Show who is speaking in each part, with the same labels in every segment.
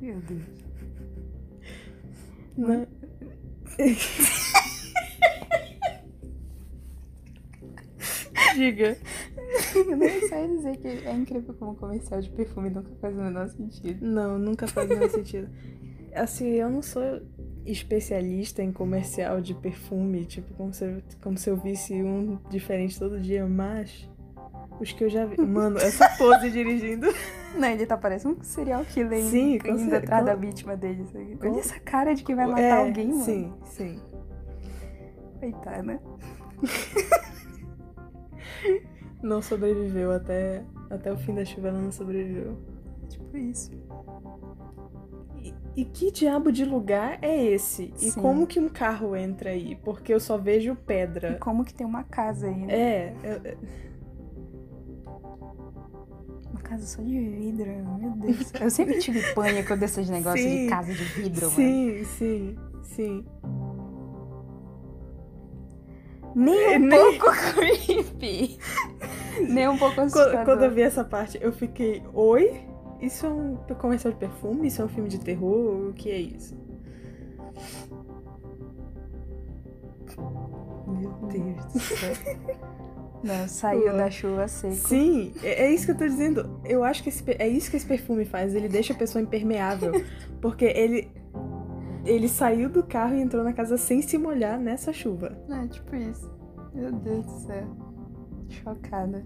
Speaker 1: Meu Deus.
Speaker 2: Não. Diga.
Speaker 1: Eu não sei dizer que é incrível como um comercial de perfume nunca faz o menor sentido.
Speaker 2: Não, nunca faz nenhum sentido. Assim, eu não sou especialista em comercial de perfume, tipo, como se, eu- como se eu visse um diferente todo dia, mas os que eu já vi. Mano, essa pose dirigindo.
Speaker 1: Não, ele tá parecendo um serial killer indo-
Speaker 2: Sim, com
Speaker 1: indo
Speaker 2: cer-
Speaker 1: atrás
Speaker 2: com-
Speaker 1: da vítima dele. sabe?
Speaker 2: com-
Speaker 1: Olha essa cara de que vai matar
Speaker 2: É,
Speaker 1: alguém, mano.
Speaker 2: Sim, sim.
Speaker 1: Coitada. né?
Speaker 2: Não sobreviveu até, até o fim da chuva, ela não sobreviveu.
Speaker 1: Tipo isso.
Speaker 2: E, e que diabo de lugar é esse? E
Speaker 1: Sim.
Speaker 2: como que um carro entra aí? Porque eu só vejo
Speaker 1: E
Speaker 2: pedra.
Speaker 1: como que tem uma casa aí, né?
Speaker 2: É, é-
Speaker 1: Uma casa só de vidro, meu Deus. Eu sempre tive pânico desses negócios
Speaker 2: Sim.
Speaker 1: de casa de vidro, mano.
Speaker 2: sim, sim, sim.
Speaker 1: Nem um
Speaker 2: É, Nem-
Speaker 1: pouco creepy. Nem um pouco assustador.
Speaker 2: Quando, quando eu vi essa parte, eu fiquei, oi? Isso é um comercial de perfume? Isso é um filme de terror? O que é isso?
Speaker 1: Meu Deus do céu. Não, saiu
Speaker 2: Ué.
Speaker 1: da chuva seco.
Speaker 2: Sim, é, é isso que eu tô dizendo. Eu acho que esse pe- é isso que esse perfume faz. Ele deixa a pessoa impermeável. Porque ele. Ele saiu do carro e entrou na casa sem se molhar nessa chuva.
Speaker 1: É, tipo isso. Meu Deus do céu. Chocada.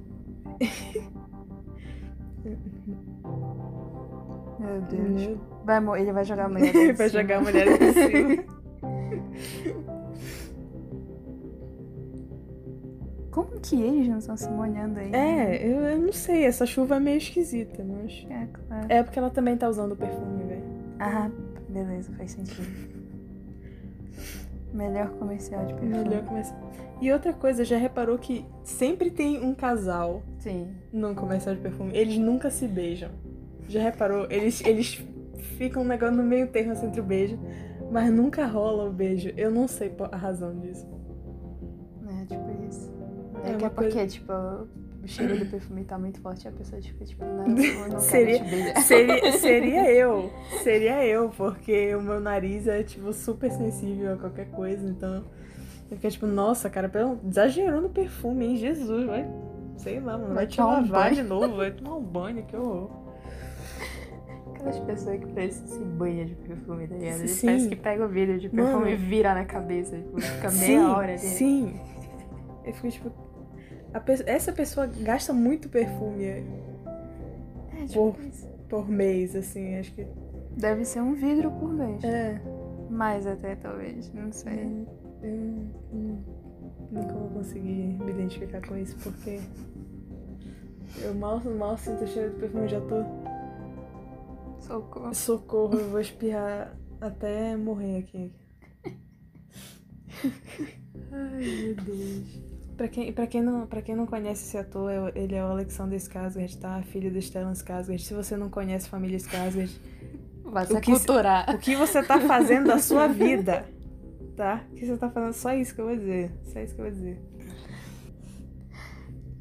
Speaker 1: Meu Deus. Vai, mo- ele vai jogar amanhã.
Speaker 2: Ele vai jogar a mulher em cima.
Speaker 1: Como que eles não estão se molhando aí?
Speaker 2: É, eu, eu não sei. Essa chuva é meio esquisita, mas.
Speaker 1: É, claro.
Speaker 2: É porque ela também tá usando perfume, velho.
Speaker 1: Ah, beleza, faz sentido. Melhor comercial de perfume.
Speaker 2: É Melhor começar. E outra coisa, já reparou que sempre tem um casal
Speaker 1: Sim.
Speaker 2: num comercial de perfume? Eles nunca se beijam. Já reparou? Eles, eles ficam um negócio no meio termo assim, entre o beijo. Mas nunca rola o beijo. Eu não sei po- a razão disso.
Speaker 1: É, tipo isso.
Speaker 2: É
Speaker 1: É, que
Speaker 2: uma
Speaker 1: é porque,
Speaker 2: coisa-
Speaker 1: tipo, o cheiro do perfume tá muito forte e a pessoa fica, tipo, não, eu não
Speaker 2: Seria-
Speaker 1: quero te beijar.
Speaker 2: Seria, seria eu. Seria eu, porque o meu nariz é, tipo, super sensível a qualquer coisa. Então, eu fiquei tipo, nossa, cara, pelo... exagerou no perfume, hein? Jesus, vai. Sei lá, mano. Vai
Speaker 1: Vai
Speaker 2: te
Speaker 1: tomar um
Speaker 2: lavar
Speaker 1: banho.
Speaker 2: de novo, vai tomar um banho, que horror.
Speaker 1: Aquelas pessoas que parecem se banha de perfume, tá ligado? Eles
Speaker 2: Sim.
Speaker 1: Parece que pega o vidro de perfume
Speaker 2: Mano.
Speaker 1: e vira na cabeça, tipo, fica
Speaker 2: sim,
Speaker 1: meia hora ali.
Speaker 2: Sim. Eu fico tipo. a pe- Essa pessoa gasta muito perfume
Speaker 1: É, tipo
Speaker 2: Pô.
Speaker 1: isso.
Speaker 2: por mês, assim, acho que.
Speaker 1: Deve ser um vidro por vez.
Speaker 2: É.
Speaker 1: Mais até, talvez, não sei.
Speaker 2: Né? Eu hum, nunca vou conseguir me identificar com isso, porque eu mal, mal sinto o cheiro do perfume, já tô.
Speaker 1: Socorro.
Speaker 2: Socorro, eu vou espirrar até morrer aqui. Ai, meu Deus. Pra quem, pra, quem não, pra quem não conhece esse ator, é o- ele é o Alexander Skarsgård, tá? Filho do Stellan Skarsgård. Se você não conhece a família Skarsgård,
Speaker 1: Vai
Speaker 2: O
Speaker 1: se
Speaker 2: que se-
Speaker 1: culturar.
Speaker 2: o que você tá fazendo da sua vida? Tá? O que você tá fazendo? Só isso que eu vou dizer. Só isso que eu vou dizer.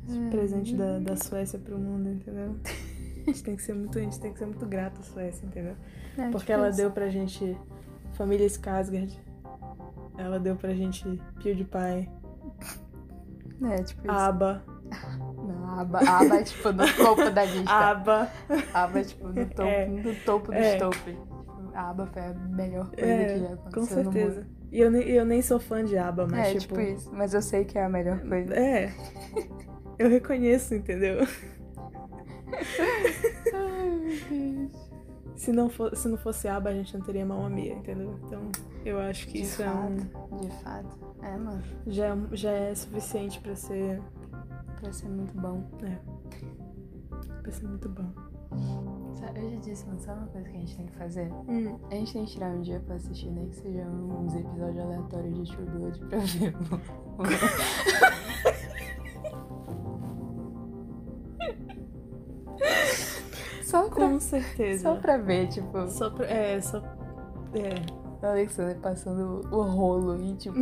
Speaker 1: Hum. Uhum.
Speaker 2: presente da, da Suécia pro mundo, entendeu? A gente tem que ser muito, a gente tem que ser muito grato à Suécia, entendeu?
Speaker 1: É, tipo
Speaker 2: Porque ela deu pra gente Família Skarsgård. Ela deu pra gente PewDiePie,
Speaker 1: É, tipo isso.
Speaker 2: ABBA,
Speaker 1: Não, a aba, a aba é, tipo, no topo da lista.
Speaker 2: ABBA.
Speaker 1: A aba, tipo, no topo,
Speaker 2: É.
Speaker 1: no topo dos
Speaker 2: É.
Speaker 1: topos. Tipo, A aba foi a melhor coisa
Speaker 2: É,
Speaker 1: que já
Speaker 2: Com
Speaker 1: aconteceu no mundo.
Speaker 2: certeza. E eu, nem- eu nem sou fã de ABBA, mas
Speaker 1: é, tipo...
Speaker 2: tipo...
Speaker 1: isso. Mas eu sei que é a melhor coisa.
Speaker 2: É. Eu reconheço, entendeu?
Speaker 1: Ai, meu Deus.
Speaker 2: Se não, fo- se não fosse ABBA, a gente não teria Mamma Mia, entendeu? Então, eu acho que
Speaker 1: De
Speaker 2: isso é um...
Speaker 1: fato, de fato. É, mano,
Speaker 2: Já, é um- já é suficiente pra ser...
Speaker 1: vai ser muito bom.
Speaker 2: pra ser muito bom.
Speaker 1: Sabe, eu já disse, mano, sabe uma coisa que a gente tem que fazer? A gente tem que tirar um dia pra assistir, nem que seja uns episódios aleatórios de True Blood pra ver. mano. só, pra,
Speaker 2: Com certeza.
Speaker 1: tá. só pra ver, tipo,
Speaker 2: Só pra- É, só. É.
Speaker 1: o Alexander passando o rolo e, tipo,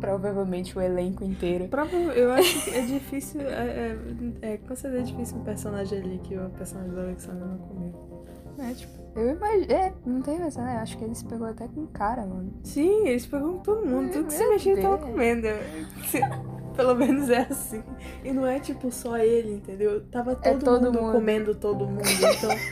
Speaker 1: provavelmente o elenco inteiro.
Speaker 2: Prova- eu acho que é difícil. É, é, é com certeza difícil um personagem ali que o personagem do Alexandre não comeu.
Speaker 1: É, tipo, eu imagino. É, não tem essa, né? Acho que eles pegou até com cara, mano.
Speaker 2: Sim, eles pegam todo mundo,
Speaker 1: Ai,
Speaker 2: tudo que
Speaker 1: meu
Speaker 2: se mexia ele tava
Speaker 1: Deus.
Speaker 2: comendo. Se- Pelo menos é assim. E não é tipo só ele, entendeu? Tava todo,
Speaker 1: É todo
Speaker 2: mundo,
Speaker 1: mundo.
Speaker 2: comendo todo mundo. Então.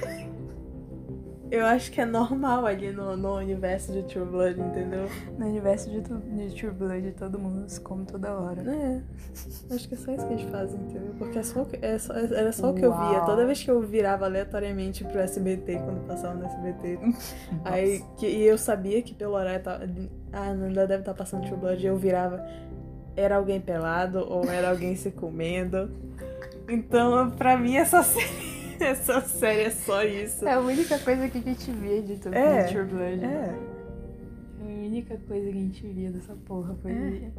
Speaker 2: Eu acho que é normal ali no, no universo de True Blood, entendeu?
Speaker 1: No universo de, tu- de True Blood, todo mundo se come toda hora.
Speaker 2: É. Acho que é só isso que eles fazem, entendeu? Porque é só, o que- é só- era só o que eu via.
Speaker 1: Uau.
Speaker 2: Toda vez que eu virava aleatoriamente pro SBT, quando passava no SBT, Aí,
Speaker 1: Nossa.
Speaker 2: que, e eu sabia que pelo horário tava, ah, não ainda deve estar passando True Blood, e eu virava, era alguém pelado ou era alguém se comendo. Então, pra mim, essa série, essa série é só isso.
Speaker 1: É a única coisa que a gente via de, tu-
Speaker 2: É,
Speaker 1: de True Blood.
Speaker 2: É.
Speaker 1: A única coisa que a gente via dessa porra foi.
Speaker 2: É.
Speaker 1: É.
Speaker 2: E-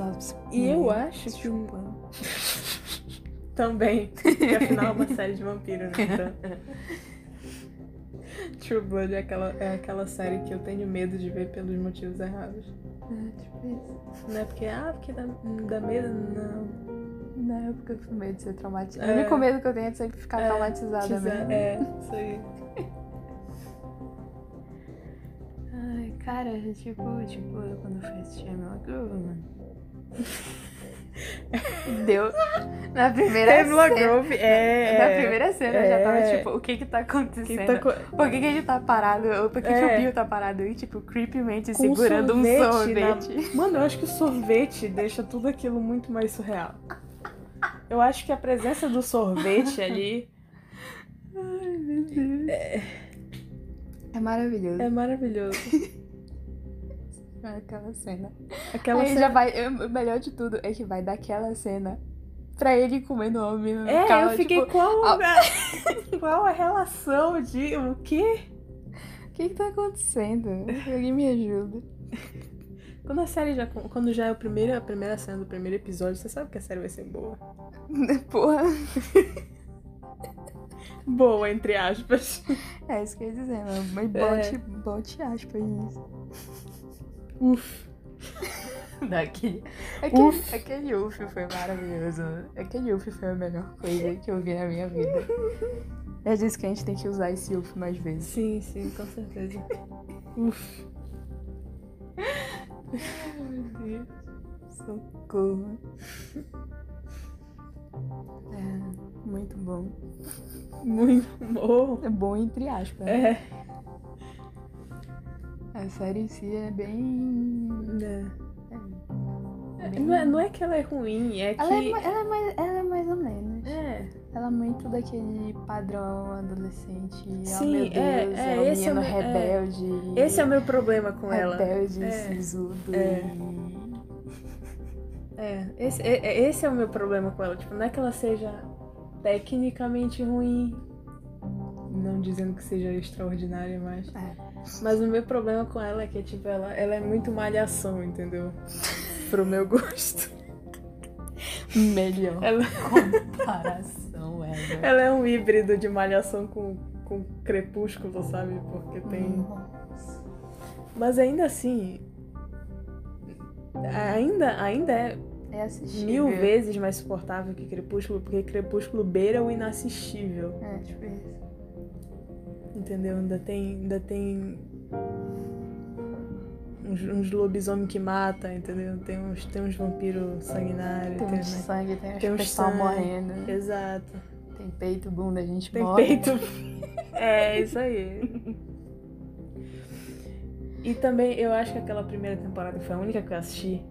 Speaker 1: Pessoal
Speaker 2: E eu
Speaker 1: comendo,
Speaker 2: acho
Speaker 1: se
Speaker 2: que o-
Speaker 1: chupando.
Speaker 2: também, porque afinal é uma série de vampiro, né? Então. True Blood é aquela, é aquela série que eu tenho medo de ver pelos motivos errados.
Speaker 1: É, tipo isso.
Speaker 2: Não é porque, ah, porque dá, dá medo, não.
Speaker 1: Na época eu fui medo de ser traumatizada.
Speaker 2: É.
Speaker 1: O único medo que eu tenho é de sempre ficar
Speaker 2: É,
Speaker 1: traumatizada né?
Speaker 2: Tiza-
Speaker 1: mesmo.
Speaker 2: É, isso aí.
Speaker 1: Ai, cara, é tipo, tipo, eu quando fui assistir a Mila Groove, mano. Deu. Na primeira cena.
Speaker 2: Pamela Grove é.
Speaker 1: Na primeira cena eu já tava
Speaker 2: É.
Speaker 1: tipo, o que que tá
Speaker 2: Que
Speaker 1: acontecendo?
Speaker 2: tá co-
Speaker 1: Por que que ele tá parado? Ou Por que, que
Speaker 2: É.
Speaker 1: o Bill tá parado? E tipo, creepymente
Speaker 2: Com um
Speaker 1: segurando um
Speaker 2: sorvete na-
Speaker 1: sorvete.
Speaker 2: Mano, eu acho que o sorvete deixa tudo aquilo muito mais surreal. Eu acho que a presença do sorvete ali
Speaker 1: Ai, meu Deus. É, maravilhoso
Speaker 2: é maravilhoso.
Speaker 1: aquela cena.
Speaker 2: Aquela
Speaker 1: Aí já
Speaker 2: cena-
Speaker 1: vai, é, o melhor de tudo é que vai daquela cena pra ele comendo uma mina no
Speaker 2: É,
Speaker 1: carro,
Speaker 2: eu fiquei
Speaker 1: tipo,
Speaker 2: qual,
Speaker 1: a-
Speaker 2: a- qual a relação de o quê?
Speaker 1: o que que tá acontecendo? Alguém me ajuda.
Speaker 2: Quando a série já quando já é o primeiro, a primeira cena do primeiro episódio, você sabe que a série vai ser boa.
Speaker 1: Porra.
Speaker 2: Boa entre aspas.
Speaker 1: É isso que eu ia dizer, mano. Mas
Speaker 2: É. Tá
Speaker 1: bote, bote aspas nisso.
Speaker 2: Uf.
Speaker 1: Daquele.
Speaker 2: Uf.
Speaker 1: Aquele, aquele UF foi maravilhoso. Aquele UF foi a melhor coisa que eu vi na minha vida. Eu disse que a gente tem que usar esse UF mais vezes.
Speaker 2: Sim, sim, com certeza. Uf.
Speaker 1: Socorro. É, muito bom.
Speaker 2: Muito bom.
Speaker 1: É bom entre aspas. né?
Speaker 2: É.
Speaker 1: A série em si é bem.
Speaker 2: É, Não é, não é que ela é ruim, é que.
Speaker 1: Ela é, ma- ela, é mais, ela é mais ou menos.
Speaker 2: É,
Speaker 1: Ela é muito daquele padrão adolescente. oh,
Speaker 2: Sim,
Speaker 1: meu Deus,
Speaker 2: é, é,
Speaker 1: o
Speaker 2: esse é o
Speaker 1: menino
Speaker 2: meu- é.
Speaker 1: rebelde.
Speaker 2: Esse é o meu problema com ela.
Speaker 1: Rebelde,
Speaker 2: É.
Speaker 1: sisudo
Speaker 2: É.
Speaker 1: e...
Speaker 2: É, esse é, é- esse é o meu problema com ela. Tipo, não é que ela seja tecnicamente ruim. Não dizendo que seja extraordinária, mas.
Speaker 1: É.
Speaker 2: Mas o meu problema com ela é que, tipo, ela, ela é muito malhação, entendeu? Pro meu gosto.
Speaker 1: Melhor
Speaker 2: Ela,
Speaker 1: comparação, velho.
Speaker 2: ela é um híbrido de malhação com, com crepúsculo, sabe? Porque tem.
Speaker 1: Uhum.
Speaker 2: Mas ainda assim. Ainda, ainda é
Speaker 1: É assistível.
Speaker 2: mil vezes mais suportável que Crepúsculo, porque Crepúsculo beira o inassistível,
Speaker 1: É, tipo
Speaker 2: né?
Speaker 1: isso.
Speaker 2: entendeu? Ainda tem, ainda tem uns, uns lobisomem que mata, entendeu? Tem uns, tem uns vampiros
Speaker 1: Tem
Speaker 2: sanguinários, tem,
Speaker 1: muito
Speaker 2: né?
Speaker 1: sangue, tem as
Speaker 2: Tem uns
Speaker 1: pessoas
Speaker 2: sangue.
Speaker 1: morrendo.
Speaker 2: Exato.
Speaker 1: Tem peito, bunda, a gente
Speaker 2: Tem
Speaker 1: morre.
Speaker 2: peito. É, isso aí. E também, eu acho que aquela primeira temporada que foi a única que eu assisti.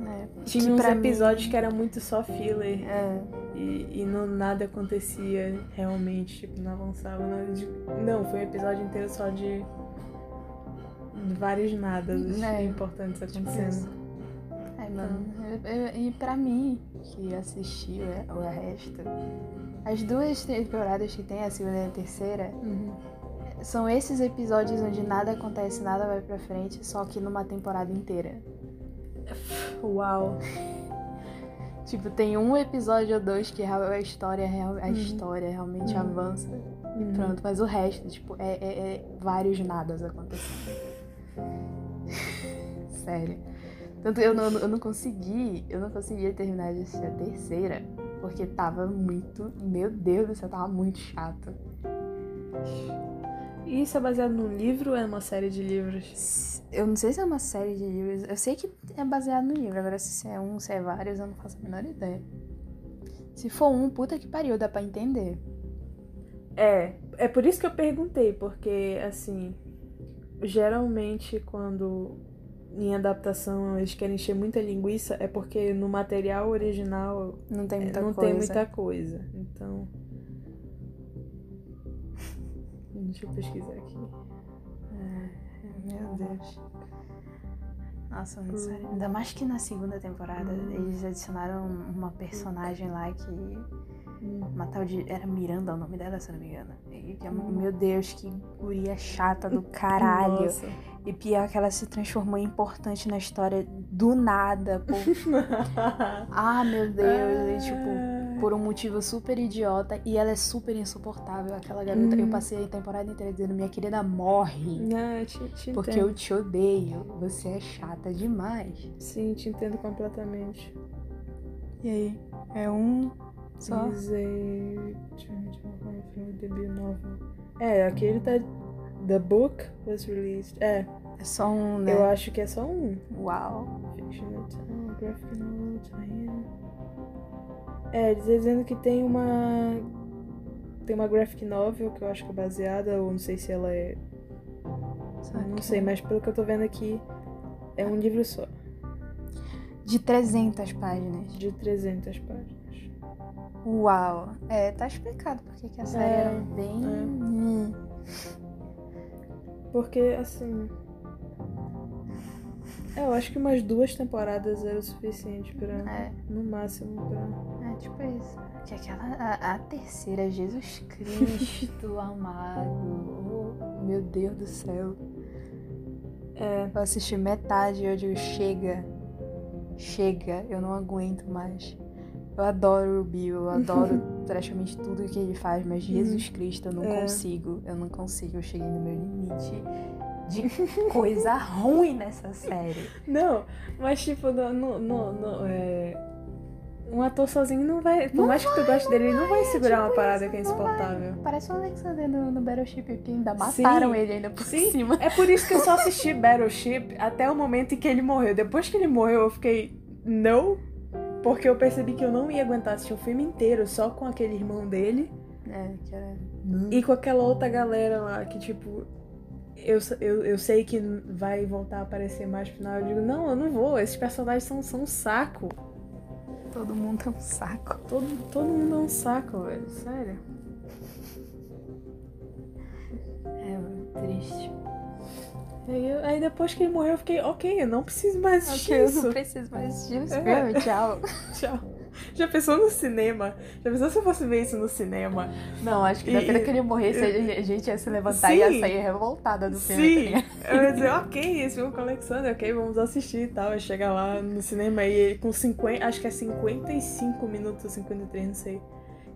Speaker 1: É,
Speaker 2: Tinha
Speaker 1: que
Speaker 2: uns
Speaker 1: pra mim-
Speaker 2: episódios que era muito só filler.
Speaker 1: É,
Speaker 2: E, e não, nada acontecia realmente, tipo, não avançava nada de... Não, foi um episódio inteiro só de vários nadas assim,
Speaker 1: É,
Speaker 2: importantes
Speaker 1: tipo
Speaker 2: acontecendo.
Speaker 1: isso. Ai, mano. eu- eu- então, é, e pra mim, que assistiu o resto, as duas temporadas que tem, a segunda e a terceira,
Speaker 2: Uhum.
Speaker 1: São esses episódios onde nada acontece, nada vai pra frente, só que numa temporada inteira.
Speaker 2: Uau.
Speaker 1: Tipo, tem um episódio ou dois que a a história, real- a
Speaker 2: Uhum.
Speaker 1: história realmente
Speaker 2: Uhum.
Speaker 1: avança. Pronto, mas o resto, tipo, é, é- é vários nadas acontecendo. Sério. Tanto eu não, eu não consegui, eu não conseguia terminar de assistir a terceira, Porque tava muito. Meu Deus do céu, tava muito chato.
Speaker 2: E isso é baseado num livro ou é uma série de livros?
Speaker 1: Eu não sei se é uma série de livros. Eu sei que é baseado no livro. Agora, se é um, se é vários, eu não faço a menor ideia. Se for um, puta que pariu, dá pra entender.
Speaker 2: É, é por isso que eu perguntei, porque assim, geralmente quando em adaptação eles querem encher muita linguiça é porque no material original
Speaker 1: Não tem muita
Speaker 2: É, não
Speaker 1: coisa.
Speaker 2: tem muita coisa. Então. Deixa eu pesquisar aqui.
Speaker 1: Meu Deus. Nossa,
Speaker 2: Hum.
Speaker 1: eu não sei. Ainda mais que na segunda temporada eles adicionaram uma personagem lá que. Uma tal de. Era Miranda é o nome dela, se eu não me engano. E que é
Speaker 2: Hum.
Speaker 1: uma- Meu Deus, que guria chata do caralho.
Speaker 2: Nossa.
Speaker 1: E pior que ela se transformou em importante na história do nada. Por... Ah, meu Deus. E tipo, por um motivo super idiota. E ela é super insuportável, aquela garota. Eu
Speaker 2: Hum.
Speaker 1: passei a temporada inteira dizendo: minha querida, morre.
Speaker 2: Não, te, te
Speaker 1: Porque
Speaker 2: entendo.
Speaker 1: eu te odeio. Você é chata demais.
Speaker 2: Sim, te entendo completamente.
Speaker 1: E aí? É um só?
Speaker 2: Is a journey to a horror film debut novel. É, aqui ele tá. The book was released. É,
Speaker 1: É só um, né?
Speaker 2: eu acho que é só um.
Speaker 1: Uau.
Speaker 2: Fictional Town, graphic novel, tie-in. É, eles estão dizendo que tem uma. Tem uma graphic novel que eu acho que é baseada, ou não sei se ela é.
Speaker 1: Só
Speaker 2: Não
Speaker 1: que-
Speaker 2: sei, mas pelo que eu tô vendo aqui, é um livro só,
Speaker 1: De 300 páginas.
Speaker 2: de 300 páginas.
Speaker 1: Uau. É, tá explicado porque que a série
Speaker 2: É,
Speaker 1: era bem...
Speaker 2: é.
Speaker 1: Hum.
Speaker 2: Porque, assim. é, Eu acho que umas duas temporadas era o suficiente pra.
Speaker 1: É,
Speaker 2: No máximo pra.
Speaker 1: é tipo isso. Que aquela... A, a terceira, Jesus Cristo amado. Oh, meu Deus do céu.
Speaker 2: É.
Speaker 1: Eu assisti metade e eu digo, chega. Chega, eu não aguento mais. Eu adoro o Bill, eu adoro praticamente tudo que ele faz, mas Jesus Cristo, eu não
Speaker 2: É.
Speaker 1: consigo. Eu não consigo, eu cheguei no meu limite de coisa ruim nessa série.
Speaker 2: Não, mas tipo, não. não, não, não, é... Um ator sozinho não vai. Por
Speaker 1: Não
Speaker 2: mais que tu goste dele, ele não vai segurar
Speaker 1: tipo
Speaker 2: uma parada
Speaker 1: isso,
Speaker 2: que é
Speaker 1: não vai.
Speaker 2: insuportável.
Speaker 1: Parece o Alexander no, no Battleship, que ainda mataram
Speaker 2: Sim,
Speaker 1: ele ainda por
Speaker 2: sim.
Speaker 1: cima.
Speaker 2: É por isso que eu só assisti Battleship até o momento em que ele morreu. Depois que ele morreu, eu fiquei. Não. Porque eu percebi que eu não ia aguentar assistir o filme inteiro só com aquele irmão dele.
Speaker 1: É, que era...
Speaker 2: E com aquela outra galera lá que, tipo, eu, eu, eu sei que vai voltar a aparecer mais pro final. Eu digo, não, eu não vou. Esses personagens são, são um saco.
Speaker 1: Todo mundo é um saco.
Speaker 2: Todo, todo mundo é um saco, velho. Sério.
Speaker 1: É, mano, triste.
Speaker 2: Aí, eu- aí depois que ele morreu, eu fiquei, ok, eu não preciso mais assistir
Speaker 1: Ok, eu
Speaker 2: isso.
Speaker 1: não preciso mais assistir isso.
Speaker 2: É.
Speaker 1: Tchau.
Speaker 2: Tchau. Já pensou no cinema? Já pensou se eu fosse ver isso no cinema?
Speaker 1: Não, acho que
Speaker 2: E-
Speaker 1: na pena
Speaker 2: e-
Speaker 1: que ele morresse, a gente ia se levantar e ia
Speaker 2: Sim.
Speaker 1: sair revoltada do filme.
Speaker 2: Sim,
Speaker 1: tá ligado?
Speaker 2: eu ia dizer, ok, esse filme com o Alexander, ok, vamos assistir e tal. Aí chega lá no cinema e ele com 50, acho que é 55 minutos, 53, não sei,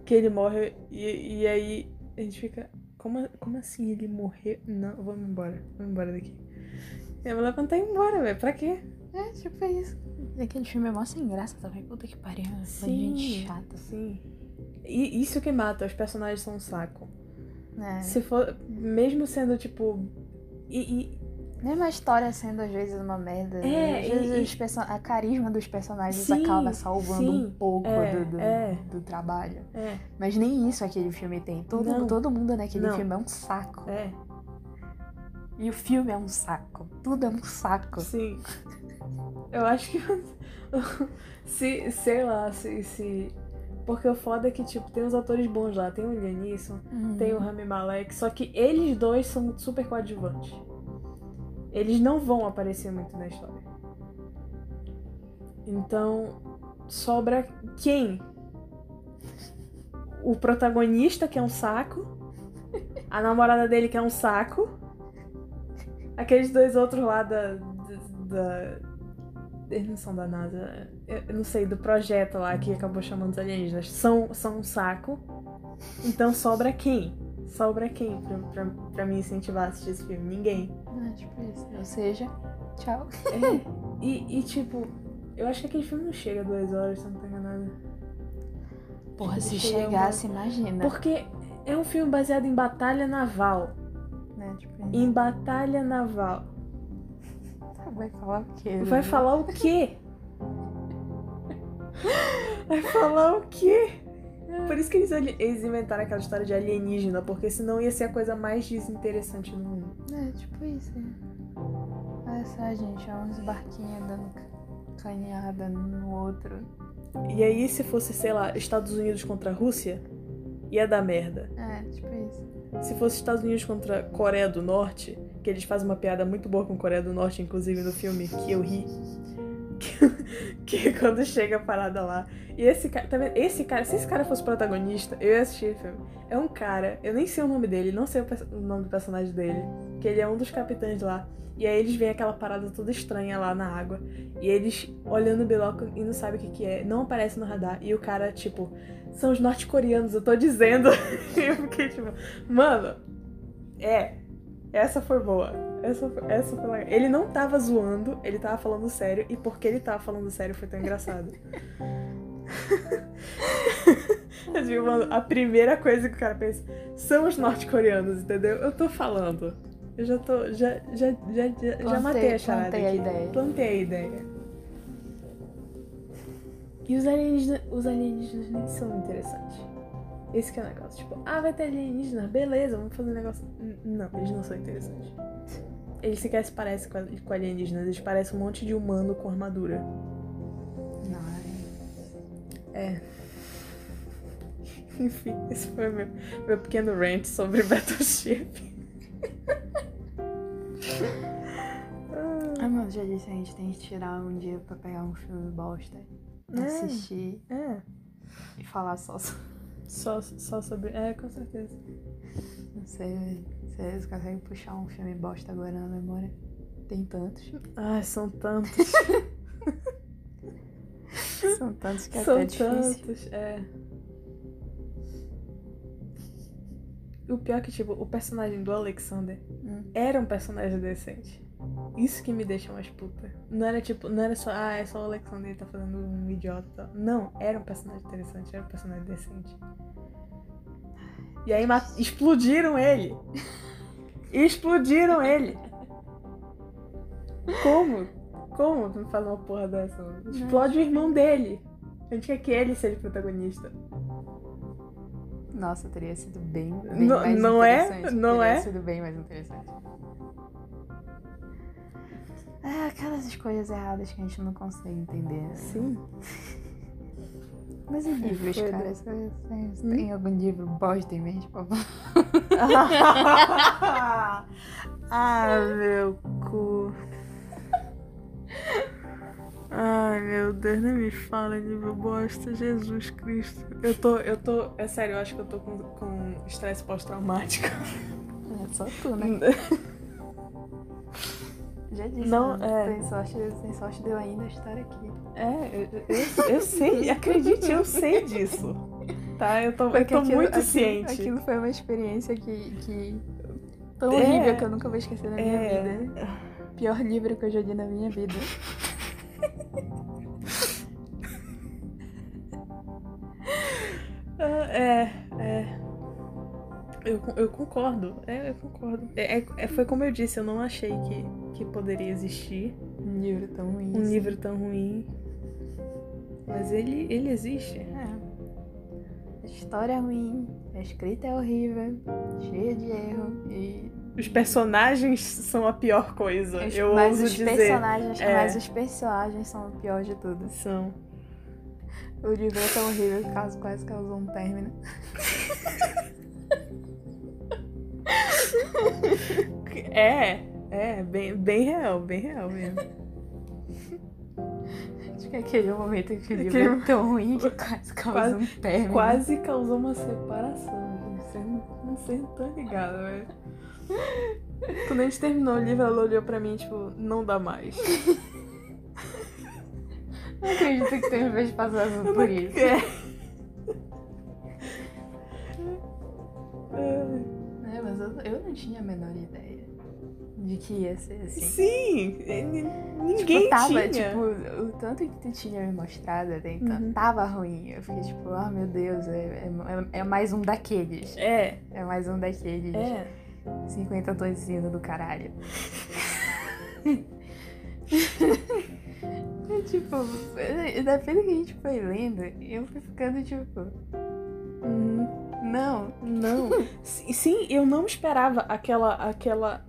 Speaker 2: que ele morre. E, e aí a gente fica, como, como assim ele morreu? Não, vamos embora, vamos embora daqui. Eu vou levantar e ir embora, velho, pra quê?
Speaker 1: É, tipo é isso. Aquele filme é mó sem graça também. Puta que pariu. né? Foi
Speaker 2: Sim.
Speaker 1: gente chata.
Speaker 2: Sim. E isso que mata, os personagens são um saco.
Speaker 1: Né?
Speaker 2: Se for, mesmo sendo tipo. E, e-
Speaker 1: Mesmo a história sendo às vezes uma merda.
Speaker 2: É,
Speaker 1: às vezes
Speaker 2: e-
Speaker 1: os perso- a carisma dos personagens
Speaker 2: Sim,
Speaker 1: acaba salvando um
Speaker 2: sim.
Speaker 1: pouco
Speaker 2: É,
Speaker 1: do, do,
Speaker 2: é.
Speaker 1: do trabalho.
Speaker 2: é,
Speaker 1: Mas nem isso aquele filme tem. Todo,
Speaker 2: Não.
Speaker 1: todo mundo naquele
Speaker 2: Não.
Speaker 1: filme é um saco.
Speaker 2: é,
Speaker 1: E o filme é um saco. Tudo é um saco.
Speaker 2: sim. Eu acho que. se, sei lá, se, se. Porque o foda é que, tipo, tem os atores bons lá. Tem o Liam Neeson, tem
Speaker 1: Uhum.
Speaker 2: o Rami Malek. Só que eles dois são super coadjuvantes. Eles não vão aparecer muito na história. Então, sobra quem? O protagonista, que é um saco. A namorada dele, que é um saco. Aqueles dois outros lá da. da. Eles não são da NASA. Eu eu não sei, do projeto lá que acabou chamando os alienígenas. São, são um saco. Então sobra quem? Sobra quem pra, pra, pra me incentivar a assistir esse filme? Ninguém.
Speaker 1: É, tipo isso. Ou seja, tchau.
Speaker 2: E, e, tipo, eu acho que aquele filme não chega a duas horas, se eu não tô enganada.
Speaker 1: Porra, se
Speaker 2: Chega,
Speaker 1: chegasse, imagina.
Speaker 2: Porque é um filme baseado em batalha naval.
Speaker 1: Né? Tipo, então
Speaker 2: Em batalha naval.
Speaker 1: tá, Vai falar o quê?
Speaker 2: Vai
Speaker 1: né?
Speaker 2: falar o quê? Vai falar o quê? Por isso que eles, ali- eles inventaram aquela história de alienígena, porque senão ia ser a coisa mais desinteressante do mundo.
Speaker 1: É, tipo isso. é. Olha só, gente, é uns barquinhos dando ca- canhada no outro.
Speaker 2: E aí, se fosse, sei lá, Estados Unidos contra a Rússia, ia dar merda.
Speaker 1: É, tipo isso.
Speaker 2: Se fosse Estados Unidos contra a Coreia do Norte, que eles fazem uma piada muito boa com a Coreia do Norte, inclusive no filme, que eu ri. Que, que quando chega a parada lá. E esse cara, tá vendo? Esse cara, se esse cara fosse protagonista, eu ia assistir esse filme. É um cara, eu nem sei o nome dele, não sei o, perso- o nome do personagem dele, que ele é um dos capitães lá. E aí eles veem aquela parada toda estranha lá na água. E eles olhando o biloco e não sabe o que que é. Não aparece no radar. E o cara, tipo, são os norte-coreanos, eu tô dizendo. e eu fiquei tipo, Mano, é. Essa foi boa. Essa foi, essa foi legal. Ele não tava zoando, ele tava falando sério. E porque ele tava falando sério foi tão engraçado. Mas, viu, mano, a primeira coisa que o cara pensa são os norte-coreanos, entendeu? Eu tô falando. Eu já tô. Já, já, já, já, já
Speaker 1: Plantei-
Speaker 2: matei a charada.
Speaker 1: plantei a
Speaker 2: aqui.
Speaker 1: ideia.
Speaker 2: Plantei a ideia. E os alienígenas, os alienígenas nem são interessantes. Esse que é o negócio. Tipo, ah, vai ter alienígena, beleza, vamos fazer um negócio. N- Não, eles não são interessantes. Eles sequer se parecem com, a- com alienígenas, eles parecem um monte de humano com armadura.
Speaker 1: Não, é.
Speaker 2: É. Enfim, esse foi meu, meu pequeno rant sobre Battleship.
Speaker 1: Ah, mano, já disse, a gente tem que tirar um dia pra pegar um filme bosta,
Speaker 2: é,
Speaker 1: assistir
Speaker 2: é.
Speaker 1: e falar só sobre.
Speaker 2: Só, só sobre. É, com certeza.
Speaker 1: Não sei, velho. vocês conseguem puxar um filme bosta agora na memória? Tem tantos.
Speaker 2: Ai, são tantos.
Speaker 1: São tantos que é
Speaker 2: São
Speaker 1: até difícil.
Speaker 2: tantos, é. O pior é que, tipo, o personagem do Alexander
Speaker 1: Hum.
Speaker 2: era um personagem decente. Isso que me deixa mais puta. Não era tipo, não era só, ah, é só o Alexander ele tá fazendo um idiota. Não, era um personagem interessante, era um personagem decente. E aí ma- explodiram ele. explodiram ele. Como? Como tu faz uma porra dessa? mano? Explode o irmão dele. A gente quer que ele seja protagonista.
Speaker 1: Nossa, teria sido bem, bem
Speaker 2: Não-
Speaker 1: mais
Speaker 2: não é?
Speaker 1: interessante.
Speaker 2: Não
Speaker 1: teria
Speaker 2: é?
Speaker 1: sido bem mais interessante. É, aquelas escolhas erradas que a gente não consegue entender. né?
Speaker 2: Sim.
Speaker 1: Mas e livros,
Speaker 2: Foi,
Speaker 1: cara?
Speaker 2: né?
Speaker 1: Você tem, você tem algum livro bosta em mente pra falar?
Speaker 2: ah, meu cu. Ai, meu Deus, nem me fala de meu bosta, Jesus Cristo. Eu tô, eu tô, é sério, eu acho que eu tô com, com estresse pós-traumático.
Speaker 1: É só tu,
Speaker 2: Hum.
Speaker 1: né? Já disse.
Speaker 2: Não,
Speaker 1: né?
Speaker 2: é.
Speaker 1: Tem sorte, tem sorte de eu ainda estar aqui.
Speaker 2: É, eu, eu, eu sei, acredite, eu sei disso. Tá, eu tô, eu
Speaker 1: Porque
Speaker 2: tô
Speaker 1: aquilo-
Speaker 2: muito
Speaker 1: aquilo-
Speaker 2: ciente.
Speaker 1: Aquilo foi uma experiência que. que- tão
Speaker 2: É.
Speaker 1: horrível que eu nunca vou esquecer na minha
Speaker 2: É.
Speaker 1: vida. Pior livro que eu já li na minha vida.
Speaker 2: Ah, É, é. Eu, eu concordo, é, eu concordo. É, é- é- foi como eu disse, eu não achei que, que poderia existir
Speaker 1: Um livro tão ruim.
Speaker 2: um
Speaker 1: assim.
Speaker 2: livro tão ruim. Mas ele, ele existe.
Speaker 1: É. A história é ruim, a escrita é horrível, cheia de erro. E...
Speaker 2: Os personagens são a pior coisa, eu
Speaker 1: mas
Speaker 2: ouso
Speaker 1: os
Speaker 2: dizer.
Speaker 1: personagens,
Speaker 2: É.
Speaker 1: mas os personagens são o pior de tudo.
Speaker 2: São.
Speaker 1: O livro é tão horrível que caso quase causou um término.
Speaker 2: É, é, bem, bem real, bem real mesmo.
Speaker 1: Acho que é aquele momento em que o livro
Speaker 2: Aquele-
Speaker 1: é tão ruim que quase causou
Speaker 2: Quase-
Speaker 1: um término.
Speaker 2: Quase causou uma separação. gente. Você não, não sei, não tá ligado, velho. Quando a gente terminou o livro, ela olhou pra mim, tipo, não dá mais.
Speaker 1: Não acredito que tu me fez passar
Speaker 2: Eu
Speaker 1: por
Speaker 2: não
Speaker 1: isso.
Speaker 2: quero. É,
Speaker 1: É, mas eu, eu não tinha a menor ideia de que ia ser assim.
Speaker 2: Sim! ele- Ninguém
Speaker 1: tipo, tava,
Speaker 2: tinha.
Speaker 1: tipo, o tanto que tu tinha me mostrado até então,
Speaker 2: Uhum.
Speaker 1: tava ruim. Eu fiquei tipo, ah meu Deus, é, é, é mais um daqueles.
Speaker 2: É,
Speaker 1: É mais um daqueles.
Speaker 2: é.
Speaker 1: 52 indo do caralho. é tipo, é- da feira que a gente foi lendo, eu fui ficando tipo,
Speaker 2: Uhum.
Speaker 1: não,
Speaker 2: Não. Si- Sim, eu não esperava aquela. aquela...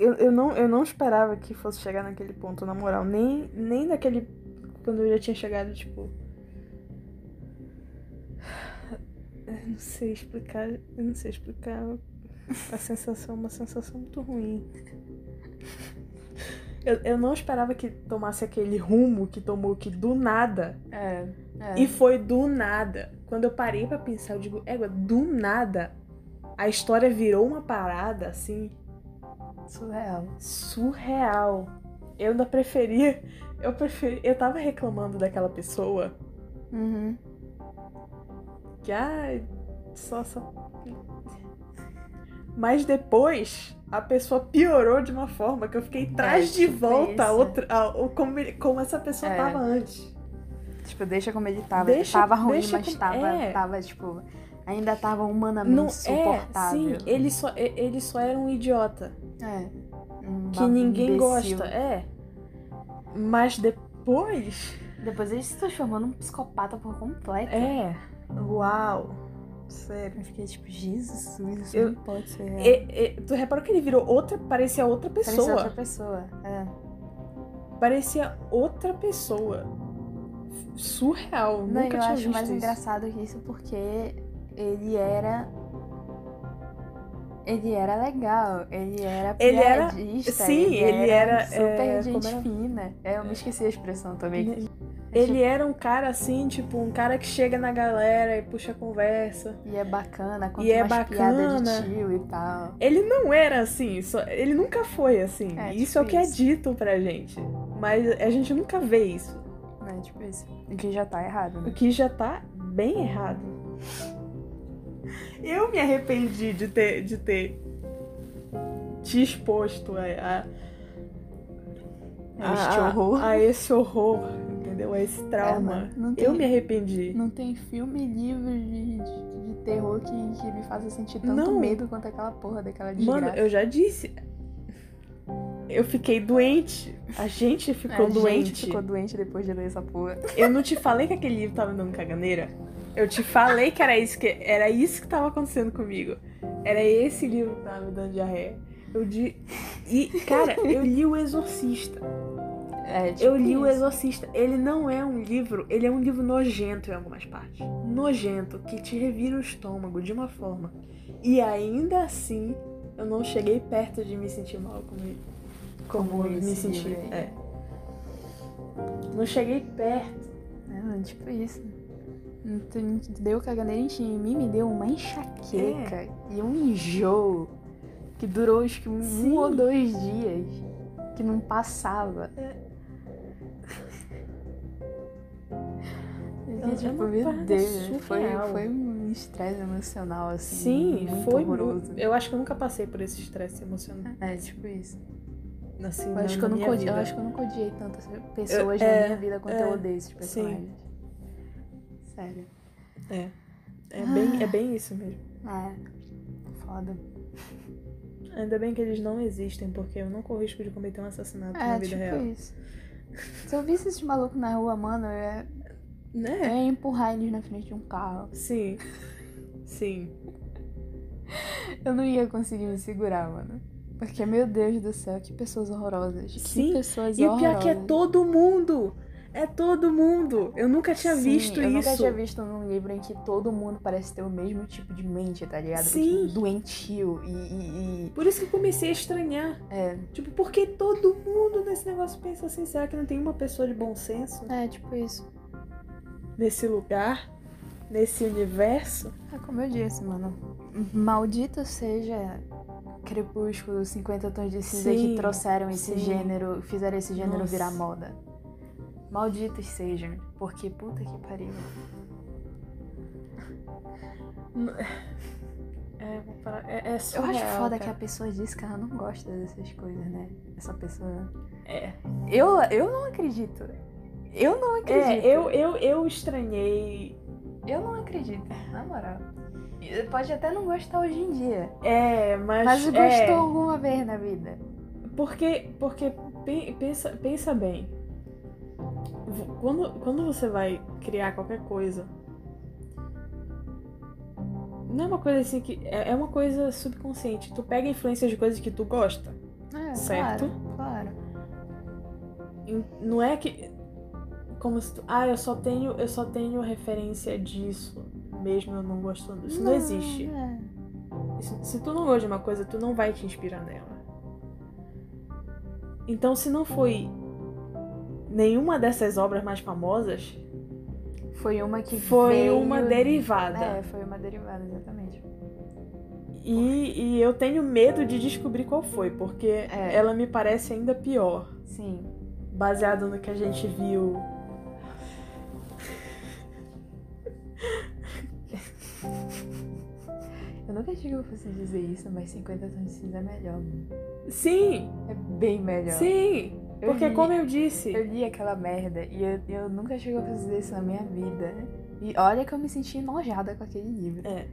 Speaker 2: Eu, eu, não, eu não esperava que fosse chegar naquele ponto, na moral. Nem, nem naquele. Quando eu já tinha chegado, tipo. Eu não sei explicar. Eu não sei explicar. A sensação é uma sensação muito ruim. Eu, eu não esperava que tomasse aquele rumo que tomou, que do nada
Speaker 1: é, é.
Speaker 2: E foi do nada. Quando eu parei pra pensar, eu digo, égua, do nada a história virou uma parada assim
Speaker 1: surreal.
Speaker 2: surreal. Eu ainda preferia, eu preferi, eu tava reclamando daquela pessoa
Speaker 1: Uhum.
Speaker 2: que ai, só só mas depois a pessoa piorou de uma forma que eu fiquei traz de
Speaker 1: tipo
Speaker 2: volta a
Speaker 1: isso.
Speaker 2: outra, a- o- como, ele- como essa pessoa
Speaker 1: É.
Speaker 2: tava antes.
Speaker 1: Tipo, deixa como ele tava.
Speaker 2: Deixa-
Speaker 1: tava ruim,
Speaker 2: deixa
Speaker 1: mas
Speaker 2: como-
Speaker 1: tava,
Speaker 2: é.
Speaker 1: tava, tipo, ainda tava humanamente
Speaker 2: Não é,
Speaker 1: suportável.
Speaker 2: sim, ele só e- ele só era um idiota.
Speaker 1: É. Um
Speaker 2: que
Speaker 1: babu
Speaker 2: ninguém
Speaker 1: imbecil.
Speaker 2: gosta, é. Mas depois,
Speaker 1: Depois ele se transformou num psicopata por completo.
Speaker 2: é. Uau. Sério.
Speaker 1: Eu fiquei tipo, Jesus, isso
Speaker 2: Eu-
Speaker 1: não pode ser. real.
Speaker 2: E- e- tu reparou que ele virou outra, parecia outra
Speaker 1: Parecia
Speaker 2: pessoa.
Speaker 1: outra pessoa. É.
Speaker 2: Parecia outra pessoa. Surreal,
Speaker 1: Não,
Speaker 2: nunca
Speaker 1: eu
Speaker 2: tinha
Speaker 1: acho
Speaker 2: visto
Speaker 1: mais
Speaker 2: isso.
Speaker 1: engraçado que isso porque ele era. Ele era legal, ele era
Speaker 2: Ele era-
Speaker 1: piadista,
Speaker 2: sim, ele era,
Speaker 1: super
Speaker 2: é,
Speaker 1: gente
Speaker 2: como era?
Speaker 1: fina. É, eu me esqueci a expressão também. Tipo,
Speaker 2: Ele era um cara assim, tipo, um cara que chega na galera e puxa a conversa.
Speaker 1: E é bacana, conta
Speaker 2: E é
Speaker 1: umas piadas
Speaker 2: bacana.
Speaker 1: de tio e tal.
Speaker 2: Ele não era assim, só- ele nunca foi assim.
Speaker 1: É,
Speaker 2: isso
Speaker 1: tipo
Speaker 2: é o que
Speaker 1: isso.
Speaker 2: é dito pra gente. Mas a gente nunca vê isso.
Speaker 1: Né? Tipo isso. O que já tá errado,
Speaker 2: O
Speaker 1: né?
Speaker 2: que já tá bem errado. Eu me arrependi de ter, de ter te exposto a, a, Ah,
Speaker 1: É este
Speaker 2: a-
Speaker 1: horror.
Speaker 2: a esse horror, entendeu? A esse trauma.
Speaker 1: É, não- não tem-
Speaker 2: Eu me arrependi.
Speaker 1: Não tem filme, livro de, de- de terror que, que me faça sentir tanto
Speaker 2: Não.
Speaker 1: medo quanto aquela porra daquela desgraça.
Speaker 2: Mano, eu já disse. Eu fiquei doente. A É, gente
Speaker 1: A
Speaker 2: ficou
Speaker 1: É, gente
Speaker 2: doente.
Speaker 1: ficou doente depois de ler essa porra.
Speaker 2: Eu não te falei que aquele livro tava me dando caganeira? Eu te falei que era isso que, era isso que tava acontecendo comigo. Era esse livro que tava me dando diarreia. Eu di... E, cara, eu li O Exorcista.
Speaker 1: É, tipo
Speaker 2: Eu li O
Speaker 1: isso.
Speaker 2: Exorcista. Ele não é um livro, ele é um livro nojento em algumas partes. Nojento, que te revira o estômago de uma forma. E ainda assim, eu não cheguei perto de me sentir mal com ele. Como,
Speaker 1: Como
Speaker 2: me
Speaker 1: esse
Speaker 2: senti.
Speaker 1: livro aí.
Speaker 2: É. Não cheguei perto.
Speaker 1: É, mano, tipo isso. Tu me deu caganeira em ti, em mim, me deu uma enxaqueca
Speaker 2: É?
Speaker 1: e um enjoo que durou acho que um,
Speaker 2: Sim.
Speaker 1: ou dois dias que não passava.
Speaker 2: Eu-
Speaker 1: E,
Speaker 2: eu
Speaker 1: tipo,
Speaker 2: não
Speaker 1: meu
Speaker 2: paro,
Speaker 1: Deus, foi,
Speaker 2: é surreal.
Speaker 1: foi um estresse emocional assim.
Speaker 2: Sim,
Speaker 1: muito
Speaker 2: foi
Speaker 1: horroroso.
Speaker 2: muito. Eu acho que eu nunca passei por esse estresse emocional.
Speaker 1: É, tipo isso.
Speaker 2: Assim,
Speaker 1: Eu
Speaker 2: na-
Speaker 1: acho, que eu,
Speaker 2: na
Speaker 1: nunca
Speaker 2: minha
Speaker 1: odi- eu
Speaker 2: vida.
Speaker 1: acho que eu nunca odiei tantas pessoas na
Speaker 2: é,
Speaker 1: minha vida quanto eu
Speaker 2: é,
Speaker 1: odeio esses
Speaker 2: sim.
Speaker 1: personagens. Sério.
Speaker 2: É, bem,
Speaker 1: Ah.
Speaker 2: é bem isso mesmo.
Speaker 1: É. Foda.
Speaker 2: Ainda bem que eles não existem, porque eu não corro risco de cometer um assassinato na
Speaker 1: É,
Speaker 2: vida
Speaker 1: tipo
Speaker 2: real.
Speaker 1: isso. Se eu visse esses malucos na rua, mano, eu ia, eu
Speaker 2: Né?
Speaker 1: ia empurrar eles na frente de um carro.
Speaker 2: Sim. Sim.
Speaker 1: Eu não ia conseguir me segurar, mano. Porque, meu Deus do céu, que pessoas horrorosas.
Speaker 2: Sim,
Speaker 1: Que pessoas
Speaker 2: E o
Speaker 1: horrorosas.
Speaker 2: pior que é todo mundo! É todo mundo! Eu nunca tinha
Speaker 1: Sim,
Speaker 2: visto
Speaker 1: eu
Speaker 2: isso.
Speaker 1: nunca tinha visto num livro em que todo mundo parece ter o mesmo tipo de mente, tá ligado?
Speaker 2: Sim.
Speaker 1: Tipo, doentio e- e- e...
Speaker 2: Por isso que eu comecei a estranhar.
Speaker 1: É,
Speaker 2: Tipo, por que todo mundo nesse negócio pensa assim? Será que não tem uma pessoa de bom senso
Speaker 1: É, tipo isso.
Speaker 2: nesse lugar? Nesse universo?
Speaker 1: É como eu disse, mano. Maldito seja Crepúsculo, 50 tons de cinza
Speaker 2: Sim,
Speaker 1: que trouxeram esse
Speaker 2: sim.
Speaker 1: gênero, fizeram esse gênero
Speaker 2: Nossa.
Speaker 1: virar moda. Malditos sejam, porque puta que pariu.
Speaker 2: É, vou parar. É, é
Speaker 1: Eu
Speaker 2: surreal,
Speaker 1: acho foda que a
Speaker 2: cara.
Speaker 1: pessoa diz que ela não gosta dessas coisas, né? Essa pessoa.
Speaker 2: É.
Speaker 1: Eu, eu não acredito. Eu não acredito.
Speaker 2: É, eu, eu, eu estranhei.
Speaker 1: eu não acredito, na moral. Pode até não gostar hoje em dia.
Speaker 2: É, mas.
Speaker 1: Mas gostou
Speaker 2: é,
Speaker 1: alguma vez na vida.
Speaker 2: Porque, porque pe- pensa, pensa bem. V- Quando, quando você vai criar qualquer coisa, não é uma coisa assim que. É é uma coisa subconsciente. Tu pega influência de coisas que tu gosta.
Speaker 1: É,
Speaker 2: Certo.
Speaker 1: Claro, claro.
Speaker 2: Em- Não é que. Como se tu, Ah, eu só tenho, eu só tenho referência disso, mesmo eu não gostando. Isso não, existe.
Speaker 1: é.
Speaker 2: Isso- Se tu não gosta de uma coisa, tu não vai te inspirar nela. Então, se não foi nenhuma dessas obras mais famosas,
Speaker 1: Foi uma que
Speaker 2: foi
Speaker 1: veio-
Speaker 2: uma derivada.
Speaker 1: É, foi uma derivada, exatamente.
Speaker 2: E, e eu tenho medo de descobrir qual foi, porque
Speaker 1: É.
Speaker 2: ela me parece ainda pior,
Speaker 1: Sim.
Speaker 2: baseado no que a gente viu.
Speaker 1: Eu nunca achei que eu fosse dizer isso, mas 50 tons de cinza é melhor.
Speaker 2: Sim,
Speaker 1: É bem melhor.
Speaker 2: sim,
Speaker 1: Eu
Speaker 2: porque
Speaker 1: li-
Speaker 2: como eu disse,
Speaker 1: Eu li aquela merda e eu, eu nunca achei que eu fosse dizer isso na minha vida. E olha que eu me senti enojada com aquele livro.
Speaker 2: É.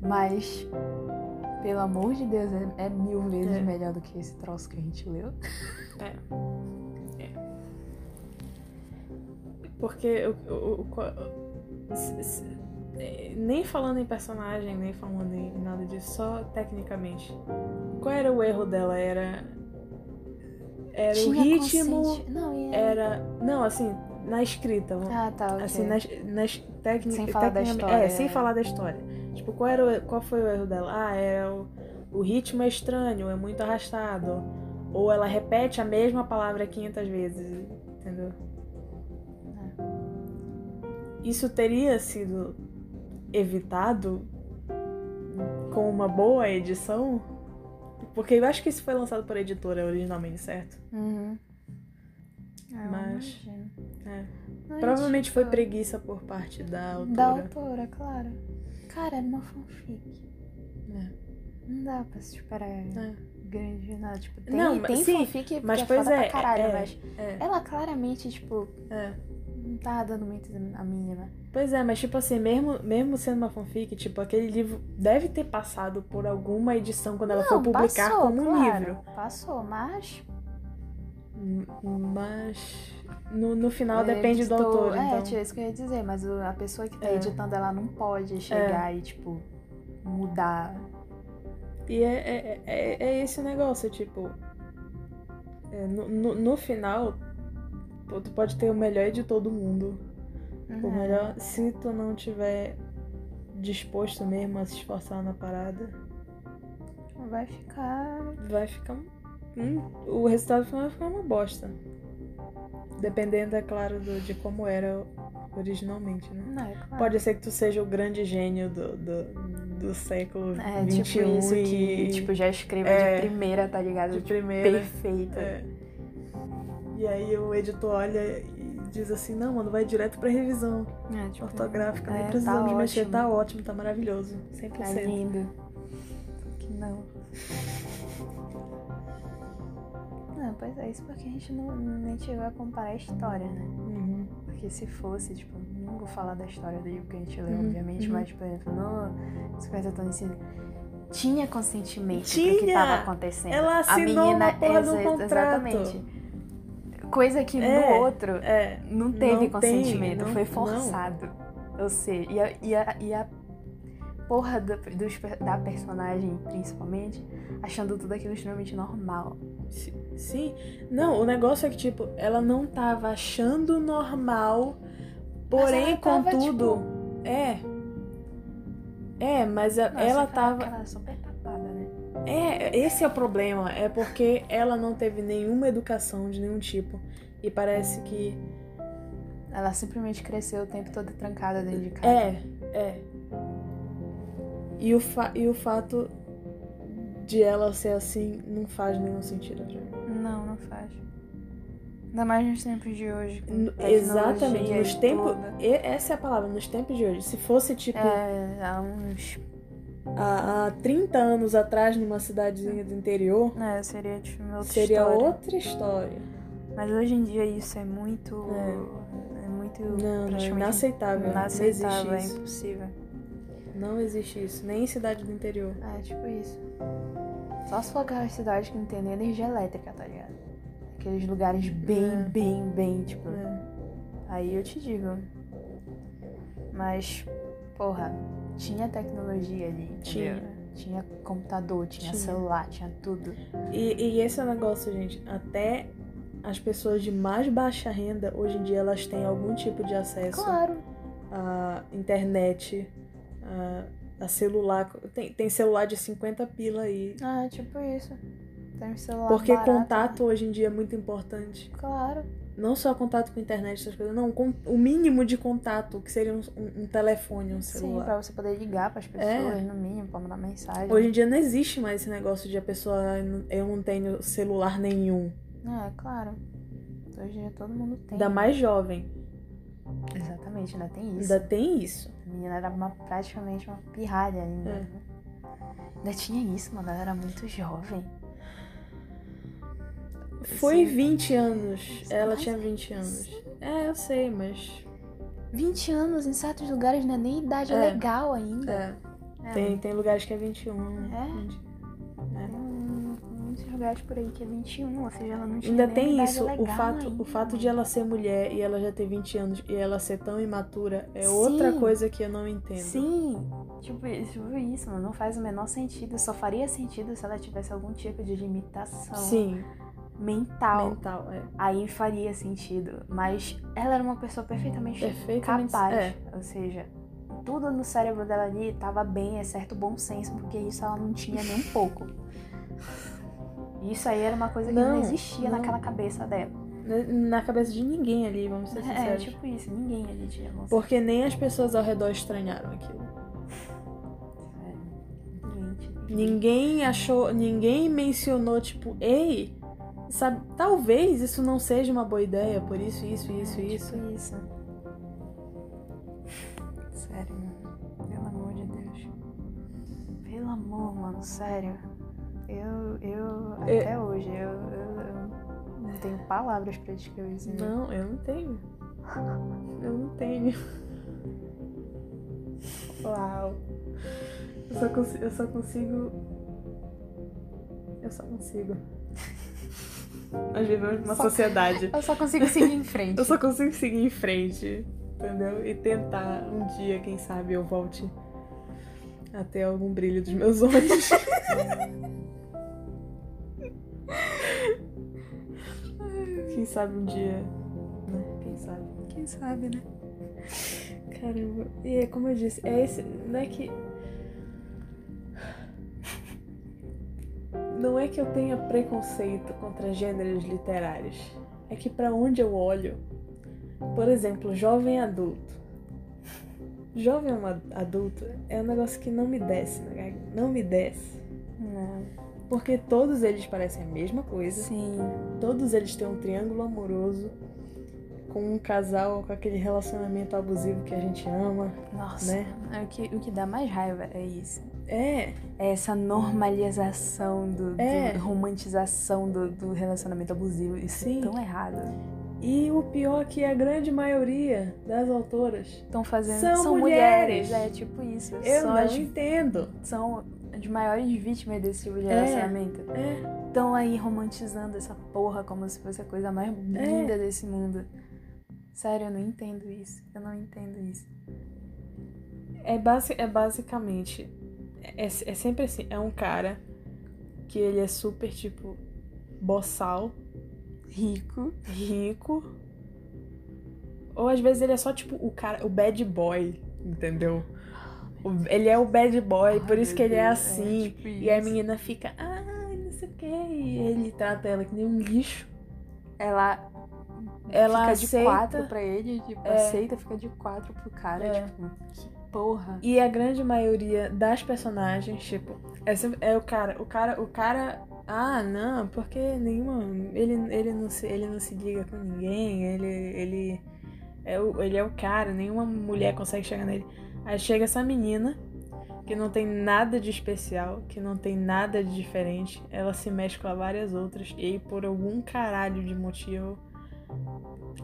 Speaker 1: Mas, pelo amor de Deus, é, é mil vezes
Speaker 2: É.
Speaker 1: melhor do que esse troço que a gente leu.
Speaker 2: Porque o- o- o- qual- se- se- eh, nem falando em personagem, nem falando em nada disso, só tecnicamente. Qual era o erro dela? Era. Era o
Speaker 1: Tinha
Speaker 2: ritmo.
Speaker 1: consciente- Não, e é...
Speaker 2: Era. Não, assim, na escrita. vamos-
Speaker 1: Ah, tá, ok.
Speaker 2: Assim, nas, nas técnicas.
Speaker 1: Sem falar da história,
Speaker 2: É,
Speaker 1: é.
Speaker 2: sem falar da história. Tipo, qual, era o- qual foi o erro dela? Ah, é o, o ritmo é estranho, é muito arrastado. Ou ela repete a mesma palavra 500 vezes, entendeu?
Speaker 1: É.
Speaker 2: Isso teria sido evitado com uma boa edição? Porque eu acho que isso foi lançado por editora originalmente, certo?
Speaker 1: Uhum. Ah, eu
Speaker 2: Mas-
Speaker 1: imagino.
Speaker 2: É.
Speaker 1: Não,
Speaker 2: Provavelmente
Speaker 1: tipo,
Speaker 2: foi preguiça por parte da autora.
Speaker 1: Da autora, claro. Cara, era uma fanfic.
Speaker 2: É.
Speaker 1: Não dá pra se esperar
Speaker 2: É.
Speaker 1: grande nada. Tipo, tem,
Speaker 2: Não, mas-
Speaker 1: tem
Speaker 2: sim,
Speaker 1: fanfic
Speaker 2: mas
Speaker 1: que é
Speaker 2: pois
Speaker 1: foda pra
Speaker 2: é,
Speaker 1: caralho,
Speaker 2: é,
Speaker 1: mas
Speaker 2: é.
Speaker 1: ela claramente, tipo,
Speaker 2: É.
Speaker 1: não tá dando muito a mínima.
Speaker 2: Pois é, mas tipo assim, mesmo, mesmo sendo uma fanfic, tipo, aquele livro deve ter passado por alguma edição quando ela
Speaker 1: não,
Speaker 2: foi publicar
Speaker 1: passou,
Speaker 2: como um
Speaker 1: claro,
Speaker 2: livro.
Speaker 1: Passou, mas.
Speaker 2: M- Mas no, no final
Speaker 1: é,
Speaker 2: depende do
Speaker 1: editor-
Speaker 2: autor,
Speaker 1: É,
Speaker 2: então.
Speaker 1: tira isso que eu ia dizer, mas o- a pessoa que tá
Speaker 2: É.
Speaker 1: editando, ela não pode chegar e, tipo, mudar.
Speaker 2: E é, é, é, é esse negócio, tipo. é, no, no, no final, pô, tu pode ter o melhor de todo mundo. O
Speaker 1: Uhum.
Speaker 2: melhor, se tu não tiver disposto mesmo a se esforçar na parada,
Speaker 1: Vai ficar.
Speaker 2: vai ficar. um- um- o resultado final vai ficar uma bosta. Dependendo, é claro, do- de como era originalmente, né?
Speaker 1: Não, é claro.
Speaker 2: Pode ser que tu seja o grande gênio do, do, do século
Speaker 1: É,
Speaker 2: XXI
Speaker 1: tipo isso
Speaker 2: e
Speaker 1: que, tipo, já escreva
Speaker 2: É.
Speaker 1: de primeira, tá ligado?
Speaker 2: de
Speaker 1: Tipo,
Speaker 2: primeira.
Speaker 1: perfeita.
Speaker 2: É. E aí o editor olha e diz assim, não, mano, vai direto pra revisão
Speaker 1: É, tipo,
Speaker 2: ortográfica,
Speaker 1: é,
Speaker 2: nem
Speaker 1: tá
Speaker 2: precisamos de mexer,
Speaker 1: ótimo.
Speaker 2: tá ótimo, tá maravilhoso, 100%.
Speaker 1: Tá lindo. Que não. Não, pois é, isso porque a gente não, nem chegou a comparar a história, né?
Speaker 2: Uhum.
Speaker 1: Porque se fosse, tipo, não vou falar da história do livro que a gente leu,
Speaker 2: Uhum,
Speaker 1: obviamente,
Speaker 2: uhum.
Speaker 1: mas, tipo, por exemplo, no 50 Tons de Cinza, tinha consentimento do que
Speaker 2: Tinha!
Speaker 1: tava acontecendo.
Speaker 2: Ela
Speaker 1: a
Speaker 2: assinou
Speaker 1: menina,
Speaker 2: uma porra de um
Speaker 1: exa-
Speaker 2: contrato.
Speaker 1: Exatamente. Coisa que
Speaker 2: É.
Speaker 1: no outro
Speaker 2: É,
Speaker 1: não teve
Speaker 2: Não
Speaker 1: consentimento,
Speaker 2: tem,
Speaker 1: foi
Speaker 2: não-
Speaker 1: forçado. Eu sei. E a, e a, e a porra da, dos per- da personagem, principalmente, achando tudo aquilo extremamente normal.
Speaker 2: Si- Sim. Não, o negócio é que, tipo, ela não tava achando normal, porém,
Speaker 1: ela tava, tipo
Speaker 2: contudo. É. É, mas a-
Speaker 1: Nossa,
Speaker 2: ela
Speaker 1: foi
Speaker 2: tava.
Speaker 1: Aquela super tapada, né?
Speaker 2: É, esse é o problema. É porque ela não teve nenhuma educação de nenhum tipo. E parece que.
Speaker 1: Ela simplesmente cresceu o tempo todo trancada dentro de casa.
Speaker 2: É, é. E o, fa... e o fato de ela ser assim não faz nenhum sentido pra mim.
Speaker 1: Não, não faz. Ainda mais nos tempos de hoje. com
Speaker 2: No-
Speaker 1: É, tecnologia
Speaker 2: Exatamente, nos tempos.
Speaker 1: toda.
Speaker 2: e- Essa é a palavra, nos tempos de hoje. Se fosse tipo.
Speaker 1: É, há uns
Speaker 2: há, há 30 anos atrás numa cidadezinha do interior,
Speaker 1: É, seria tipo outra
Speaker 2: seria
Speaker 1: história.
Speaker 2: outra história.
Speaker 1: Mas hoje em dia isso é muito. É, muito.
Speaker 2: Não, não, é
Speaker 1: praticamente
Speaker 2: inaceitável.
Speaker 1: inaceitável,
Speaker 2: Não
Speaker 1: é
Speaker 2: existe isso.
Speaker 1: impossível.
Speaker 2: Não existe isso. Nem em cidade do interior.
Speaker 1: É, tipo isso. Só se for aquela cidade que não tem nem energia elétrica, tá ligado? Aqueles lugares bem,
Speaker 2: É.
Speaker 1: bem, bem, tipo.
Speaker 2: É.
Speaker 1: Aí eu te digo. Mas, porra, tinha tecnologia ali. entendeu?
Speaker 2: Tinha.
Speaker 1: Tinha computador, tinha,
Speaker 2: Tinha.
Speaker 1: celular, tinha tudo.
Speaker 2: E, e esse é o negócio, gente. Até as pessoas de mais baixa renda, hoje em dia, elas têm algum tipo de acesso
Speaker 1: Claro.
Speaker 2: à internet, a, a celular. Tem, tem celular de 50 pila aí.
Speaker 1: Ah, tipo isso. Tem um celular.
Speaker 2: Porque
Speaker 1: barato.
Speaker 2: contato
Speaker 1: né?
Speaker 2: hoje em dia é muito importante.
Speaker 1: Claro.
Speaker 2: Não só contato com internet, essas coisas. Não, con- o mínimo de contato, que seria um, um- um telefone, um
Speaker 1: Sim,
Speaker 2: celular. É.
Speaker 1: pra você poder ligar pras pessoas, no mínimo, pra mandar mensagem.
Speaker 2: Hoje em dia não existe mais esse negócio de a pessoa, "Eu não- eu não tenho celular nenhum.
Speaker 1: É, claro. Hoje em dia todo mundo tem.
Speaker 2: Ainda mais jovem.
Speaker 1: Exatamente, ainda tem isso.
Speaker 2: Ainda tem isso.
Speaker 1: A menina era uma- praticamente uma pirralha ainda.
Speaker 2: É.
Speaker 1: né? Ainda tinha isso, mano. Ela era muito jovem.
Speaker 2: Foi
Speaker 1: Sim. tá
Speaker 2: 20 anos.
Speaker 1: Sim,
Speaker 2: Ela
Speaker 1: mas-
Speaker 2: tinha 20 anos. É, eu sei, mas.
Speaker 1: 20 anos em certos lugares não é nem idade
Speaker 2: É.
Speaker 1: legal ainda.
Speaker 2: É,
Speaker 1: É,
Speaker 2: tem, tem lugares que é 21.
Speaker 1: É?
Speaker 2: 20.
Speaker 1: tem um- muitos lugares por aí que é 21, ou seja, ela não tinha
Speaker 2: Ainda
Speaker 1: nem
Speaker 2: tem
Speaker 1: idade
Speaker 2: isso, o
Speaker 1: legal
Speaker 2: fato,
Speaker 1: ainda, né?
Speaker 2: o fato de
Speaker 1: mano.
Speaker 2: ela ser mulher e ela já ter 20 anos e ela ser tão imatura é outra
Speaker 1: Sim.
Speaker 2: coisa que eu não entendo.
Speaker 1: Sim, tipo, tipo isso, mano, não faz o menor sentido. Só faria sentido se ela tivesse algum tipo de limitação
Speaker 2: Sim,
Speaker 1: mental.
Speaker 2: mental, é.
Speaker 1: Aí faria sentido. Mas ela era uma pessoa perfeitamente
Speaker 2: Perfeitamente.
Speaker 1: capaz.
Speaker 2: É,
Speaker 1: Ou seja, tudo no cérebro dela ali tava bem, é certo bom senso, porque isso ela não tinha nem um pouco. Isso aí era uma coisa que não,
Speaker 2: Não,
Speaker 1: existia
Speaker 2: não.
Speaker 1: naquela cabeça dela.
Speaker 2: na- na cabeça de ninguém ali, vamos ser
Speaker 1: É,
Speaker 2: sinceros.
Speaker 1: tipo isso, ninguém ali tinha bom senso.
Speaker 2: Porque nem as pessoas ao redor estranharam aquilo.
Speaker 1: Doente.
Speaker 2: Ninguém achou, ninguém mencionou, tipo, ei, sabe, talvez isso não seja uma boa ideia, por isso, isso, isso,
Speaker 1: É,
Speaker 2: isso.
Speaker 1: Tipo isso. Sério, mano. Pelo amor de Deus. Pelo amor, mano, sério. Eu, eu,
Speaker 2: Eu-
Speaker 1: até hoje, eu, eu, eu não tenho palavras pra descrever. né?
Speaker 2: Não, eu não tenho. Eu não tenho. Uau. Eu só, consi- eu só consigo. Eu só consigo. Nós vivemos numa
Speaker 1: Só-
Speaker 2: sociedade.
Speaker 1: Eu só consigo seguir em frente.
Speaker 2: Eu só consigo seguir em frente, entendeu? E tentar um dia, quem sabe, eu volte a ter algum brilho dos meus olhos. quem sabe um dia. né? Quem sabe?
Speaker 1: Quem sabe, né?
Speaker 2: Caramba. E é como eu disse, é esse. Não é que. Não é que eu tenha preconceito contra gêneros literários. É que pra onde eu olho, por exemplo, jovem adulto. Jovem ama- adulto é um negócio que não me desce, na garganta, não me desce.
Speaker 1: Não.
Speaker 2: Porque todos eles parecem a mesma coisa,
Speaker 1: Sim.
Speaker 2: todos eles têm um triângulo amoroso com um casal, com aquele relacionamento abusivo que a gente ama.
Speaker 1: Nossa.
Speaker 2: Né?
Speaker 1: É O, que, o que dá mais raiva é isso.
Speaker 2: É,
Speaker 1: É essa normalização do, do-
Speaker 2: É.
Speaker 1: romantização do, do relacionamento abusivo. Isso
Speaker 2: Sim.
Speaker 1: é tão errado.
Speaker 2: e o pior é que a grande maioria das autoras
Speaker 1: Estão fazendo.
Speaker 2: São
Speaker 1: mulheres. É
Speaker 2: mulheres.
Speaker 1: tipo isso.
Speaker 2: eu
Speaker 1: São
Speaker 2: não
Speaker 1: as
Speaker 2: entendo.
Speaker 1: são as maiores vítimas desse tipo de
Speaker 2: É.
Speaker 1: relacionamento.
Speaker 2: É, É.
Speaker 1: Estão aí romantizando essa porra como se fosse a coisa mais linda desse mundo. Sério, eu não entendo isso. Eu não entendo isso.
Speaker 2: é, basi é basicamente. É, é sempre assim: é um cara que ele é super, tipo, boçal,
Speaker 1: Rico.
Speaker 2: rico. Ou às vezes ele é só, tipo, o cara, o bad boy, entendeu? O- ele é o bad boy, por isso que ele é assim. E a menina fica, ai, não sei o que. E ele trata ela que nem um lixo.
Speaker 1: Ela.
Speaker 2: Ela
Speaker 1: fica de
Speaker 2: aceita.
Speaker 1: quatro pra ele, tipo,
Speaker 2: É.
Speaker 1: aceita, fica de quatro pro cara,
Speaker 2: É.
Speaker 1: tipo, que porra.
Speaker 2: E a grande maioria das personagens, tipo, é, sempre- é o cara, o cara, o cara. Ah, não, porque nenhuma. Ele, ele, não, se, ele não se liga com ninguém, ele. ele é o, ele é o cara, nenhuma mulher consegue chegar nele. Aí chega essa menina, que que não tem nada de especial, que não tem nada de diferente. Ela se mescla a várias outras e aí, por algum caralho de motivo,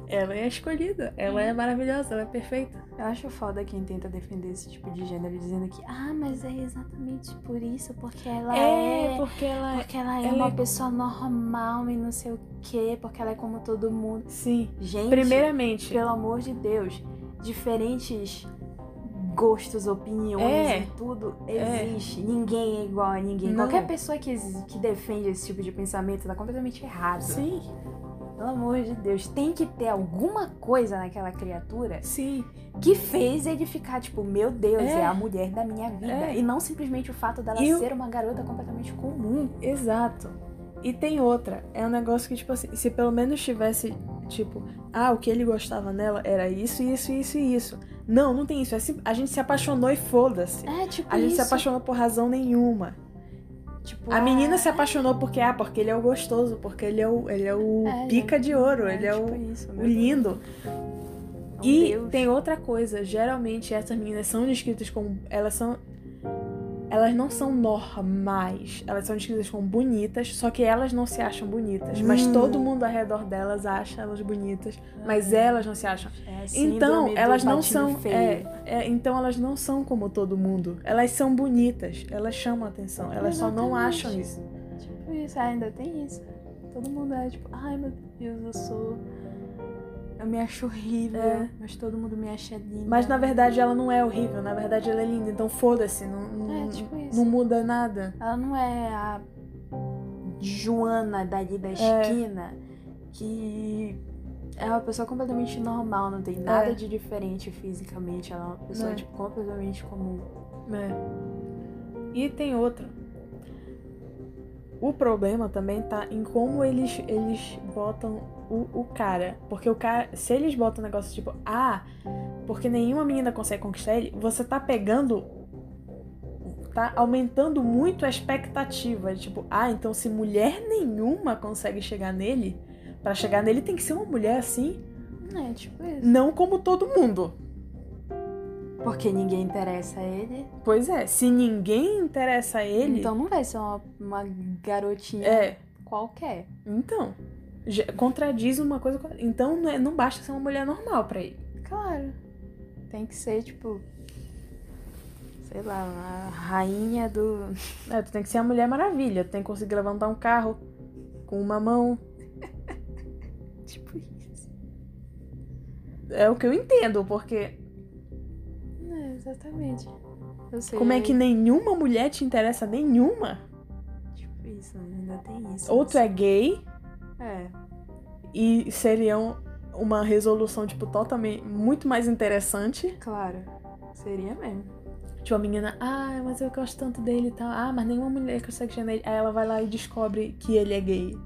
Speaker 2: ela é a escolhida. Ela
Speaker 1: Uhum.
Speaker 2: é maravilhosa, ela é perfeita.
Speaker 1: Eu acho foda quem tenta defender esse tipo de gênero dizendo que, ah, mas é exatamente por isso, porque ela é.
Speaker 2: porque ela
Speaker 1: Porque ela é
Speaker 2: ela
Speaker 1: uma
Speaker 2: é-
Speaker 1: pessoa normal e não sei o quê, porque ela é como todo mundo.
Speaker 2: Sim.
Speaker 1: Gente,
Speaker 2: Primeiramente, é
Speaker 1: pelo amor de Deus, diferentes gostos, opiniões
Speaker 2: É.
Speaker 1: e tudo
Speaker 2: É.
Speaker 1: existe. Ninguém é igual a ninguém.
Speaker 2: Não.
Speaker 1: Qualquer pessoa que, ex- que defende esse tipo de pensamento tá completamente errada.
Speaker 2: um- sim,
Speaker 1: Pelo amor de Deus, tem que ter alguma coisa naquela criatura
Speaker 2: sim.
Speaker 1: que fez ele ficar tipo, meu Deus, é,
Speaker 2: É.
Speaker 1: a mulher da minha vida.
Speaker 2: É.
Speaker 1: E não simplesmente o fato dela
Speaker 2: E o-
Speaker 1: ser uma garota completamente comum.
Speaker 2: um, Exato. E tem outra. É um negócio que, tipo assim, se pelo menos tivesse, tipo, ah, o que ele gostava nela era isso, isso, isso e isso. Não, não tem isso. É sim- a gente se apaixonou e foda-se.
Speaker 1: É, tipo,
Speaker 2: A gente se
Speaker 1: isso.
Speaker 2: apaixonou por razão nenhuma.
Speaker 1: Tipo,
Speaker 2: A menina
Speaker 1: ah,
Speaker 2: se apaixonou porque, ah, porque ele é o gostoso, porque ele é o, ele é o
Speaker 1: É,
Speaker 2: pica de ouro, ele é
Speaker 1: tipo
Speaker 2: o,
Speaker 1: isso,
Speaker 2: o
Speaker 1: meu
Speaker 2: lindo.
Speaker 1: Deus.
Speaker 2: e
Speaker 1: Meu É um Deus.
Speaker 2: tem outra coisa, geralmente essas meninas são descritas como. Elas são. Elas não são normais, elas são descritas como bonitas, só que elas não se acham bonitas. Mas
Speaker 1: Hum.
Speaker 2: todo mundo ao redor delas acha elas bonitas,
Speaker 1: Ah.
Speaker 2: mas elas não se acham.
Speaker 1: É,
Speaker 2: Então,
Speaker 1: síndrome do
Speaker 2: elas não
Speaker 1: patinho
Speaker 2: são.
Speaker 1: feio.
Speaker 2: é, é, então elas não são como todo mundo. Elas são bonitas, elas chamam a atenção, elas só não
Speaker 1: Exatamente.
Speaker 2: acham isso.
Speaker 1: Tipo isso, ainda tem isso. Todo mundo é tipo, ai meu Deus, eu sou. Eu me acho horrível,
Speaker 2: É.
Speaker 1: mas todo mundo me acha linda.
Speaker 2: Mas na verdade ela não é horrível, na verdade ela é linda, então foda-se, não, não,
Speaker 1: É, tipo isso.
Speaker 2: não muda nada.
Speaker 1: Ela não é a Joana dali
Speaker 2: É.
Speaker 1: da esquina que é uma pessoa completamente normal, não tem nada
Speaker 2: É.
Speaker 1: de diferente fisicamente. Ela é uma pessoa
Speaker 2: É.
Speaker 1: tipo, completamente comum.
Speaker 2: É. E tem outra. O problema também tá em como eles, eles botam o, o cara. Porque o cara. Se eles botam um negócio tipo, ah, porque nenhuma menina consegue conquistar ele, você tá pegando. Tá aumentando muito a expectativa. Tipo, ah, então se mulher nenhuma consegue chegar nele, pra chegar nele tem que ser uma mulher assim,
Speaker 1: É, tipo isso.
Speaker 2: não como todo mundo.
Speaker 1: Porque ninguém interessa a ele.
Speaker 2: Pois é, se ninguém interessa a ele.
Speaker 1: Então não vai ser uma, uma garotinha
Speaker 2: É,
Speaker 1: qualquer.
Speaker 2: então. já- Contradiz uma coisa. com a- Então não, é- não basta ser uma mulher normal pra ele.
Speaker 1: Claro. Tem que ser, tipo. Sei lá, a rainha do.
Speaker 2: É, tu tem que ser a Mulher Maravilha. Tu tem que conseguir levantar um carro com uma mão.
Speaker 1: Tipo isso.
Speaker 2: É o que eu entendo, porque
Speaker 1: É, exatamente. Eu sei.
Speaker 2: como é que nenhuma mulher te interessa nenhuma?
Speaker 1: Tipo isso, ainda tem isso.
Speaker 2: Ou tu é gay
Speaker 1: É.
Speaker 2: e seriam uma resolução, tipo, totalmente muito mais interessante.
Speaker 1: Claro. Seria mesmo.
Speaker 2: Tipo, a menina, ah, mas eu gosto tanto dele e tal. Ah, mas nenhuma mulher consegue chegar nele. Aí ela vai lá e descobre que ele é gay.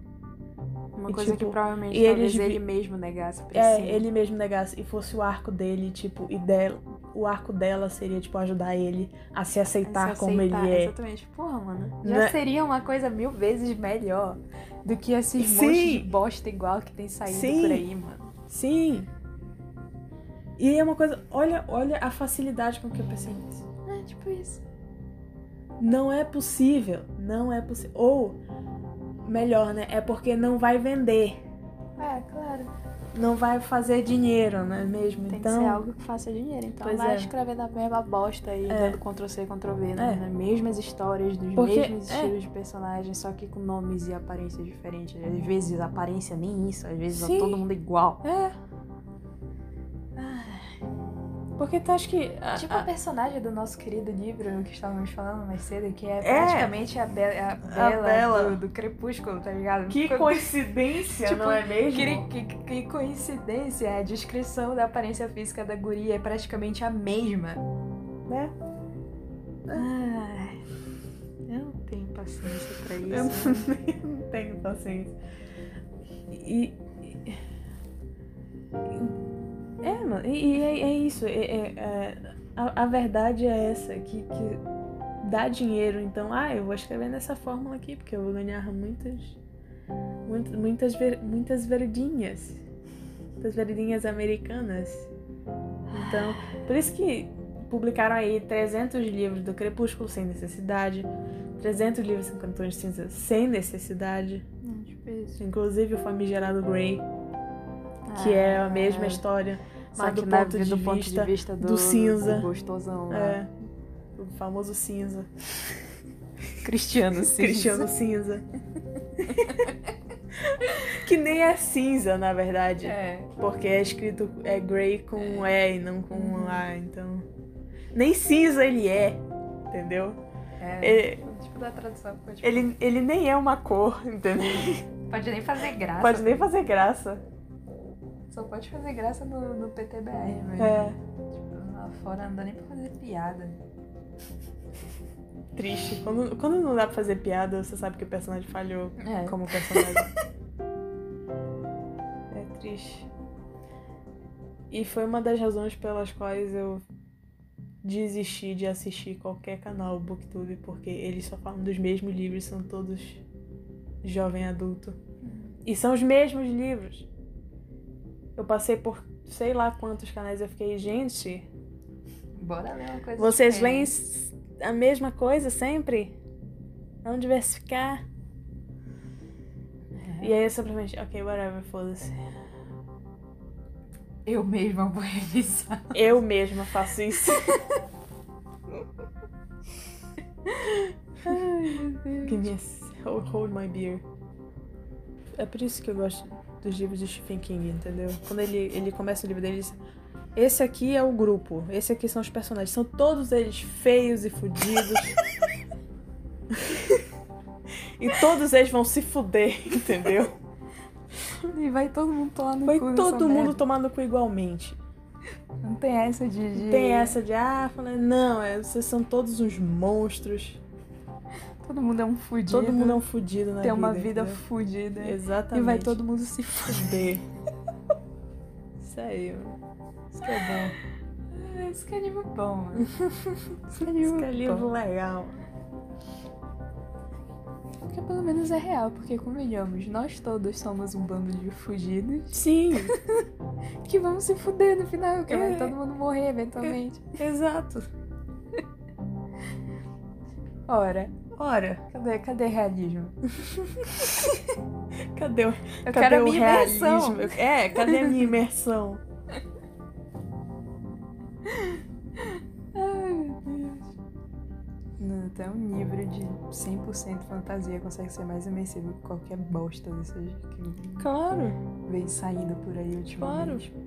Speaker 1: Uma
Speaker 2: E,
Speaker 1: coisa que
Speaker 2: tipo,
Speaker 1: provavelmente
Speaker 2: e
Speaker 1: talvez
Speaker 2: eles vi-
Speaker 1: ele mesmo negasse pra
Speaker 2: É,
Speaker 1: si.
Speaker 2: ele mesmo negasse. E fosse o arco dele, tipo, e dela. O arco dela seria, tipo, ajudar ele a se aceitar,
Speaker 1: Se
Speaker 2: como ele
Speaker 1: aceitar,
Speaker 2: é.
Speaker 1: Exatamente. Porra, mano. Já
Speaker 2: Né?
Speaker 1: seria uma coisa mil vezes melhor do que esses
Speaker 2: Sim.
Speaker 1: montes de bosta igual que tem saído
Speaker 2: Sim.
Speaker 1: por aí, mano.
Speaker 2: Sim. E é uma coisa. Olha, olha a facilidade com que eu pensei nisso.
Speaker 1: É, tipo isso.
Speaker 2: Não é possível. Não é possível. Ou, melhor, né? É porque não vai vender.
Speaker 1: É, claro.
Speaker 2: Não vai fazer dinheiro, não é mesmo?
Speaker 1: Tem
Speaker 2: então.
Speaker 1: que ser algo que faça dinheiro. Então
Speaker 2: Pois
Speaker 1: vai
Speaker 2: é.
Speaker 1: escrevendo a mesma bosta aí,
Speaker 2: É.
Speaker 1: dando Ctrl C, Ctrl V, né?
Speaker 2: É.
Speaker 1: Nas mesmas histórias, dos
Speaker 2: Porque-
Speaker 1: mesmos
Speaker 2: é.
Speaker 1: estilos de personagens, só que com nomes e aparências diferentes. Às vezes a aparência nem isso, às vezes
Speaker 2: Sim.
Speaker 1: é todo mundo igual.
Speaker 2: É. Porque tu acha que. a-
Speaker 1: Tipo
Speaker 2: a-
Speaker 1: a personagem do nosso querido livro que estávamos falando mais cedo, que é,
Speaker 2: É.
Speaker 1: praticamente a, Be a Bela,
Speaker 2: Bela.
Speaker 1: Do, do Crepúsculo, tá ligado?
Speaker 2: Que
Speaker 1: coisa.
Speaker 2: coincidência,
Speaker 1: Tipo,
Speaker 2: não é mesmo?
Speaker 1: Que, que- que coincidência, a descrição da aparência física da guria é praticamente a mesma.
Speaker 2: Né?
Speaker 1: É. Ai, eu não tenho paciência pra
Speaker 2: Eu
Speaker 1: isso.
Speaker 2: não, não tenho paciência. E. e- É, mano, e, e é, é isso. é- é- é- a, a verdade é essa, que, que dá dinheiro, então, ah, eu vou escrever nessa fórmula aqui, porque eu vou ganhar muitas. Muitas, muitas, ver- muitas verdinhas. Muitas verdinhas americanas. Então, por isso que. publicaram aí 300 livros do Crepúsculo sem necessidade, 300 livros em Cantões de Cinza sem necessidade,
Speaker 1: É, tipo isso.
Speaker 2: inclusive o famigerado Grey,
Speaker 1: Ah,
Speaker 2: que é a mesma história,
Speaker 1: Só
Speaker 2: mas
Speaker 1: que
Speaker 2: do
Speaker 1: na-
Speaker 2: ponto de
Speaker 1: do ponto
Speaker 2: vista
Speaker 1: de vista do,
Speaker 2: do cinza.
Speaker 1: do gostosão né? lá.
Speaker 2: é, o famoso cinza,
Speaker 1: É. Cristiano cinza.
Speaker 2: Cristiano Cinza. que nem é cinza, na verdade.
Speaker 1: É.
Speaker 2: Porque é escrito é Grey com E e não com
Speaker 1: Uhum.
Speaker 2: um A, então. Nem cinza ele é, entendeu?
Speaker 1: é.
Speaker 2: Ele,
Speaker 1: Tipo da tradução. ficou, Tipo,
Speaker 2: ele, ele nem é uma cor, entendeu?
Speaker 1: Pode nem fazer graça.
Speaker 2: Pode nem fazer graça.
Speaker 1: Só pode fazer graça no, no PTBR, mas
Speaker 2: É.
Speaker 1: tipo, lá fora não dá nem pra fazer piada.
Speaker 2: Triste. Quando, quando não dá pra fazer piada, você sabe que o personagem falhou
Speaker 1: É.
Speaker 2: como personagem. é triste. E foi uma das razões pelas quais eu desisti de assistir qualquer canal Booktube, porque eles só falam dos mesmos livros, são todos jovem adulto. E são os mesmos livros. Eu passei por sei lá quantos canais eu fiquei, gente,
Speaker 1: Bora ler uma coisa
Speaker 2: vocês
Speaker 1: diferente.
Speaker 2: leem s- a mesma coisa sempre? Vamos diversificar. E aí eu simplesmente, ok, whatever, foda-se.
Speaker 1: Eu mesma vou revisar.
Speaker 2: Eu mesma faço isso. Give me a s- hold- hold my beer. É por isso que eu gosto dos livros de Stephen King, entendeu? Quando ele, ele começa o livro dele, ele diz, esse aqui é o grupo, esse aqui são os personagens. São todos eles feios e fudidos. e todos eles vão se fuder, entendeu?
Speaker 1: E vai todo mundo tomar no
Speaker 2: Vai
Speaker 1: cu
Speaker 2: todo
Speaker 1: dessa
Speaker 2: mundo
Speaker 1: merda.
Speaker 2: tomar no cu igualmente.
Speaker 1: Não tem essa de... de-
Speaker 2: Tem essa de, ah, fala, não, é, vocês são todos uns monstros.
Speaker 1: Todo mundo é um fudido.
Speaker 2: Todo mundo é um fudido na
Speaker 1: Tem
Speaker 2: vida.
Speaker 1: uma vida
Speaker 2: entendeu?
Speaker 1: fudida. E
Speaker 2: Exatamente.
Speaker 1: vai todo mundo se fuder.
Speaker 2: fuder. Isso aí, mano. Isso que é bom.
Speaker 1: Isso que é livro bom, mano. Isso que é
Speaker 2: Isso
Speaker 1: livro
Speaker 2: que é livro legal.
Speaker 1: Porque pelo menos é real, porque convenhamos, nós todos somos um bando de fudidos
Speaker 2: Sim,
Speaker 1: que vamos se fuder no final, porque
Speaker 2: É.
Speaker 1: vai todo mundo morrer eventualmente.
Speaker 2: exato.
Speaker 1: Ora,
Speaker 2: Ora,
Speaker 1: cadê, cadê realismo?
Speaker 2: cadê o,
Speaker 1: Eu
Speaker 2: cadê
Speaker 1: quero a
Speaker 2: o
Speaker 1: minha
Speaker 2: realismo?
Speaker 1: imersão.
Speaker 2: É, cadê a minha imersão?
Speaker 1: Ai, meu Deus. Não, até um livro de 100% fantasia consegue ser mais imersivo que qualquer bosta dessas que
Speaker 2: Claro,
Speaker 1: vem saindo por aí ultimamente. Claro.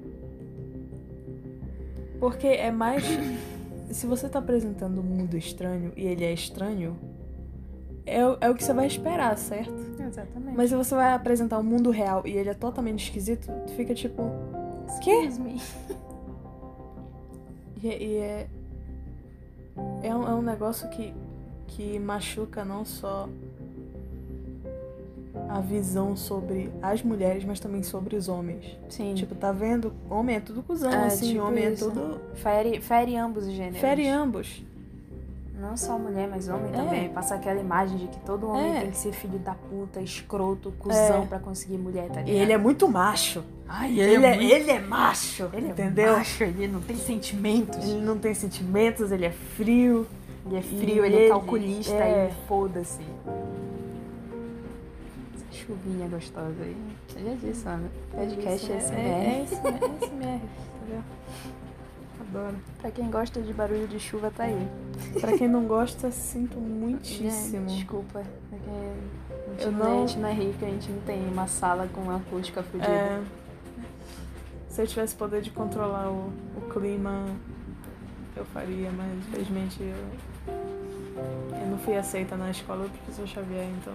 Speaker 2: porque é mais. Se você tá apresentando um mundo estranho e ele é estranho, é, o- é o que você vai esperar, certo?
Speaker 1: Exatamente.
Speaker 2: Mas se você vai apresentar um mundo real e ele é totalmente esquisito, tu fica tipo. Quê? E, é- e é. É um, é um negócio que, que machuca não só a visão sobre as mulheres, mas também sobre os homens.
Speaker 1: Sim.
Speaker 2: Tipo, tá vendo? Homem é tudo cuzão,
Speaker 1: É,
Speaker 2: assim,
Speaker 1: tipo
Speaker 2: homem
Speaker 1: isso.
Speaker 2: é tudo.
Speaker 1: fere, fere ambos os gêneros.
Speaker 2: Fere ambos.
Speaker 1: Não só mulher, mas homem
Speaker 2: É.
Speaker 1: também. Passa aquela imagem de que todo homem
Speaker 2: É.
Speaker 1: tem que ser filho da puta, escroto, cuzão
Speaker 2: É.
Speaker 1: pra conseguir mulher, tá
Speaker 2: E
Speaker 1: ligado?
Speaker 2: ele é muito macho.
Speaker 1: Ai,
Speaker 2: ele é muito-
Speaker 1: ele é macho. Ele
Speaker 2: Entendeu?
Speaker 1: é macho, ele não tem sentimentos.
Speaker 2: Ele não tem sentimentos, ele é frio.
Speaker 1: Ele é
Speaker 2: frio,
Speaker 1: frio,
Speaker 2: ele
Speaker 1: ele,
Speaker 2: é
Speaker 1: é
Speaker 2: calculista,
Speaker 1: calculista
Speaker 2: ele
Speaker 1: e foda-se. Essa chuvinha gostosa aí. Eu já disse, Ana. Podcast é,
Speaker 2: é,
Speaker 1: é,
Speaker 2: é isso, né? é isso mesmo, entendeu? Adoro.
Speaker 1: é. Pra quem gosta de barulho de chuva, tá aí.
Speaker 2: Pra quem não gosta, sinto muitíssimo.
Speaker 1: É, desculpa. é que a gente
Speaker 2: Eu
Speaker 1: não...
Speaker 2: não-
Speaker 1: a gente não é rica, a gente não tem uma sala com uma acústica fodida.
Speaker 2: É. Se eu tivesse poder de controlar o, o clima, eu faria, mas infelizmente eu, eu não fui aceita na escola do professor Xavier, então.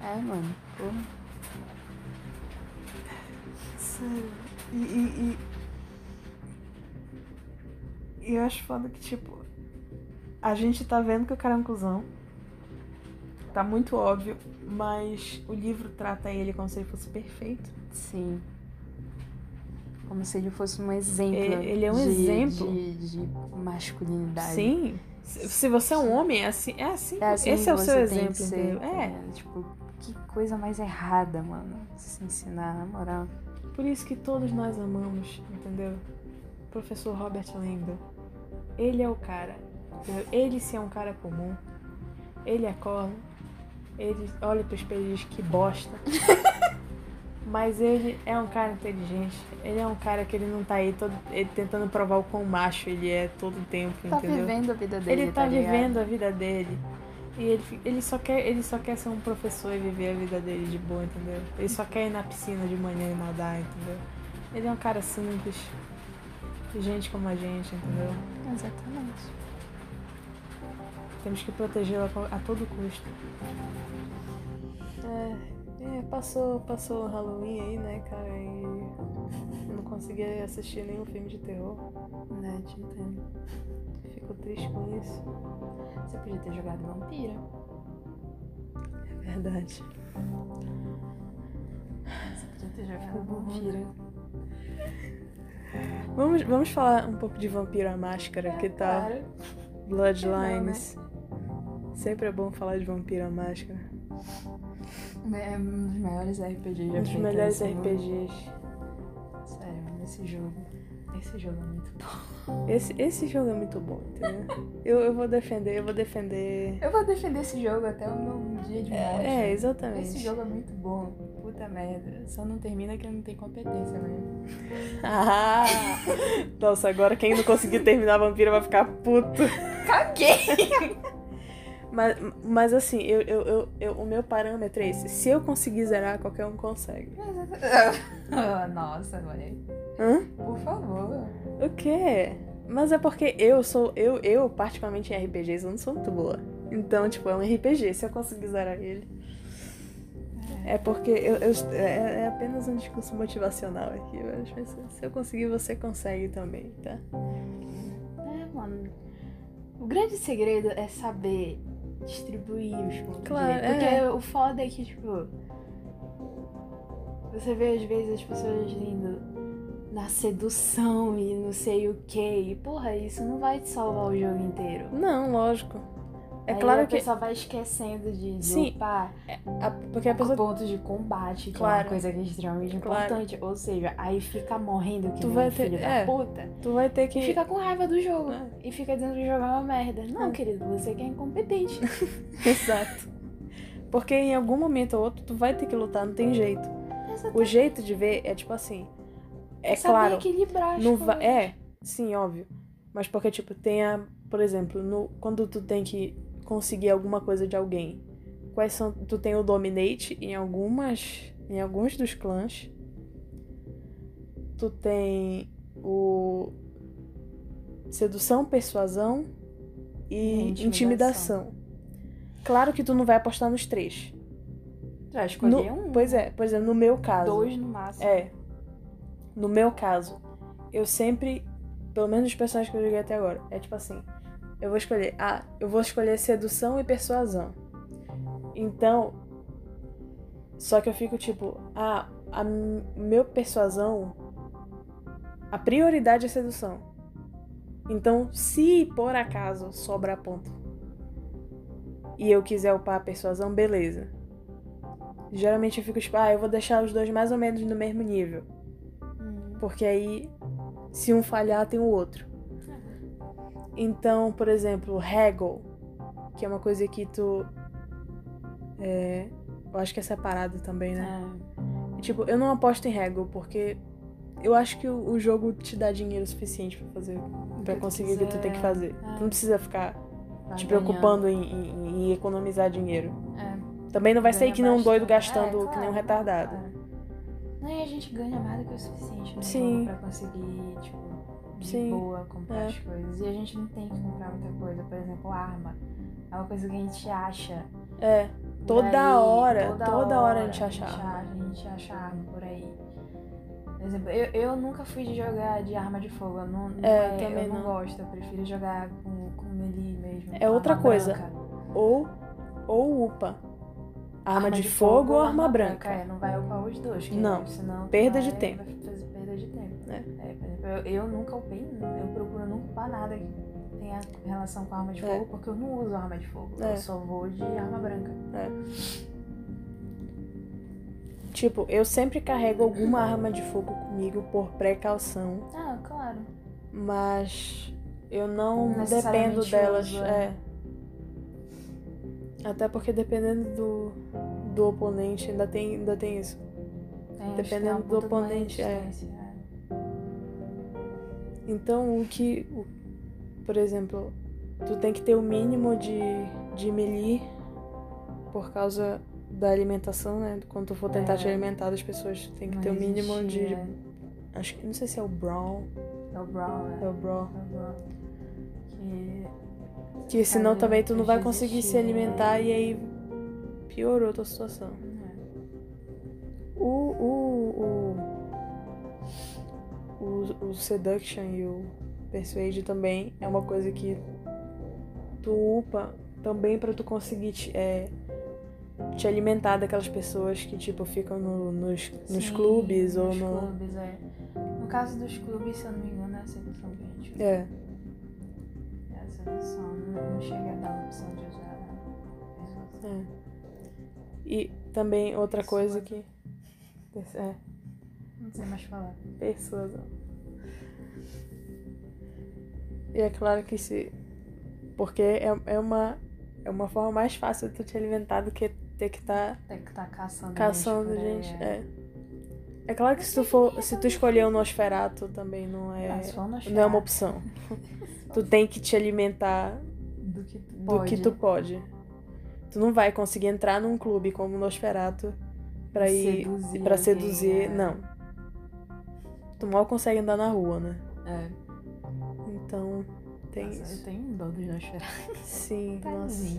Speaker 1: É, mano. Porra.
Speaker 2: E, e, e. e eu acho foda que, tipo, a gente tá vendo que o cara é um cuzão. Tá muito óbvio, mas o livro trata ele como se ele fosse perfeito.
Speaker 1: Sim. Como se ele fosse um exemplo.
Speaker 2: E- ele é um
Speaker 1: de-
Speaker 2: exemplo.
Speaker 1: De, de masculinidade.
Speaker 2: Sim. Se se você é um homem, é assim. É assim.
Speaker 1: É assim
Speaker 2: Esse
Speaker 1: que
Speaker 2: é o seu
Speaker 1: você tem que
Speaker 2: exemplo,
Speaker 1: ser,
Speaker 2: entendeu?
Speaker 1: tá
Speaker 2: É.
Speaker 1: ligado? Tipo, que coisa mais errada, mano. Se ensinar, na moral.
Speaker 2: Por isso que todos nós amamos, entendeu? Professor Robert Langdon. Ele é o cara. entendeu? Ele se é um cara comum. Ele acorda. Ele olha pro espelho e diz que bosta. Mas ele é um cara inteligente. Ele é um cara que ele não tá aí todo, ele tentando provar o quão macho ele é todo o tempo,
Speaker 1: Tá
Speaker 2: entendeu?
Speaker 1: vivendo a vida dele.
Speaker 2: Ele tá
Speaker 1: ligado?
Speaker 2: vivendo a vida dele. E ele, fi- ele, só quer, ele só quer ser um professor e viver a vida dele de boa, entendeu? Ele só quer ir na piscina de manhã e nadar, entendeu? Ele é um cara simples. Gente como a gente, entendeu?
Speaker 1: Exatamente.
Speaker 2: Temos que protegê-la co- a todo custo. É, é, passou, passou o Halloween aí, né, cara? E eu não consegui assistir nenhum filme de terror.
Speaker 1: Né, te entendo.
Speaker 2: Fico triste com isso.
Speaker 1: Você podia ter jogado vampira.
Speaker 2: É verdade.
Speaker 1: Você podia ter jogado
Speaker 2: Ficou bom,
Speaker 1: vampira.
Speaker 2: Vamos, vamos falar um pouco de Vampiro à Máscara, que tá? tal?
Speaker 1: É. Claro. né?
Speaker 2: Bloodlines. Sempre é bom falar de Vampiro à Máscara.
Speaker 1: É um dos melhores RPGs já
Speaker 2: Um dos
Speaker 1: feitos
Speaker 2: melhores
Speaker 1: nesse mundo.
Speaker 2: RPGs.
Speaker 1: Sério, mano, esse jogo. Esse jogo é muito bom.
Speaker 2: Esse, esse jogo é muito bom, entendeu? eu, eu vou defender, eu vou defender.
Speaker 1: Eu vou defender esse jogo até o meu um dia de morte.
Speaker 2: É, exatamente.
Speaker 1: Esse jogo é muito bom. Puta merda. Só não termina que eu não tenho competência, né?
Speaker 2: Ah! Nossa, agora quem não conseguir terminar Vampiro vai ficar puto.
Speaker 1: Caguei!
Speaker 2: Mas, mas assim, eu, eu, eu, eu- o meu parâmetro é esse. Se eu conseguir zerar, qualquer um consegue.
Speaker 1: Ah, Nossa, mano.
Speaker 2: Hã?
Speaker 1: Por favor.
Speaker 2: O quê? Mas é porque eu sou. Eu, eu particularmente em RPGs, eu não sou muito boa. Então, tipo, é um RPG, se eu conseguir zerar ele. É porque eu, eu- é, é apenas um discurso motivacional aqui. Eu acho que se- se eu conseguir, você consegue também, tá?
Speaker 1: É, mano. O grande segredo é saber distribuir os pontos.
Speaker 2: Claro,
Speaker 1: direito. Porque
Speaker 2: é.
Speaker 1: o foda é que, tipo. Você vê às vezes as pessoas indo na sedução e não sei o que. E, porra, isso não vai te salvar o jogo inteiro.
Speaker 2: Não, lógico. É
Speaker 1: Aí
Speaker 2: claro
Speaker 1: a
Speaker 2: que.
Speaker 1: pessoa vai esquecendo de, de
Speaker 2: Sim.
Speaker 1: upar
Speaker 2: a- porque a pessoa.
Speaker 1: pontos de combate, que é
Speaker 2: Claro.
Speaker 1: uma coisa que é extremamente
Speaker 2: Claro.
Speaker 1: importante. Ou seja, aí fica morrendo que
Speaker 2: Tu
Speaker 1: nem
Speaker 2: vai
Speaker 1: um
Speaker 2: ter-
Speaker 1: filho
Speaker 2: é.
Speaker 1: da puta.
Speaker 2: Tu vai ter que.
Speaker 1: E fica com raiva do jogo.
Speaker 2: É.
Speaker 1: E fica dizendo que o jogo é uma merda. Não,
Speaker 2: É.
Speaker 1: querido, você que é incompetente.
Speaker 2: Exato. Porque em algum momento ou outro tu vai ter que lutar, não tem jeito.
Speaker 1: Exatamente.
Speaker 2: O jeito de ver é tipo assim. É
Speaker 1: Saber
Speaker 2: claro.
Speaker 1: equilibrar as
Speaker 2: Não
Speaker 1: coisas.
Speaker 2: va- É, sim, óbvio. Mas porque, tipo, tem a. Por exemplo, no... quando tu tem que conseguir alguma coisa de alguém, quais são. Tu tem o Dominate em algumas. em alguns dos clãs. Tu tem o. Sedução, persuasão e
Speaker 1: E
Speaker 2: intimidação. Claro que tu não vai apostar nos três.
Speaker 1: Tu vai escolher
Speaker 2: No-
Speaker 1: um,
Speaker 2: Pois é, por exemplo, no meu caso.
Speaker 1: dois no máximo.
Speaker 2: É. No meu caso, eu sempre, pelo menos os personagens que eu joguei até agora, é tipo assim, eu vou escolher, ah, eu vou escolher sedução e persuasão. Então, só que eu fico tipo, ah, a m- meu persuasão a prioridade é sedução. Então, se por acaso sobrar ponto e eu quiser upar a persuasão, beleza. Geralmente eu fico tipo, ah, eu vou deixar os dois mais ou menos no mesmo nível.
Speaker 1: Hum.
Speaker 2: Porque aí, se um falhar, tem o outro. Então, por exemplo, haggle, que é uma coisa que tu. é, eu acho que é separado também, né?
Speaker 1: É.
Speaker 2: Tipo, eu não aposto em haggle, porque eu acho que o, o jogo te dá dinheiro suficiente pra fazer. Pra
Speaker 1: tu
Speaker 2: conseguir o que tu tem que
Speaker 1: quiser. Tá
Speaker 2: fazer.
Speaker 1: Ah.
Speaker 2: Tu não precisa ficar
Speaker 1: Vai
Speaker 2: te
Speaker 1: ganhando.
Speaker 2: preocupando em, em- em economizar dinheiro.
Speaker 1: É.
Speaker 2: Também não vai sair
Speaker 1: Ganha
Speaker 2: que nem um doido
Speaker 1: bastante.
Speaker 2: gastando
Speaker 1: É,
Speaker 2: que nem
Speaker 1: claro,
Speaker 2: um retardado.
Speaker 1: claro. Não, e a gente ganha mais do que o suficiente, né?
Speaker 2: Sim.
Speaker 1: Pra conseguir, tipo, de
Speaker 2: Sim.
Speaker 1: boa comprar
Speaker 2: É.
Speaker 1: as coisas. E a gente não tem que comprar muita coisa. Por exemplo, arma. É uma coisa que a gente acha.
Speaker 2: É,
Speaker 1: por
Speaker 2: Toda
Speaker 1: aí.
Speaker 2: hora, toda hora a gente acha arma.
Speaker 1: A gente acha arma por aí. Por exemplo, eu, eu nunca fui de jogar de arma de fogo. Eu não, não
Speaker 2: É, eu também
Speaker 1: eu não,
Speaker 2: não.
Speaker 1: gosto. Eu prefiro jogar com, com melee mesmo.
Speaker 2: É outra
Speaker 1: arma
Speaker 2: coisa.
Speaker 1: branca.
Speaker 2: ou, ou upa. Arma, de, fogo, ou arma branca.
Speaker 1: É, não vai upar os dois. que
Speaker 2: Não.
Speaker 1: Senão tu
Speaker 2: Perda de
Speaker 1: vai-
Speaker 2: tempo.
Speaker 1: vai fazer perda de tempo.
Speaker 2: É.
Speaker 1: por exemplo, eu, eu nunca upei, eu procuro nunca upar nada que tenha relação com arma de
Speaker 2: É.
Speaker 1: fogo, porque eu não uso arma de fogo.
Speaker 2: É.
Speaker 1: Eu só vou de arma branca.
Speaker 2: Tipo, eu sempre carrego alguma arma de fogo comigo por precaução,
Speaker 1: Ah, claro.
Speaker 2: mas eu não
Speaker 1: Necessariamente
Speaker 2: dependo delas.
Speaker 1: usa.
Speaker 2: É. Até porque dependendo do, do oponente, ainda tem, ainda tem isso.
Speaker 1: Tem-
Speaker 2: Dependendo
Speaker 1: tem uma
Speaker 2: do
Speaker 1: puta de uma
Speaker 2: oponente, é.
Speaker 1: resistência, é.
Speaker 2: Então, o que. o- por exemplo, tu tem que ter o mínimo de, de melee por causa da alimentação, né? Quando tu for tentar te
Speaker 1: É.
Speaker 2: alimentar das pessoas, tu tem que
Speaker 1: Uma
Speaker 2: ter o mínimo
Speaker 1: resistir,
Speaker 2: de.
Speaker 1: É.
Speaker 2: Acho que. Não sei se é o Brown.
Speaker 1: É o Brawl, é.
Speaker 2: É o Brawl.
Speaker 1: É o Brawl. Que
Speaker 2: Que senão
Speaker 1: Cara,
Speaker 2: também tu não vai
Speaker 1: já
Speaker 2: conseguir se
Speaker 1: existia, né?
Speaker 2: alimentar e aí piorou tua situação.
Speaker 1: é,
Speaker 2: O. O. O, o, o Seduction e o Persuade também é uma coisa que tu upa também pra tu conseguir te, é, te alimentar daquelas pessoas que, tipo, ficam no- nos, nos
Speaker 1: Sim,
Speaker 2: clubes ou
Speaker 1: nos
Speaker 2: no.
Speaker 1: clubes, é. No caso dos clubes, se eu não me engano, é essa opção que a gente usa.
Speaker 2: É,
Speaker 1: Essa opção não não chega a dar a opção de usar a resolução.
Speaker 2: é. E também outra
Speaker 1: Pessoa.
Speaker 2: coisa que. É.
Speaker 1: Não sei mais falar.
Speaker 2: pessoas. E é claro que se. Porque é, é, uma, é uma forma mais fácil de tu te alimentar do que ter que estar
Speaker 1: Tem que estar caçando.
Speaker 2: caçando
Speaker 1: por aí,
Speaker 2: gente.
Speaker 1: é.
Speaker 2: É. é claro que se tu for. Se tu escolher o Nosferato também não é.
Speaker 1: Ah, se for no
Speaker 2: Não é uma
Speaker 1: chat,
Speaker 2: opção. tu tem que te alimentar
Speaker 1: Do que tu
Speaker 2: do que
Speaker 1: pode
Speaker 2: tu pode. Tu não vai conseguir entrar num clube como o Nosferato pra ir.
Speaker 1: seduzir
Speaker 2: pra
Speaker 1: alguém,
Speaker 2: seduzir.
Speaker 1: é.
Speaker 2: Não. Tu mal consegue andar na rua, né?
Speaker 1: É.
Speaker 2: Então, tem
Speaker 1: Nossa,
Speaker 2: isso.
Speaker 1: Eu tenho um dó dos Nosferatu.
Speaker 2: Sim,
Speaker 1: Tá
Speaker 2: nossa.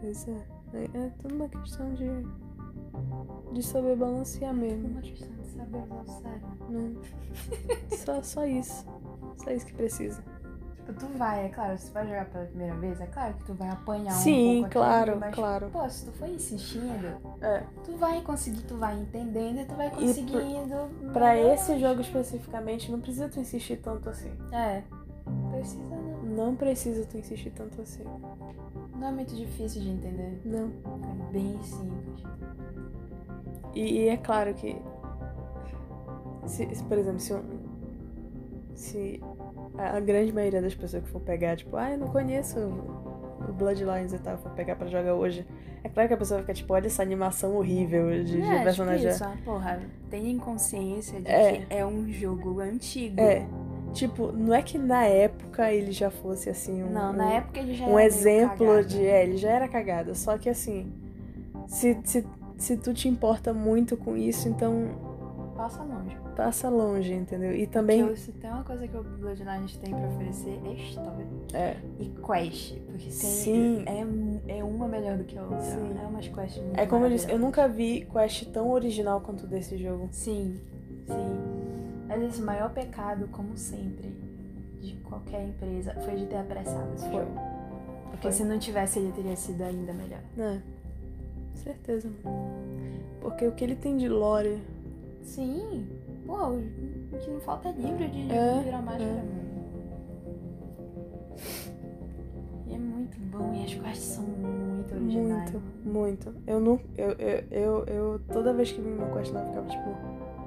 Speaker 2: Pois é. é. é tudo uma questão de. de saber balancear mesmo.
Speaker 1: Uma questão de saber usar.
Speaker 2: Né? só, só isso. Só isso que precisa.
Speaker 1: Tipo, tu vai, é claro, se tu vai jogar pela primeira vez, é claro que tu vai apanhar
Speaker 2: Sim,
Speaker 1: um pouco aqui,
Speaker 2: claro,
Speaker 1: mas,
Speaker 2: claro.
Speaker 1: Pô, se tu for insistindo,
Speaker 2: É.
Speaker 1: tu vai conseguir, tu vai entendendo e tu vai
Speaker 2: por-
Speaker 1: conseguindo.
Speaker 2: Pra
Speaker 1: melhorar.
Speaker 2: esse jogo especificamente, não precisa tu insistir tanto assim.
Speaker 1: É. Precisa não.
Speaker 2: Não precisa tu insistir tanto assim.
Speaker 1: Não é muito difícil de entender.
Speaker 2: Não.
Speaker 1: É bem simples.
Speaker 2: E, e é claro que. Se, se, por exemplo, se, um- se a, a grande maioria das pessoas que for pegar, tipo, ah, eu não conheço o Bloodlines e tal, vou pegar pra jogar hoje. É claro que a pessoa fica tipo, olha essa animação horrível de, de
Speaker 1: é,
Speaker 2: personagem.
Speaker 1: Tipo isso, ah, porra, tenha consciência de
Speaker 2: É.
Speaker 1: que é um jogo antigo.
Speaker 2: é, tipo, não é que na época ele já fosse assim um,
Speaker 1: Não,
Speaker 2: um,
Speaker 1: na época ele já era
Speaker 2: um
Speaker 1: meio
Speaker 2: exemplo
Speaker 1: cagado.
Speaker 2: de. É, ele já era cagada, só que assim, se, se, se tu te importa muito com isso, então
Speaker 1: Passa longe.
Speaker 2: passa longe, entendeu? E também.
Speaker 1: Porque Então, se tem uma coisa que o Bloodlines tem pra oferecer é história.
Speaker 2: É.
Speaker 1: E quest. Porque tem,
Speaker 2: Sim.
Speaker 1: É, é uma melhor do que a outra.
Speaker 2: Sim.
Speaker 1: É umas quests muito
Speaker 2: É como eu disse, eu
Speaker 1: maravilhosas.
Speaker 2: nunca vi quest tão original quanto desse jogo.
Speaker 1: Sim, sim. Mas esse maior pecado, como sempre, de qualquer empresa, foi de ter apressado esse
Speaker 2: Foi.
Speaker 1: jogo. Porque
Speaker 2: Foi.
Speaker 1: se não tivesse, ele teria sido ainda melhor.
Speaker 2: Né? Certeza, mano. Porque o que ele tem de lore.
Speaker 1: Sim. Pô, o que não falta é livro de
Speaker 2: É,
Speaker 1: virar mágica. E é muito bom. E as quests são muito originais.
Speaker 2: Muito, muito. Eu não. Eu, eu, eu, eu- Toda vez que vinha uma quest nova, eu ficava tipo.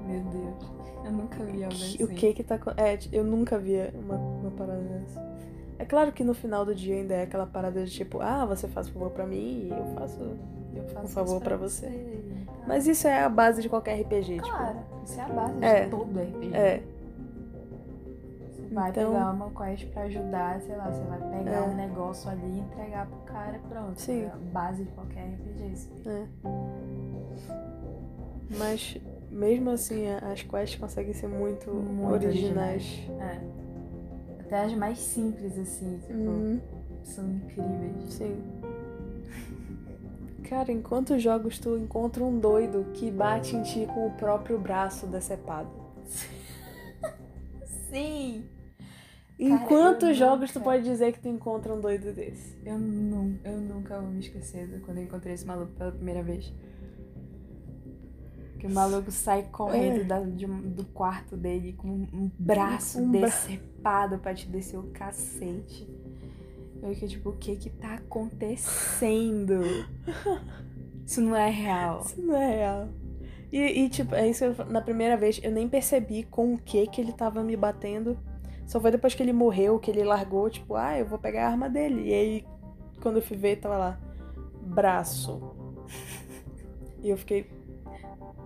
Speaker 1: Meu Deus. Eu nunca vi algo assim.
Speaker 2: "Que- o que que tá. acon-" É, t- eu nunca via uma, uma parada dessa. É claro que no final do dia ainda é aquela parada de tipo, ah, você faz um favor pra mim e eu faço.
Speaker 1: Eu faço
Speaker 2: Um favor
Speaker 1: isso
Speaker 2: pra você.
Speaker 1: Tá.
Speaker 2: Mas isso é a base de qualquer RPG,
Speaker 1: Claro, isso é a base de
Speaker 2: É.
Speaker 1: todo RPG.
Speaker 2: tipo. É.
Speaker 1: Você vai
Speaker 2: Então-
Speaker 1: pegar uma quest pra ajudar, sei lá, você vai pegar
Speaker 2: É.
Speaker 1: um negócio ali e entregar pro cara, pronto.
Speaker 2: Sim.
Speaker 1: É a base de qualquer RPG. isso.
Speaker 2: Mas mesmo assim, a- as quests conseguem ser muito,
Speaker 1: Muito
Speaker 2: originais.
Speaker 1: É. Até as mais simples, assim, tipo,
Speaker 2: Uhum,
Speaker 1: são incríveis.
Speaker 2: sim. Cara, em quantos jogos tu encontra um doido que bate em ti com o próprio braço decepado?
Speaker 1: Sim!
Speaker 2: Em
Speaker 1: Cara, eu
Speaker 2: quantos jogos tu
Speaker 1: nunca-
Speaker 2: pode dizer que tu encontra um doido desse?
Speaker 1: Eu, nu eu nunca vou me esquecer de quando eu encontrei esse maluco pela primeira vez. Que o maluco sai
Speaker 2: É.
Speaker 1: correndo da- de um- do quarto dele com um braço
Speaker 2: Um bra-
Speaker 1: decepado pra te descer o cacete. Eu fiquei tipo, o que que tá acontecendo? Isso não é real.
Speaker 2: Isso não é real. E, e, tipo, é isso que eu, fa- na primeira vez eu nem percebi com o que que ele tava me batendo. Só foi depois que ele morreu, que ele largou, tipo, ah, eu vou pegar a arma dele. E aí, quando eu fui ver, tava lá, braço. E eu fiquei,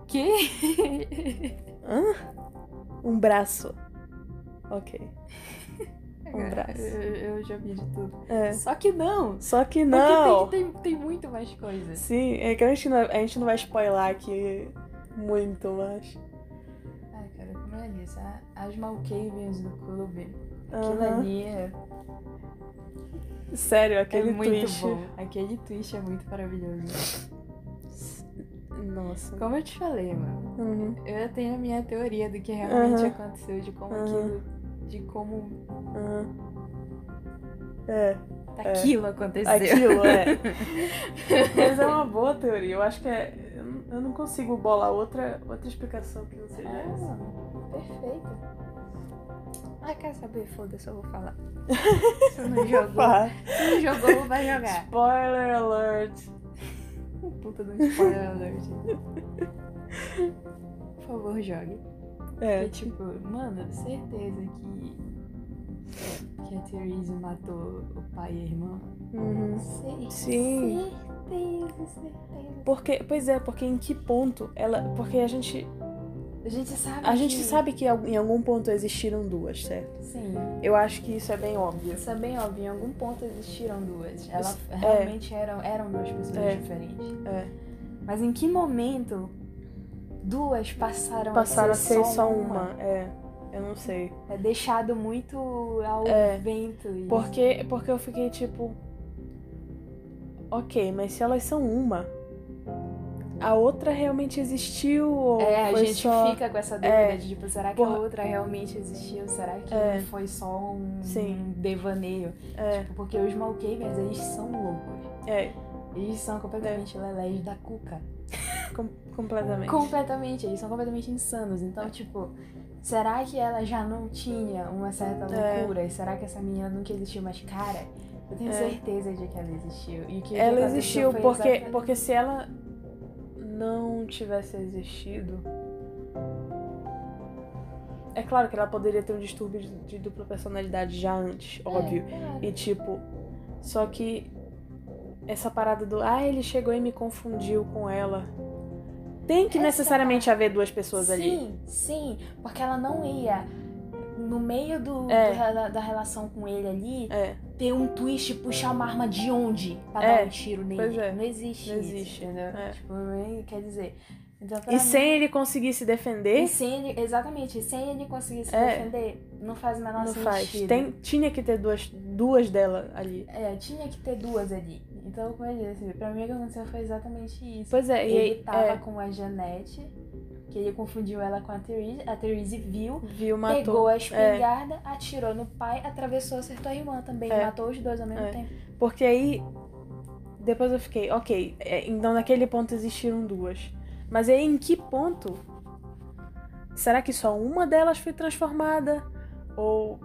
Speaker 1: Que?
Speaker 2: hã? Um braço. Ok. Um braço.
Speaker 1: Eu, eu já vi de tudo.
Speaker 2: É.
Speaker 1: Só que não.
Speaker 2: Só que
Speaker 1: Não.
Speaker 2: não.
Speaker 1: Porque tem, tem, tem muito mais coisas.
Speaker 2: Sim, é que a gente não, a gente não vai spoiler aqui muito, mas.
Speaker 1: Ai, cara, como é isso? A- As Malkavians do clube. Aquilo
Speaker 2: Aham.
Speaker 1: ali é,
Speaker 2: Sério,
Speaker 1: é
Speaker 2: aquele
Speaker 1: muito
Speaker 2: twist.
Speaker 1: bom. Aquele twist é muito maravilhoso.
Speaker 2: Nossa.
Speaker 1: Como eu te falei, mano,
Speaker 2: Uhum.
Speaker 1: eu tenho a minha teoria do que realmente
Speaker 2: Aham.
Speaker 1: aconteceu, de como
Speaker 2: Aham.
Speaker 1: aquilo. De como
Speaker 2: Aham. É,
Speaker 1: aquilo aconteceu.
Speaker 2: aquilo é. Mas é uma boa teoria. Eu acho que é. Eu não- eu não consigo bolar outra, outra explicação que não seja essa.
Speaker 1: Ah, perfeito. Ah, quer saber? Foda-se, eu vou falar. Se não jogou,
Speaker 2: Pá,
Speaker 1: se não jogou, vai
Speaker 2: É.
Speaker 1: jogar. Um
Speaker 2: Spoiler alert!
Speaker 1: Puta do spoiler alert. Por favor, jogue. É
Speaker 2: É.
Speaker 1: tipo, mano, certeza que. Que a Therese matou o pai e a irmã.
Speaker 2: Uhum.
Speaker 1: Cer-
Speaker 2: Sim.
Speaker 1: Certeza, certeza.
Speaker 2: Porque, pois é, porque em que ponto ela. Porque a gente.
Speaker 1: A gente sabe.
Speaker 2: A gente
Speaker 1: que-
Speaker 2: sabe que em algum ponto existiram duas, certo?
Speaker 1: Sim.
Speaker 2: Eu acho que isso é bem óbvio.
Speaker 1: Isso é bem óbvio, em algum ponto existiram duas. Ela
Speaker 2: Isso-
Speaker 1: realmente eram, eram duas pessoas
Speaker 2: É.
Speaker 1: diferentes.
Speaker 2: É.
Speaker 1: Mas em que momento duas passaram,
Speaker 2: Passaram a ser só
Speaker 1: uma?
Speaker 2: uma. É. Eu não sei.
Speaker 1: É deixado muito ao
Speaker 2: É.
Speaker 1: vento. E...
Speaker 2: Porque, porque eu fiquei tipo. Ok, mas se elas são uma, a outra realmente existiu ou
Speaker 1: É, a
Speaker 2: foi
Speaker 1: gente
Speaker 2: só...
Speaker 1: fica com essa dúvida
Speaker 2: É.
Speaker 1: de tipo, será que
Speaker 2: Porra.
Speaker 1: a outra realmente existiu? Será que
Speaker 2: É.
Speaker 1: foi só um
Speaker 2: Sim.
Speaker 1: devaneio?
Speaker 2: É,
Speaker 1: Tipo, porque os Malkavers, eles são loucos.
Speaker 2: é,
Speaker 1: Eles são completamente lelés da cuca.
Speaker 2: com- completamente.
Speaker 1: Completamente, eles são completamente insanos. Então, tipo, será que ela já não tinha uma certa
Speaker 2: É.
Speaker 1: loucura? E será que essa menina nunca existiu? Mas, cara, eu tenho
Speaker 2: É.
Speaker 1: certeza de que ela existiu. E que o que
Speaker 2: Ela
Speaker 1: aconteceu
Speaker 2: existiu
Speaker 1: foi
Speaker 2: porque,
Speaker 1: exatamente-
Speaker 2: porque se ela não tivesse existido. É claro que ela poderia ter um distúrbio de, de dupla personalidade já antes, óbvio.
Speaker 1: É,
Speaker 2: E tipo, só que essa parada do ah, ele chegou e me confundiu com ela. Tem que
Speaker 1: Essa
Speaker 2: necessariamente haver duas pessoas
Speaker 1: sim,
Speaker 2: ali.
Speaker 1: sim, porque ela não ia, no meio do,
Speaker 2: É.
Speaker 1: do re- da, relação com ele ali,
Speaker 2: É,
Speaker 1: ter um twist e puxar uma arma de onde pra
Speaker 2: É,
Speaker 1: dar um tiro nele.
Speaker 2: pois é.
Speaker 1: Não existe
Speaker 2: Não
Speaker 1: isso,
Speaker 2: existe,
Speaker 1: entendeu?
Speaker 2: é.
Speaker 1: Tipo, nem quer dizer... Então, pra
Speaker 2: E
Speaker 1: mim-
Speaker 2: sem ele conseguir se
Speaker 1: E
Speaker 2: defender,
Speaker 1: sem ele, exatamente, e sem ele conseguir se
Speaker 2: É.
Speaker 1: defender, não faz o menor
Speaker 2: não
Speaker 1: sentido.
Speaker 2: faz. Tem, tinha que ter duas, duas dela ali.
Speaker 1: É, tinha que ter duas ali. Então, como eu disse, pra mim o que aconteceu foi exatamente isso.
Speaker 2: Pois é, e
Speaker 1: Ele
Speaker 2: aí
Speaker 1: tava
Speaker 2: é,
Speaker 1: com a Janete, que ele confundiu ela com a Therese, a Therese viu,
Speaker 2: viu, matou. É.
Speaker 1: pegou a espingarda, atirou no pai, atravessou, acertou a irmã também,
Speaker 2: É.
Speaker 1: matou os dois ao mesmo
Speaker 2: É.
Speaker 1: tempo.
Speaker 2: Porque aí. Depois eu fiquei, ok, é, então naquele ponto existiram duas. Mas aí em que ponto? Será que só uma delas foi transformada? Ou.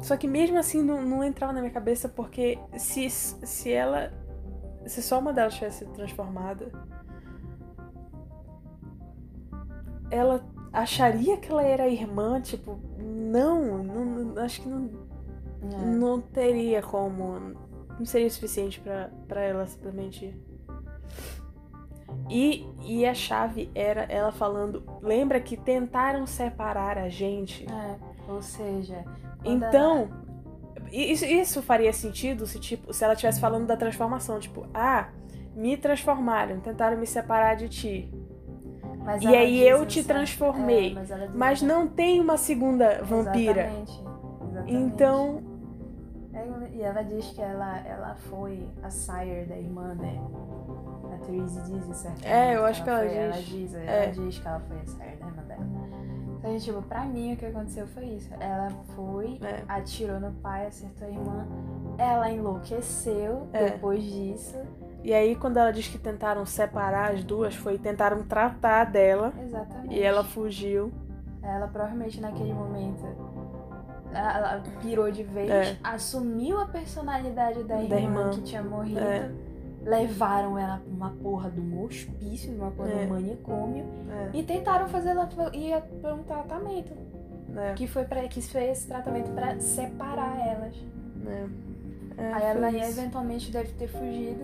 Speaker 2: Só que mesmo assim não, não entrava na minha cabeça porque se, se ela. Se só uma delas tivesse sido transformada. Ela acharia que ela era irmã, tipo, não, não- não acho que não,
Speaker 1: É.
Speaker 2: não teria como. Não seria suficiente pra, pra ela simplesmente. E, e a chave era ela falando. Lembra que tentaram separar a gente?
Speaker 1: É, ou seja, quando ela-
Speaker 2: Então. i- Isso, isso faria sentido se, tipo, se ela estivesse falando da transformação. Tipo, ah, me transformaram, tentaram me separar de ti.
Speaker 1: mas
Speaker 2: e
Speaker 1: ela
Speaker 2: aí
Speaker 1: diz
Speaker 2: eu
Speaker 1: no
Speaker 2: te
Speaker 1: céu-
Speaker 2: transformei.
Speaker 1: é, mas, ela diz
Speaker 2: Mas
Speaker 1: no
Speaker 2: não tem uma segunda
Speaker 1: céu-
Speaker 2: vampira.
Speaker 1: Exatamente, exatamente.
Speaker 2: Então,
Speaker 1: É, E ela diz que ela, ela foi a sire da irmã, né? A Therese diz isso certo?
Speaker 2: É, eu acho que ela
Speaker 1: foi, Ela
Speaker 2: diz.
Speaker 1: diz,
Speaker 2: É.
Speaker 1: ela diz que ela foi a sire da irmã dela. Então, tipo, pra mim o que aconteceu foi isso. Ela foi,
Speaker 2: É.
Speaker 1: atirou no pai, acertou a irmã. Ela enlouqueceu
Speaker 2: É.
Speaker 1: depois disso.
Speaker 2: E aí, quando ela diz que tentaram separar as duas, foi tentaram tratar dela
Speaker 1: Exatamente.
Speaker 2: e ela fugiu.
Speaker 1: Ela provavelmente naquele momento ela pirou de vez,
Speaker 2: É.
Speaker 1: assumiu a personalidade da irmã,
Speaker 2: irmã.
Speaker 1: que tinha morrido
Speaker 2: É.
Speaker 1: levaram ela pra uma porra de um hospício, uma porra de
Speaker 2: É.
Speaker 1: um manicômio,
Speaker 2: É,
Speaker 1: e tentaram fazer ela ir pra um tratamento.
Speaker 2: é,
Speaker 1: Que foi, pra, que foi esse tratamento pra separar elas.
Speaker 2: é. É,
Speaker 1: Aí ela
Speaker 2: foi isso.
Speaker 1: eventualmente deve ter fugido.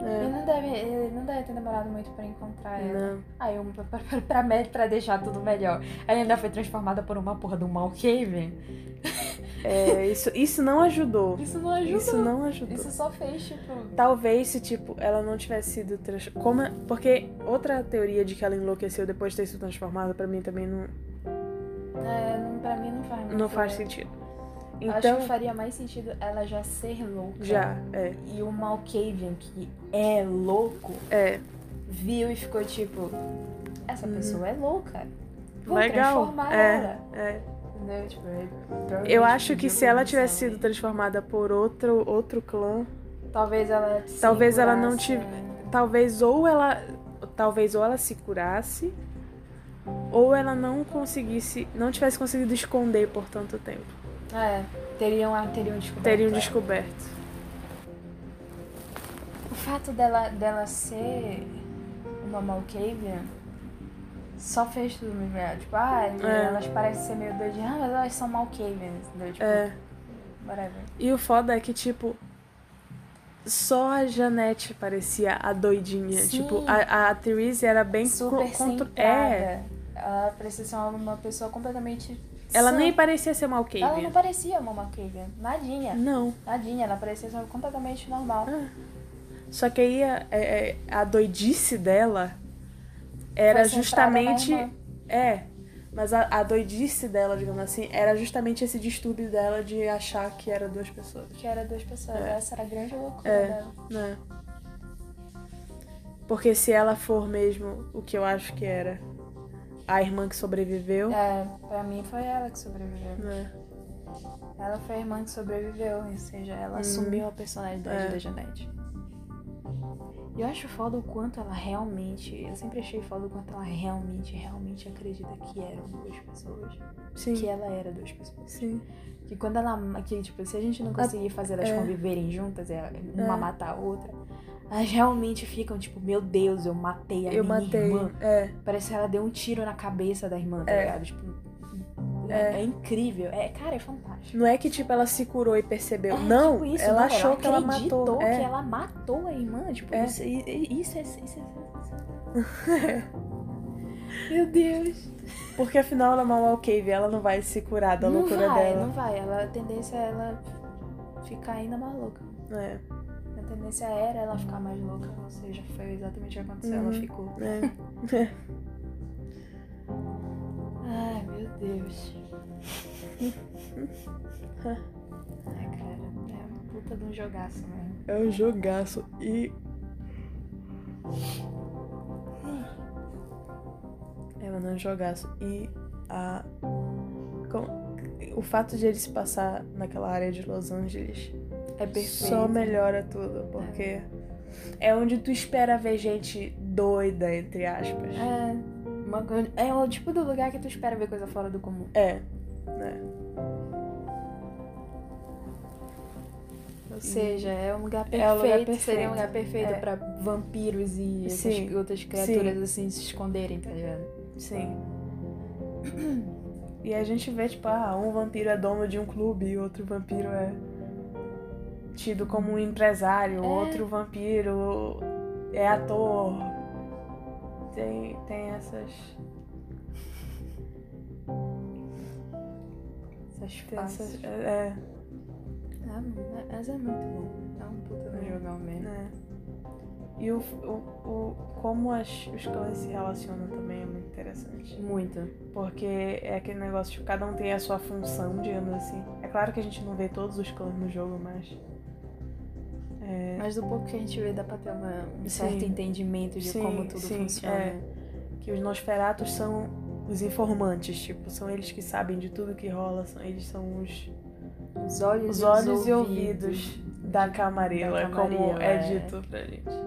Speaker 2: É.
Speaker 1: E não deve, ele não deve ter demorado muito pra encontrar ela.
Speaker 2: Não.
Speaker 1: Aí um pra, pra, pra, pra me- pra deixar tudo melhor. Ela ainda foi transformada por uma porra de um Malkaven.
Speaker 2: É, isso, isso não ajudou.
Speaker 1: Isso não ajudou.
Speaker 2: Isso não ajudou.
Speaker 1: Isso só fez, tipo.
Speaker 2: Talvez se, tipo, ela não tivesse sido trans... como a- Porque outra teoria de que ela enlouqueceu depois de ter sido transformada, pra mim também não,
Speaker 1: É, não- pra mim não faz muito
Speaker 2: não faz sentido.
Speaker 1: É. Acho
Speaker 2: Então,
Speaker 1: que faria mais sentido ela já ser louca.
Speaker 2: já, é.
Speaker 1: E o Malkavian, que é louco,
Speaker 2: É,
Speaker 1: viu e ficou tipo: essa
Speaker 2: Uhum.
Speaker 1: pessoa é louca. Vou
Speaker 2: Legal,
Speaker 1: transformar
Speaker 2: é.
Speaker 1: ela.
Speaker 2: é.
Speaker 1: Entendeu? Tipo, ele
Speaker 2: Eu
Speaker 1: provavelmente um
Speaker 2: acho que
Speaker 1: pediu
Speaker 2: se ela
Speaker 1: permissão,
Speaker 2: tivesse sido
Speaker 1: né?
Speaker 2: transformada por outro, outro clã,
Speaker 1: Talvez ela. se
Speaker 2: Talvez ela não
Speaker 1: curasse,
Speaker 2: tive-
Speaker 1: né?
Speaker 2: talvez ou ela. Talvez ou ela se curasse, ou ela não conseguisse. Não tivesse conseguido esconder por tanto tempo.
Speaker 1: É, teriam, ah, teriam descoberto.
Speaker 2: Teriam É.
Speaker 1: ela.
Speaker 2: descoberto.
Speaker 1: O fato dela, dela ser uma Malkavian só fez tudo muito melhor. Tipo, ah,
Speaker 2: É.
Speaker 1: elas parecem ser meio doidinhas, ah, mas elas são Malkavians, entendeu? Tipo,
Speaker 2: É.
Speaker 1: whatever.
Speaker 2: E o foda é que, tipo, só a Janete parecia a doidinha.
Speaker 1: Sim.
Speaker 2: Tipo, a, a Therese era bem
Speaker 1: Super
Speaker 2: co- contro- É.
Speaker 1: centrada. Ela precisa ser uma, uma pessoa completamente
Speaker 2: Ela
Speaker 1: sã.
Speaker 2: nem parecia ser Malkavian.
Speaker 1: Ela não parecia uma Malkavian. Nadinha.
Speaker 2: Não.
Speaker 1: Nadinha, ela parecia ser completamente normal.
Speaker 2: Só que aí a, é- é- a doidice dela era
Speaker 1: Foi centrada
Speaker 2: justamente.
Speaker 1: na irmã.
Speaker 2: É. Mas a, a doidice dela, digamos assim, era justamente esse distúrbio dela de achar que era duas pessoas.
Speaker 1: Que era duas pessoas.
Speaker 2: É.
Speaker 1: Essa era a grande loucura
Speaker 2: É.
Speaker 1: dela.
Speaker 2: Né? Porque se ela for mesmo o que eu acho que era a irmã que sobreviveu.
Speaker 1: É, pra mim foi ela que sobreviveu.
Speaker 2: né?
Speaker 1: Ela foi a irmã que sobreviveu, ou seja, ela
Speaker 2: Hum.
Speaker 1: assumiu a personalidade
Speaker 2: É.
Speaker 1: da Janete. E eu acho foda o quanto ela realmente. Eu sempre achei foda o quanto ela realmente, realmente acredita que eram duas pessoas.
Speaker 2: Sim.
Speaker 1: Que é. ela era duas pessoas.
Speaker 2: Sim.
Speaker 1: Que quando ela. Que, tipo, se a gente não conseguir fazer elas
Speaker 2: é.
Speaker 1: conviverem juntas, é, uma
Speaker 2: É.
Speaker 1: matar a outra, elas realmente ficam, tipo, meu Deus, eu matei a
Speaker 2: Eu
Speaker 1: minha
Speaker 2: matei.
Speaker 1: irmã.
Speaker 2: É,
Speaker 1: Parece que ela deu um tiro na cabeça da irmã, tá
Speaker 2: É.
Speaker 1: ligado? Tipo, é.
Speaker 2: É.
Speaker 1: é incrível. É, cara, é fantástico.
Speaker 2: não é que tipo ela se curou e percebeu.
Speaker 1: É,
Speaker 2: não,
Speaker 1: tipo isso,
Speaker 2: ela
Speaker 1: não,
Speaker 2: achou que ela
Speaker 1: acreditou
Speaker 2: matou.
Speaker 1: que
Speaker 2: é.
Speaker 1: ela matou a irmã. Tipo,
Speaker 2: É.
Speaker 1: isso, i- i- isso é. Isso é, isso é- Meu Deus.
Speaker 2: Porque afinal ela é uma Malcave, ela não vai se curar da
Speaker 1: não
Speaker 2: loucura
Speaker 1: vai,
Speaker 2: dela.
Speaker 1: não vai. Ela, a tendência é ela ficar ainda mais louca.
Speaker 2: É,
Speaker 1: A tendência era ela ficar mais louca. Ou seja, foi exatamente o que aconteceu.
Speaker 2: Uhum.
Speaker 1: Ela ficou.
Speaker 2: é.
Speaker 1: Ai, meu Deus. Ai, cara. É uma puta de um jogaço, né?
Speaker 2: É um jogaço. E. É, mano, é um jogaço. E a. com- O fato de ele se passar naquela área de Los Angeles
Speaker 1: É perfeito.
Speaker 2: Só melhora tudo, porque é onde tu espera ver gente doida, entre aspas.
Speaker 1: É, uma coisa- é o tipo do lugar que tu espera ver coisa fora do comum.
Speaker 2: É.
Speaker 1: Ou seja, é um lugar perfeito.
Speaker 2: É o lugar
Speaker 1: Seria
Speaker 2: perfeito.
Speaker 1: um lugar perfeito
Speaker 2: É.
Speaker 1: pra vampiros e essas
Speaker 2: Sim.
Speaker 1: outras criaturas assim se esconderem, tá ligado?
Speaker 2: Sim. E a gente vê, tipo, ah, um vampiro é dono de um clube e outro vampiro é tido como um empresário,
Speaker 1: É.
Speaker 2: outro vampiro é ator. Tem, tem essas,
Speaker 1: Essas
Speaker 2: tem
Speaker 1: faces.
Speaker 2: essas. É, é,
Speaker 1: Ah, mano, é- mas é muito bom. É um puta no
Speaker 2: É.
Speaker 1: jogão mesmo.
Speaker 2: né? E o, o, o, como as, os clãs se relacionam também é muito interessante.
Speaker 1: Muito.
Speaker 2: Porque é aquele negócio, tipo, cada um tem a sua função, digamos assim. É claro que a gente não vê todos os clãs no jogo, mas. É,
Speaker 1: Mas do pouco que a gente vê, dá pra ter uma- um
Speaker 2: Sim.
Speaker 1: certo entendimento de
Speaker 2: Sim,
Speaker 1: como tudo
Speaker 2: sim,
Speaker 1: funciona.
Speaker 2: é. que os Nosferatos são os informantes, tipo, são eles que sabem de tudo que rola, são, eles são os,
Speaker 1: Os olhos,
Speaker 2: os
Speaker 1: e
Speaker 2: olhos e ouvidos da camarela,
Speaker 1: Da camarela,
Speaker 2: como é,
Speaker 1: é.
Speaker 2: dito pra gente.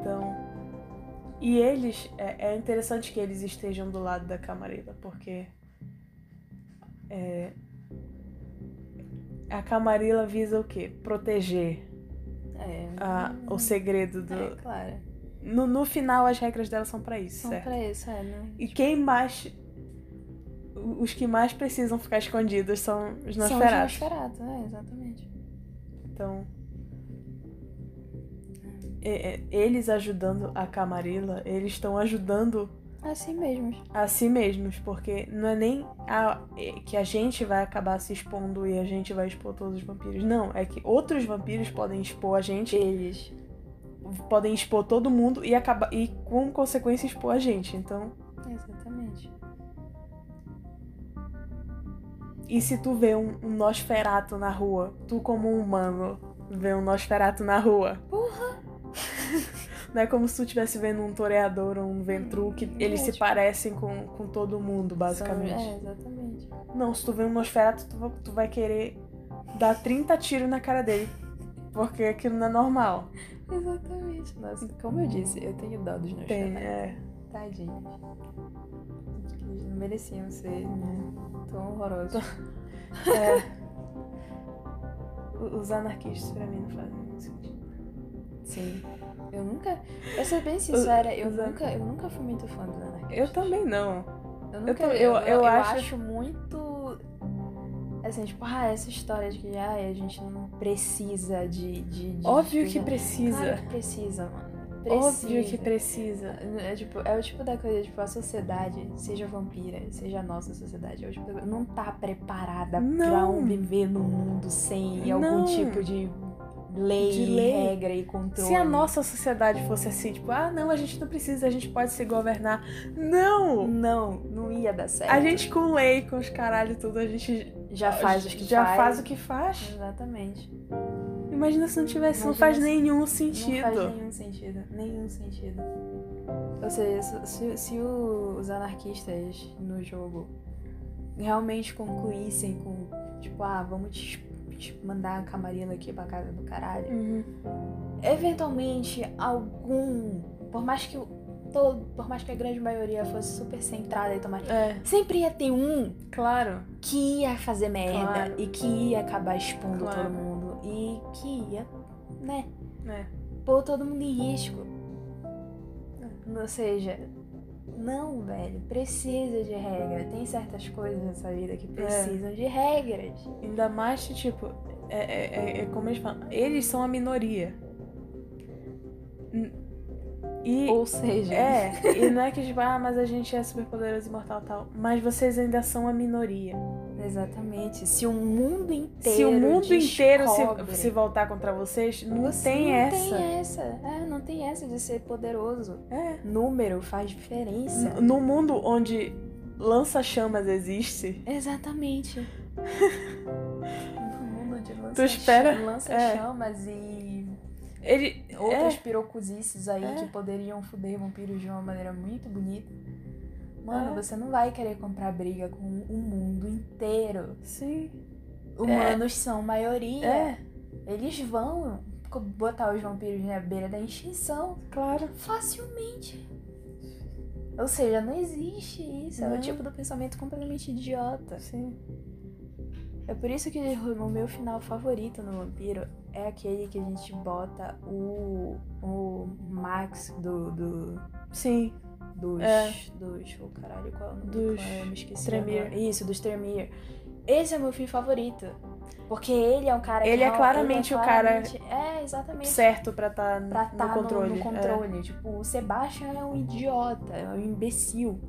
Speaker 2: Então. E eles. É, é interessante que eles estejam do lado da camarela, porque. é, a camarela visa o quê? Proteger.
Speaker 1: É. É,
Speaker 2: a- Ah, o segredo do.
Speaker 1: é claro.
Speaker 2: No, no final, as regras dela são pra isso,
Speaker 1: São
Speaker 2: certo?
Speaker 1: pra isso, é, né?
Speaker 2: E quem mais. Os que mais precisam ficar escondidos são os
Speaker 1: São os
Speaker 2: Nosferatu.
Speaker 1: Nosferatu, é, exatamente.
Speaker 2: Então. e- e- Eles ajudando a Camarilla, eles estão ajudando
Speaker 1: Assim mesmo.
Speaker 2: a si mesmos, porque não é nem a- é que a gente vai acabar se expondo e a gente vai expor todos os vampiros. Não, é que outros vampiros podem expor a gente,
Speaker 1: Eles.
Speaker 2: podem expor todo mundo e acabar e com consequência expor a gente. Então,
Speaker 1: Exatamente.
Speaker 2: e se tu vê um, um Nosferato na rua, tu como um humano vê um Nosferato na rua. Não é como se tu estivesse vendo um toreador ou um ventru, que eles se
Speaker 1: Gente.
Speaker 2: parecem com, com todo mundo, basicamente.
Speaker 1: Hum, São- é, exatamente.
Speaker 2: Não, se tu vê um Nosferatu, tu, va- tu vai querer dar 30 tiros na cara dele. Porque aquilo não é normal.
Speaker 1: Exatamente. Nossa, como eu disse, eu tenho dó dos
Speaker 2: Tem,
Speaker 1: Nosferatu.
Speaker 2: é.
Speaker 1: Tadinhos. Acho que Eles não mereciam ser né, tão horrorosos.
Speaker 2: é. O- Os anarquistas pra mim não fazem muito sentido.
Speaker 1: Sim. Eu nunca. Pra ser bem sincera, eu nunca, eu nunca fui muito fã do Anarquista.
Speaker 2: Eu também não.
Speaker 1: Eu nunca,
Speaker 2: tam-
Speaker 1: eu,
Speaker 2: eu-
Speaker 1: eu,
Speaker 2: eu acho-
Speaker 1: acho... muito. Assim, tipo, ah, essa história de que ah, a gente não precisa de. de, de
Speaker 2: Óbvio que
Speaker 1: coisa.
Speaker 2: precisa.
Speaker 1: Claro que precisa, mano.
Speaker 2: Óbvio que
Speaker 1: Precisa.
Speaker 2: precisa.
Speaker 1: É, tipo, é o tipo da coisa, tipo, a sociedade, seja vampira, seja a nossa sociedade, é o tipo da coisa, não tá preparada pra
Speaker 2: Não.
Speaker 1: um viver no mundo sem
Speaker 2: Não.
Speaker 1: algum tipo de lei,
Speaker 2: De lei.
Speaker 1: regra e controle.
Speaker 2: Se a nossa sociedade fosse assim, tipo, ah, não, a gente não precisa, a gente pode se governar. Não!
Speaker 1: Não, não ia dar certo.
Speaker 2: A gente com lei, com os caralho e tudo, a gente
Speaker 1: já faz os que
Speaker 2: já
Speaker 1: faz.
Speaker 2: faz o que faz.
Speaker 1: Exatamente.
Speaker 2: Imagina se não tivesse, não
Speaker 1: Imagina
Speaker 2: faz
Speaker 1: se-
Speaker 2: nenhum
Speaker 1: Não
Speaker 2: sentido.
Speaker 1: faz nenhum sentido. Nenhum sentido. Ou seja, se- se, se o- os anarquistas no jogo realmente concluíssem com, tipo, ah, vamos te, exp- te mandar a camarila aqui pra casa do caralho.
Speaker 2: Uhum.
Speaker 1: Eventualmente, algum. Por mais que o- todo, por mais que a grande maioria fosse super centrada e tomar.
Speaker 2: É,
Speaker 1: Sempre ia ter um
Speaker 2: claro.
Speaker 1: que ia fazer merda
Speaker 2: Claro.
Speaker 1: e que ia acabar expondo
Speaker 2: Claro.
Speaker 1: todo mundo. E que ia, né?
Speaker 2: É.
Speaker 1: pôr todo mundo em risco.
Speaker 2: Hum.
Speaker 1: Ou seja, não, velho, precisa de regra. Tem certas coisas nessa vida
Speaker 2: É.
Speaker 1: que precisam de regras.
Speaker 2: Ainda mais que, tipo, é, é- é- é como eles falam, eles são a minoria. N- E.
Speaker 1: Ou seja,
Speaker 2: É, e não é que tipo, ah, mas a gente é super poderoso, imortal tal. Mas vocês ainda são a minoria.
Speaker 1: exatamente. Se o mundo inteiro.
Speaker 2: se o mundo inteiro
Speaker 1: descobre-
Speaker 2: se, se voltar contra vocês, não
Speaker 1: Você
Speaker 2: tem
Speaker 1: não
Speaker 2: essa.
Speaker 1: tem essa. É, não tem essa de ser poderoso.
Speaker 2: É.
Speaker 1: Número faz diferença.
Speaker 2: N- No mundo onde lança-chamas existe,
Speaker 1: Exatamente. no mundo de lança,
Speaker 2: espera-
Speaker 1: lança
Speaker 2: é.
Speaker 1: chamas e
Speaker 2: ele.
Speaker 1: outras pirocuzices aí
Speaker 2: É.
Speaker 1: que poderiam foder vampiros de uma maneira muito bonita. Mano,
Speaker 2: É.
Speaker 1: você não vai querer comprar briga com o mundo inteiro.
Speaker 2: É, sim.
Speaker 1: Humanos são maioria.
Speaker 2: É,
Speaker 1: Eles vão co- botar os vampiros na beira da extinção
Speaker 2: claro.
Speaker 1: facilmente. Ou seja, não existe isso. É
Speaker 2: Não.
Speaker 1: o tipo do pensamento completamente idiota.
Speaker 2: Sim.
Speaker 1: É por isso que o meu final favorito no Vampiro é aquele que a gente bota o, o Max do, do,
Speaker 2: Sim.
Speaker 1: dos.
Speaker 2: É.
Speaker 1: Dos. Oh, caralho, qual é o nome?
Speaker 2: Dos
Speaker 1: Qual é? Eu me esqueci.
Speaker 2: Tremere.
Speaker 1: agora. Isso, dos Tremir. Esse é o meu fim favorito. Porque ele é um cara que.
Speaker 2: Ele é
Speaker 1: real-
Speaker 2: claramente o cara-
Speaker 1: claramente- É, exatamente.
Speaker 2: Certo pra tá
Speaker 1: Pra
Speaker 2: no
Speaker 1: tá no
Speaker 2: controle.
Speaker 1: No,
Speaker 2: é.
Speaker 1: controle. Tipo, o Sebastian é um idiota, é um imbecil.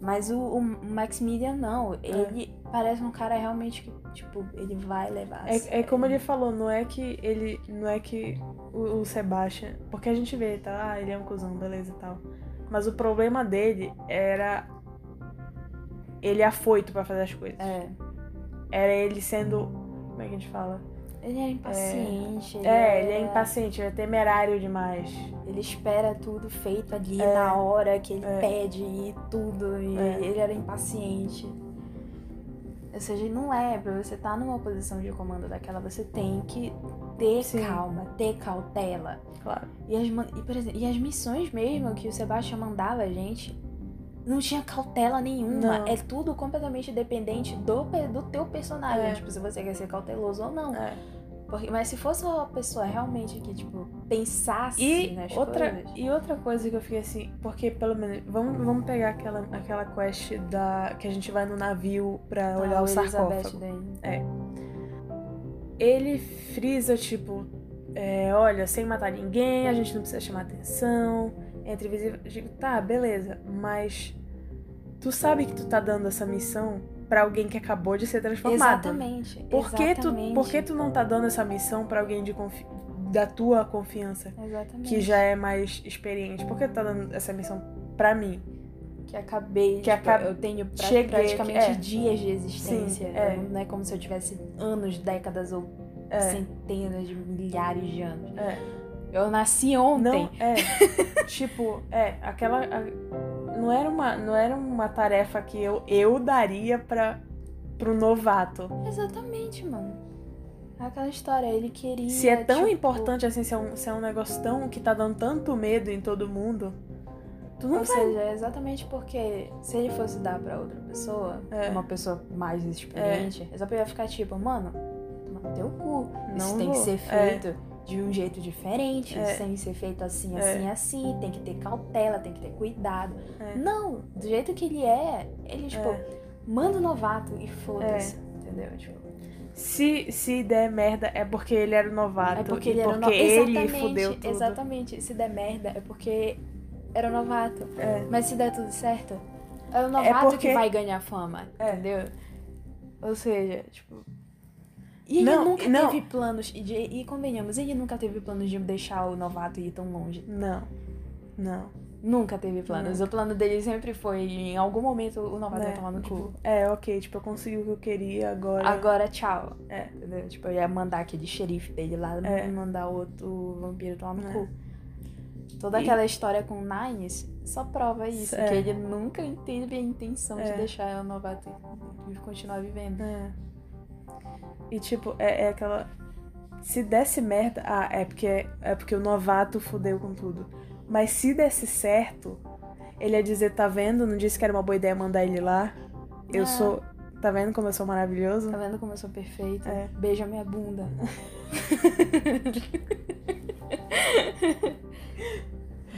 Speaker 1: Mas o, o Maximilian não.
Speaker 2: É.
Speaker 1: Ele parece um cara realmente que, tipo, ele vai levar. a
Speaker 2: É, é
Speaker 1: sério.
Speaker 2: como ele falou, não é que ele. Não é que o, o Sebastian. Porque a gente vê, tá? Ah, ele é um cuzão, beleza e tal. Mas o problema dele era. Ele afoito pra fazer as coisas.
Speaker 1: É.
Speaker 2: Era ele sendo. Como é que a gente fala?
Speaker 1: Ele é impaciente.
Speaker 2: É, ele é
Speaker 1: Ah.
Speaker 2: impaciente, ele é temerário demais.
Speaker 1: Ele espera tudo feito ali
Speaker 2: É.
Speaker 1: na hora que ele
Speaker 2: É.
Speaker 1: pede e tudo. E
Speaker 2: É.
Speaker 1: ele era impaciente. Ou seja, não é. Pra você estar numa posição de comando daquela, você tem que ter
Speaker 2: Sim.
Speaker 1: calma, ter cautela.
Speaker 2: Claro.
Speaker 1: E as, man- e, por exemplo, e as missões mesmo que o Sebastião mandava a gente, não tinha cautela nenhuma.
Speaker 2: Não.
Speaker 1: É tudo completamente dependente do, pe- do teu personagem.
Speaker 2: É.
Speaker 1: Tipo, se você quer ser cauteloso ou não.
Speaker 2: É.
Speaker 1: Porque- mas se fosse uma pessoa realmente que, tipo, pensasse
Speaker 2: E
Speaker 1: nas
Speaker 2: outra,
Speaker 1: coisas.
Speaker 2: e outra coisa que eu fiquei assim, porque pelo menos. Vamos, vamos pegar aquela, aquela quest da. que a gente vai no navio pra
Speaker 1: Ah,
Speaker 2: É olhar o
Speaker 1: Elizabeth
Speaker 2: sarcófago.
Speaker 1: Dane.
Speaker 2: Ele frisa, tipo, é, olha, sem matar ninguém, a gente não precisa chamar atenção. É entrevisível. Eu digo, tá, beleza, mas tu sabe que tu tá dando essa missão pra alguém que acabou de ser transformado. né?"
Speaker 1: Exatamente.
Speaker 2: Por que, tu,
Speaker 1: exatamente,
Speaker 2: por que tu não tá dando essa missão pra alguém de confi- da tua confiança?
Speaker 1: Exatamente.
Speaker 2: que já é mais experiente. Por que tá dando essa missão pra mim?
Speaker 1: Que acabei.
Speaker 2: Que
Speaker 1: tipo,
Speaker 2: acab-
Speaker 1: Eu tenho pra-
Speaker 2: Cheguei,
Speaker 1: praticamente
Speaker 2: é.
Speaker 1: dias de existência.
Speaker 2: Sim, é.
Speaker 1: Não é como se eu tivesse anos, décadas ou
Speaker 2: É.
Speaker 1: centenas de milhares de anos.
Speaker 2: É.
Speaker 1: Eu nasci ontem.
Speaker 2: Não é. tipo, é, aquela a- não era uma não era uma tarefa que eu eu daria para pro novato.
Speaker 1: Exatamente, mano. É Aquela história, ele queria.
Speaker 2: Se é tão
Speaker 1: tipo,
Speaker 2: importante assim, se é, um, se é um negócio tão que tá dando tanto medo em todo mundo, tu não
Speaker 1: Ou seja, é exatamente porque se ele fosse dar pra outra pessoa,
Speaker 2: É.
Speaker 1: uma pessoa mais experiente, essa pessoa ia ficar tipo, mano, toma teu cu. Isso
Speaker 2: Não
Speaker 1: tem que
Speaker 2: vou.
Speaker 1: ser
Speaker 2: É.
Speaker 1: feito de um jeito diferente,
Speaker 2: É.
Speaker 1: isso tem que ser feito assim,
Speaker 2: É.
Speaker 1: assim, assim, tem que ter cautela, tem que ter cuidado.
Speaker 2: É.
Speaker 1: Não, do jeito que ele é, ele, tipo,
Speaker 2: É.
Speaker 1: manda o novato e foda-se, entendeu? Tipo,
Speaker 2: se se der merda é porque ele era o novato
Speaker 1: É porque
Speaker 2: e
Speaker 1: ele era
Speaker 2: porque
Speaker 1: no-
Speaker 2: ele
Speaker 1: Exatamente,
Speaker 2: fudeu tudo.
Speaker 1: Exatamente. Se der merda, é porque era um novato.
Speaker 2: É.
Speaker 1: Mas se der tudo certo, é o novato
Speaker 2: porque-
Speaker 1: que vai ganhar fama.
Speaker 2: É.
Speaker 1: Entendeu? Ou seja, tipo. E ele
Speaker 2: Não,
Speaker 1: nunca
Speaker 2: não.
Speaker 1: teve planos. E, de- e convenhamos, ele nunca teve planos de deixar o novato ir tão longe.
Speaker 2: Não. Não.
Speaker 1: Nunca teve planos. O plano dele sempre foi, em algum momento, o novato vai
Speaker 2: né?
Speaker 1: tomar no
Speaker 2: Tipo,
Speaker 1: cu.
Speaker 2: É, ok, tipo, eu consegui o que eu queria agora.
Speaker 1: Agora, tchau.
Speaker 2: É.
Speaker 1: Entendeu? Tipo, eu ia mandar aquele xerife dele lá,
Speaker 2: É.
Speaker 1: mandar outro vampiro tomar no
Speaker 2: É.
Speaker 1: cu. Toda
Speaker 2: E-
Speaker 1: aquela história com o Nines só prova isso,
Speaker 2: É.
Speaker 1: que ele nunca teve a intenção
Speaker 2: É.
Speaker 1: de deixar o novato e continuar vivendo.
Speaker 2: É. E tipo, é, é aquela. Se desse merda. Ah, é porque, é porque o novato fudeu com tudo. Mas se desse certo, ele ia dizer, tá vendo? Não disse que era uma boa ideia mandar ele lá. Eu
Speaker 1: É.
Speaker 2: sou. Tá vendo como eu sou maravilhoso?
Speaker 1: Tá vendo como eu sou perfeita?
Speaker 2: É.
Speaker 1: Beija minha bunda.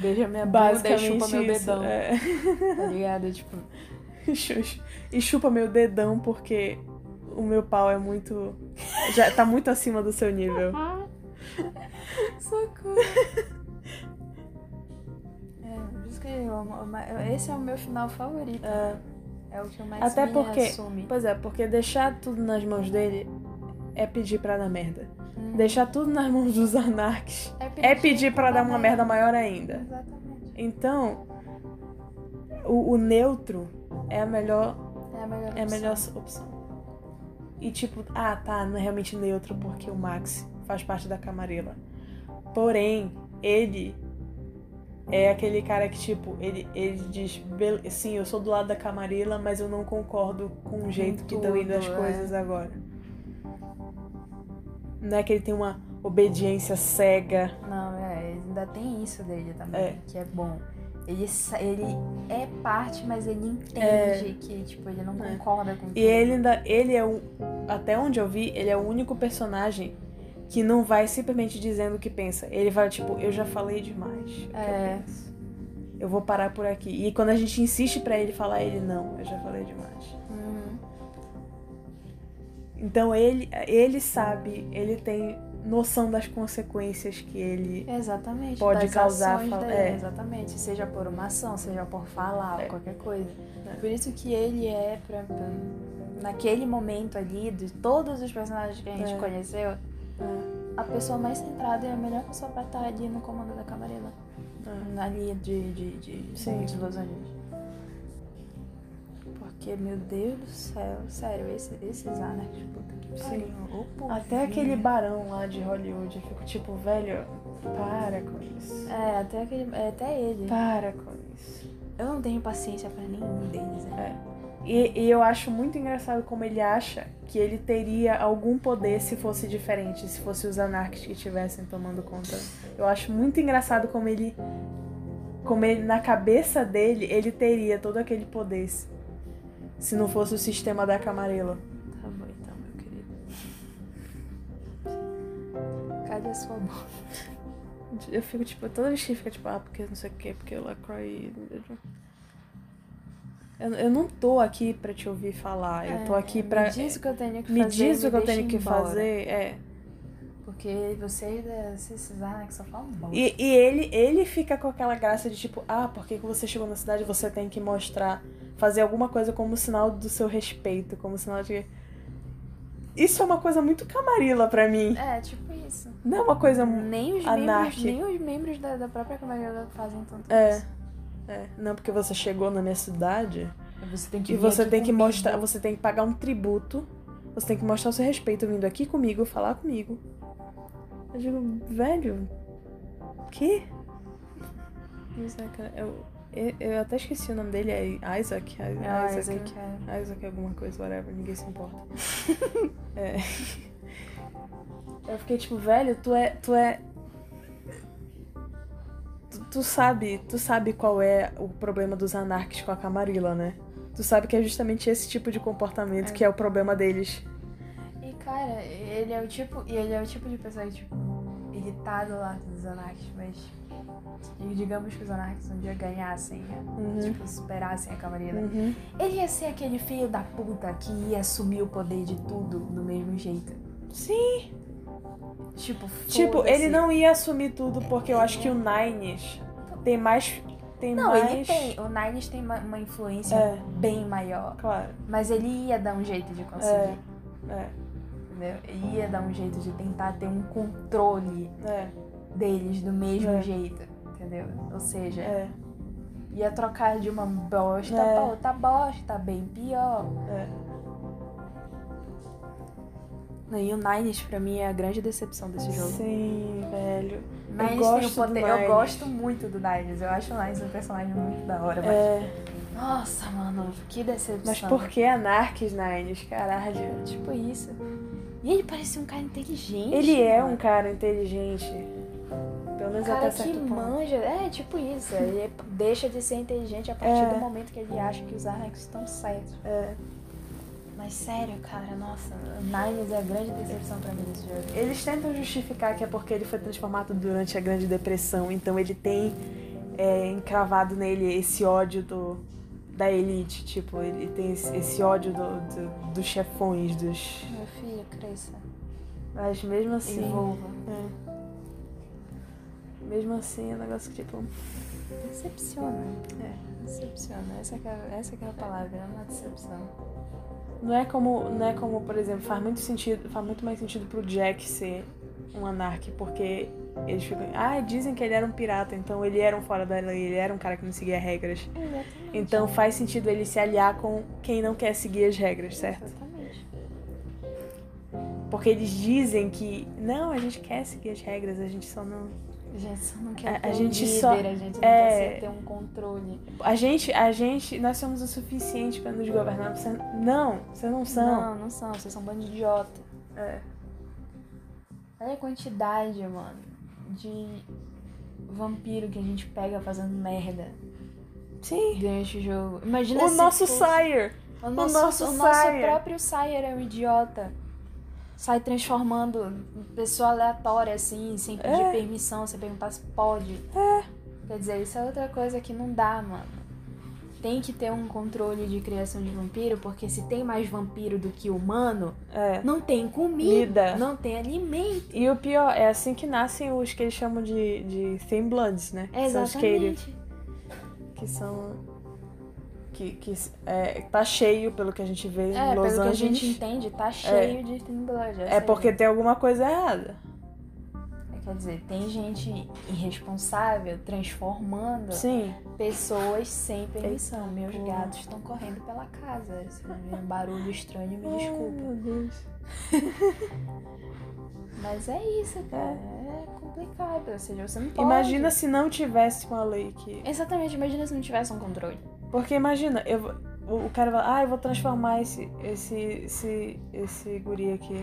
Speaker 1: Beija minha bunda e chupa meu
Speaker 2: isso,
Speaker 1: dedão,
Speaker 2: é.
Speaker 1: tá ligado? Tipo,
Speaker 2: Xuxa. E chupa meu dedão porque o meu pau é muito. Já tá muito acima do seu nível.
Speaker 1: Socorro. É, por isso que eu amo- ma- esse é o meu final favorito.
Speaker 2: É.
Speaker 1: É o que eu mais
Speaker 2: Até
Speaker 1: me
Speaker 2: porque-
Speaker 1: assume.
Speaker 2: Pois é, porque deixar tudo nas mãos dele é pedir pra dar merda. Deixar tudo nas mãos dos anarques é Hum. pedir pra dar uma merda maior ainda.
Speaker 1: Exatamente.
Speaker 2: Então, o, o neutro é a melhor,
Speaker 1: É a melhor.
Speaker 2: é a
Speaker 1: opção.
Speaker 2: melhor opção. E tipo, ah tá, não é realmente neutro porque o Max faz parte da Camarilla. Porém, ele é aquele cara que tipo, ele, ele diz, "Bel- sim, eu sou do lado da Camarilla, mas eu não concordo com o jeito que estão indo as
Speaker 1: tudo, é.
Speaker 2: coisas agora. Não é que ele tem uma obediência cega.
Speaker 1: Não, é, ainda tem isso dele também,
Speaker 2: É.
Speaker 1: que é bom. Ele, sa- ele é parte, mas ele entende
Speaker 2: É.
Speaker 1: que, tipo, ele não
Speaker 2: É.
Speaker 1: concorda com
Speaker 2: E ele ainda. Ele é o. Até onde eu vi, ele é o único personagem que não vai simplesmente dizendo o que pensa. Ele vai, tipo, eu já falei demais. o que
Speaker 1: É.
Speaker 2: Eu, penso. eu vou parar por aqui. E quando a gente insiste pra ele falar, ele não, eu já falei demais.
Speaker 1: Hum,
Speaker 2: Então ele, ele sabe, ele tem noção das consequências que ele.
Speaker 1: exatamente.
Speaker 2: Pode
Speaker 1: das
Speaker 2: causar
Speaker 1: ações
Speaker 2: fal-
Speaker 1: dele,
Speaker 2: é.
Speaker 1: Exatamente. Seja por uma ação, seja por falar,
Speaker 2: É.
Speaker 1: qualquer coisa.
Speaker 2: É.
Speaker 1: Por isso que ele é, pra, pra- naquele momento ali, de todos os personagens que a gente
Speaker 2: É.
Speaker 1: conheceu, a pessoa mais centrada e a melhor pessoa pra estar ali no comando da camarela. Na linha de, de, de,
Speaker 2: É. Sim.
Speaker 1: de Los Angeles. Porque, meu Deus do céu, sério, esse, esses anarcos, puta que
Speaker 2: Sim.
Speaker 1: pariu. Ô,
Speaker 2: Até
Speaker 1: povinho.
Speaker 2: aquele barão lá de Hollywood, eu fico tipo, velho, para com isso.
Speaker 1: É, até aquele. É, até ele.
Speaker 2: Para com isso.
Speaker 1: Eu não tenho paciência pra nenhum deles. né?
Speaker 2: E, e eu acho muito engraçado como ele acha que ele teria algum poder se fosse diferente, se fosse os anarquistas que estivessem tomando conta. Eu acho muito engraçado como ele. Como ele, na cabeça dele, ele teria todo aquele poder. se- Se não fosse o sistema da camarela.
Speaker 1: Tá bom então, meu querido.
Speaker 3: verdade é sua mão.
Speaker 2: Eu fico, tipo, toda vez que fica, tipo, ah, porque não sei o que, porque o Lacroix. Eu, eu não tô aqui pra te ouvir falar, eu tô aqui
Speaker 1: É,
Speaker 2: pra.
Speaker 1: Me diz o que eu tenho que
Speaker 2: me
Speaker 1: fazer.
Speaker 2: diz o que eu
Speaker 1: deixa
Speaker 2: tenho que
Speaker 1: embora.
Speaker 2: fazer, é.
Speaker 1: Porque vocês, da- esses Anax né, só um falam bosta.
Speaker 2: E, e ele, ele fica com aquela graça de tipo, ah, porque que você chegou na cidade você tem que mostrar, fazer alguma coisa como sinal do seu respeito, como sinal de. Isso é uma coisa muito camarila pra mim.
Speaker 1: É, tipo isso.
Speaker 2: Não é uma coisa. mu-
Speaker 1: Nem os membros,
Speaker 2: anarque.
Speaker 1: nem os membros da, da própria cavalaria fazem tanto
Speaker 2: É.
Speaker 1: isso.
Speaker 2: É, não, porque você chegou na minha cidade
Speaker 1: Você tem que
Speaker 2: e
Speaker 1: vir
Speaker 2: você
Speaker 1: aqui
Speaker 2: tem que
Speaker 1: comigo.
Speaker 2: mostrar, você tem que pagar um tributo, você tem que mostrar o seu respeito vindo aqui comigo, falar comigo. Eu digo, velho, que? Isaac, eu, eu, eu até esqueci o nome dele, é Isaac. I-
Speaker 1: Ah,
Speaker 2: Isaac,
Speaker 1: Isaac, é.
Speaker 2: Isaac alguma coisa, whatever, ninguém se importa. é. Eu fiquei tipo, velho, tu é. Tu é. Tu, tu sabe, tu sabe qual é o problema dos anarques com a Camarilla, né? Tu sabe que é justamente esse tipo de comportamento que é o problema deles.
Speaker 1: E cara, ele é o tipo. E ele é o tipo de pessoa que, tipo, irritado lá dos anarquistas, mas. e Digamos que os anarquistas um dia ganhassem, tipo, superassem a cavalaria.
Speaker 2: Uhum.
Speaker 1: Ele ia ser aquele filho da puta que ia assumir o poder de tudo do mesmo jeito.
Speaker 2: Sim.
Speaker 1: Tipo,
Speaker 2: Tipo,
Speaker 1: foda-se.
Speaker 2: ele não ia assumir tudo porque eu acho que o Nines tem mais. Tem
Speaker 1: Não,
Speaker 2: mais.
Speaker 1: ele tem. O Nines tem uma, uma influência
Speaker 2: É.
Speaker 1: bem maior.
Speaker 2: Claro.
Speaker 1: Mas ele ia dar um jeito de conseguir.
Speaker 2: É. É.
Speaker 1: Entendeu? Ele ia dar um jeito de tentar ter um controle
Speaker 2: É.
Speaker 1: deles do mesmo
Speaker 2: É.
Speaker 1: jeito. Entendeu? Ou seja,
Speaker 2: É.
Speaker 1: ia é trocar de uma bosta
Speaker 2: É.
Speaker 1: pra outra bosta, bem pior. E o Nines, pra mim, é a grande decepção desse jogo.
Speaker 2: Sim, velho.
Speaker 1: Mas
Speaker 2: gosto
Speaker 1: tem o
Speaker 2: do
Speaker 1: poder.
Speaker 2: Nines.
Speaker 1: Eu gosto muito do Nines. Eu acho o Nines um personagem muito da hora. Mas...
Speaker 2: É,
Speaker 1: Nossa, mano, que decepção.
Speaker 2: mas por que Anarques Nines? Caralho.
Speaker 1: Tipo isso. E ele parecia um cara inteligente.
Speaker 2: Ele é um
Speaker 1: mano.
Speaker 2: cara inteligente. Pelo menos
Speaker 1: cara
Speaker 2: até
Speaker 1: que
Speaker 2: certo ponto.
Speaker 1: manja. É, tipo isso. Ele deixa de ser inteligente a partir
Speaker 2: É.
Speaker 1: do momento que ele acha que os Arnex estão certos.
Speaker 2: É.
Speaker 1: Mas sério, cara, nossa, Nines é a grande decepção pra mim desse jogo.
Speaker 2: Eles tentam justificar que é porque ele foi transformado durante a Grande Depressão, então ele tem é, encravado nele esse ódio do, da elite, tipo, ele tem esse esse ódio do- do- dos chefões, dos.
Speaker 1: Meu filho, cresça.
Speaker 2: Mas mesmo assim.
Speaker 1: Envolva.
Speaker 2: é. Mesmo assim, é um negócio que, tipo.
Speaker 1: Decepciona. É, decepciona. Essa que é, essa que é a palavra, é uma decepção.
Speaker 2: Não é como, não é como, por exemplo, faz muito sentido, faz muito mais sentido pro Jack ser um anarque, porque eles ficam, ah, dizem que ele era um pirata, então ele era um fora da lei, ele era um cara que não seguia regras.
Speaker 1: Exatamente.
Speaker 2: Então faz sentido ele se aliar com quem não quer seguir as regras, certo?
Speaker 1: Exatamente.
Speaker 2: Porque eles dizem que não, a gente quer seguir as regras, a gente só não,
Speaker 1: A gente só não quer
Speaker 2: A-
Speaker 1: ter
Speaker 2: a
Speaker 1: um
Speaker 2: gente
Speaker 1: líder,
Speaker 2: só-
Speaker 1: a gente não
Speaker 2: é.
Speaker 1: quer ser- ter um controle.
Speaker 2: a gente, a gente, nós somos o suficiente pra nos governar. Você, não, vocês não são.
Speaker 1: Não, não são, vocês são um bando de idiota.
Speaker 2: É.
Speaker 1: Olha a quantidade, mano, de vampiro que a gente pega fazendo merda
Speaker 2: Sim.
Speaker 1: durante o jogo. Imagina
Speaker 2: O
Speaker 1: se
Speaker 2: nosso
Speaker 1: fosse-
Speaker 2: sire.
Speaker 1: o nosso,
Speaker 2: nosso
Speaker 1: o nosso
Speaker 2: Sire.
Speaker 1: próprio Sire é um idiota. Sai transformando pessoa aleatória, assim, sem pedir
Speaker 2: É.
Speaker 1: permissão, sem perguntar se pode. Quer dizer, isso é outra coisa que não dá, mano. Tem que ter um controle de criação de vampiro, porque se tem mais vampiro do que humano,
Speaker 2: É.
Speaker 1: não tem comida,
Speaker 2: Lida.
Speaker 1: não tem alimento.
Speaker 2: E o pior, é assim que nascem os que eles chamam de, de Thin Bloods, né? Que São os Cative,
Speaker 1: Exatamente.
Speaker 2: que são. Que, que é, tá cheio, pelo que a gente vê
Speaker 1: É,
Speaker 2: em Los
Speaker 1: pelo que a
Speaker 2: Angeles.
Speaker 1: gente entende, tá cheio de Thin Blood.
Speaker 2: É porque tem alguma coisa errada.
Speaker 1: Quer dizer, tem gente irresponsável transformando
Speaker 2: Sim.
Speaker 1: pessoas sem permissão. Meus
Speaker 2: porra.
Speaker 1: gatos estão correndo pela casa. Se ouvir um barulho estranho, me desculpa.
Speaker 2: Ai, meu Deus.
Speaker 1: Mas é isso, cara. É complicado. Ou seja, você não pode.
Speaker 2: Imagina se não tivesse uma lei que.
Speaker 1: Exatamente, imagina se não tivesse um controle.
Speaker 2: Porque imagina, eu, vou- o, o cara vai, ah, eu vou transformar esse, esse, esse, esse guri aqui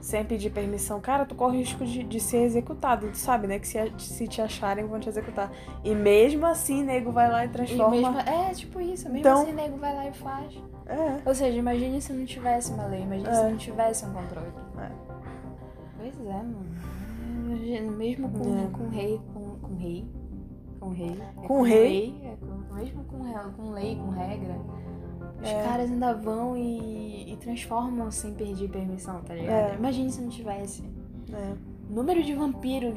Speaker 2: sem pedir permissão. Cara, tu corre o risco de, de ser executado, tu sabe, né? Que se, a- se te acharem, vão te executar. E mesmo assim, nego vai lá e
Speaker 1: E
Speaker 2: transforma.
Speaker 1: mesmo, é, tipo isso. Mesmo
Speaker 2: Então-
Speaker 1: assim, nego vai lá e faz.
Speaker 2: É,
Speaker 1: Ou seja, imagine se não tivesse uma lei, imagine
Speaker 2: É.
Speaker 1: se não tivesse um controle.
Speaker 2: É.
Speaker 1: Pois é, mano. Mesmo com,
Speaker 2: É.
Speaker 1: com rei, com, com rei. Com rei. É
Speaker 2: Com rei?
Speaker 1: é com- mesmo com, re- com lei, com regra. Os
Speaker 2: É.
Speaker 1: caras ainda vão e, e transformam sem pedir permissão, tá ligado?
Speaker 2: É.
Speaker 1: Imagina se não tivesse.
Speaker 2: É.
Speaker 1: Número de vampiro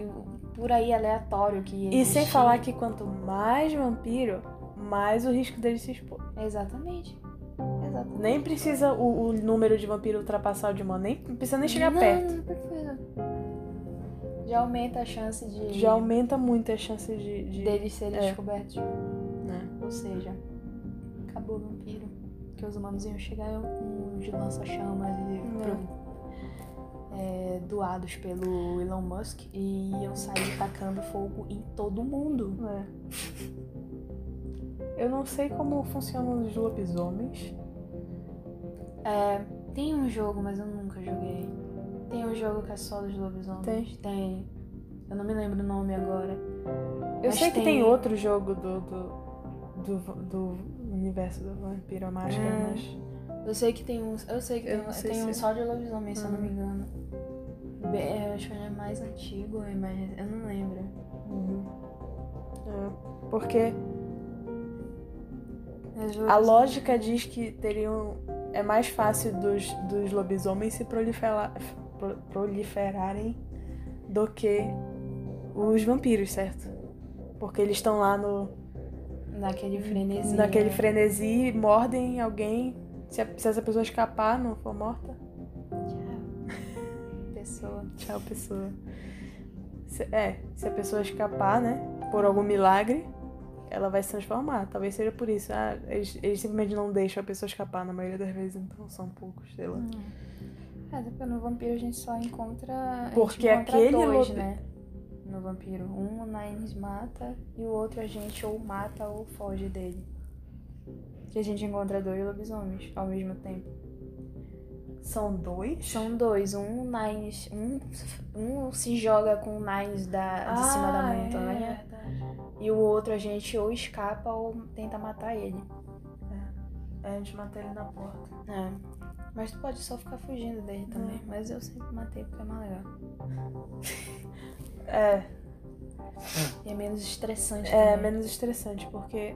Speaker 1: por aí aleatório que ia
Speaker 2: E sem
Speaker 1: existir.
Speaker 2: falar que quanto mais vampiro, mais o risco dele se expor.
Speaker 1: Exatamente. Exatamente.
Speaker 2: Nem precisa o, o número de vampiro ultrapassar o de humano, nem não precisa nem chegar
Speaker 1: Não,
Speaker 2: perto.
Speaker 1: não precisa. Já aumenta a chance de
Speaker 2: Já aumenta muito a chance de. de-
Speaker 1: deles serem
Speaker 2: É.
Speaker 1: descobertos.
Speaker 2: né?
Speaker 1: Ou seja, acabou o vampiro. Que os humanos iam chegar com os lança-chamas e
Speaker 2: Não.
Speaker 1: pronto. É, doados pelo Elon Musk e iam sair tacando fogo em todo mundo.
Speaker 2: É. Eu não sei como funcionam os lobisomens.
Speaker 1: É, tem um jogo, mas eu nunca joguei. Tem um jogo que é só dos lobisomens.
Speaker 2: Tem.
Speaker 1: Tem. Eu não me lembro o nome agora.
Speaker 2: Eu
Speaker 1: Mas
Speaker 2: sei que
Speaker 1: tem-
Speaker 2: tem outro jogo do. do. do, do universo do vampiro a máscara,
Speaker 1: É.
Speaker 2: mas.
Speaker 1: Eu sei que tem um. Eu sei que
Speaker 2: Eu
Speaker 1: tem,
Speaker 2: não
Speaker 1: um-
Speaker 2: sei
Speaker 1: tem
Speaker 2: se-
Speaker 1: um só de lobisomem, se eu não
Speaker 2: Uhum.
Speaker 1: me engano. Be- é, Eu acho que ele é mais antigo, é mais- eu não lembro.
Speaker 2: Uhum. É, Porque
Speaker 1: Mas
Speaker 2: a
Speaker 1: lobisomem-
Speaker 2: lógica diz que teriam. É mais fácil dos, dos lobisomens se proliferar, pro- proliferarem do que os vampiros, certo? Porque eles estão lá no,
Speaker 1: Naquele frenesi.
Speaker 2: naquele
Speaker 1: né?
Speaker 2: frenesi, mordem alguém. Se, a- se essa pessoa escapar, não for morta.
Speaker 1: Tchau. Pessoa.
Speaker 2: Tchau, pessoa. Se- é, se a pessoa escapar, né? Por algum milagre, ela vai se transformar. Talvez seja por isso. Ah, eles, eles simplesmente não deixam a pessoa escapar na maioria das vezes, então são poucos, sei lá.
Speaker 1: É, até porque no vampiro a gente só encontra. a
Speaker 2: Porque
Speaker 1: gente encontra
Speaker 2: aquele
Speaker 1: dois,
Speaker 2: lobi-
Speaker 1: né? No vampiro. Um o Nines mata e o outro a gente ou mata ou foge dele. Que a gente encontra dois lobisomens ao mesmo tempo.
Speaker 2: São dois?
Speaker 1: São dois, um Nines, um, um se joga com o Nines
Speaker 2: Ah,
Speaker 1: da, de cima da
Speaker 2: é né?
Speaker 1: montanha e o outro a gente ou escapa ou tenta matar ele.
Speaker 2: É, a gente mata ele na porta.
Speaker 1: É. Mas tu pode só ficar fugindo dele também. Mas eu sempre matei porque é mais legal.
Speaker 2: É,
Speaker 1: E é menos estressante
Speaker 2: é
Speaker 1: também.
Speaker 2: menos estressante, porque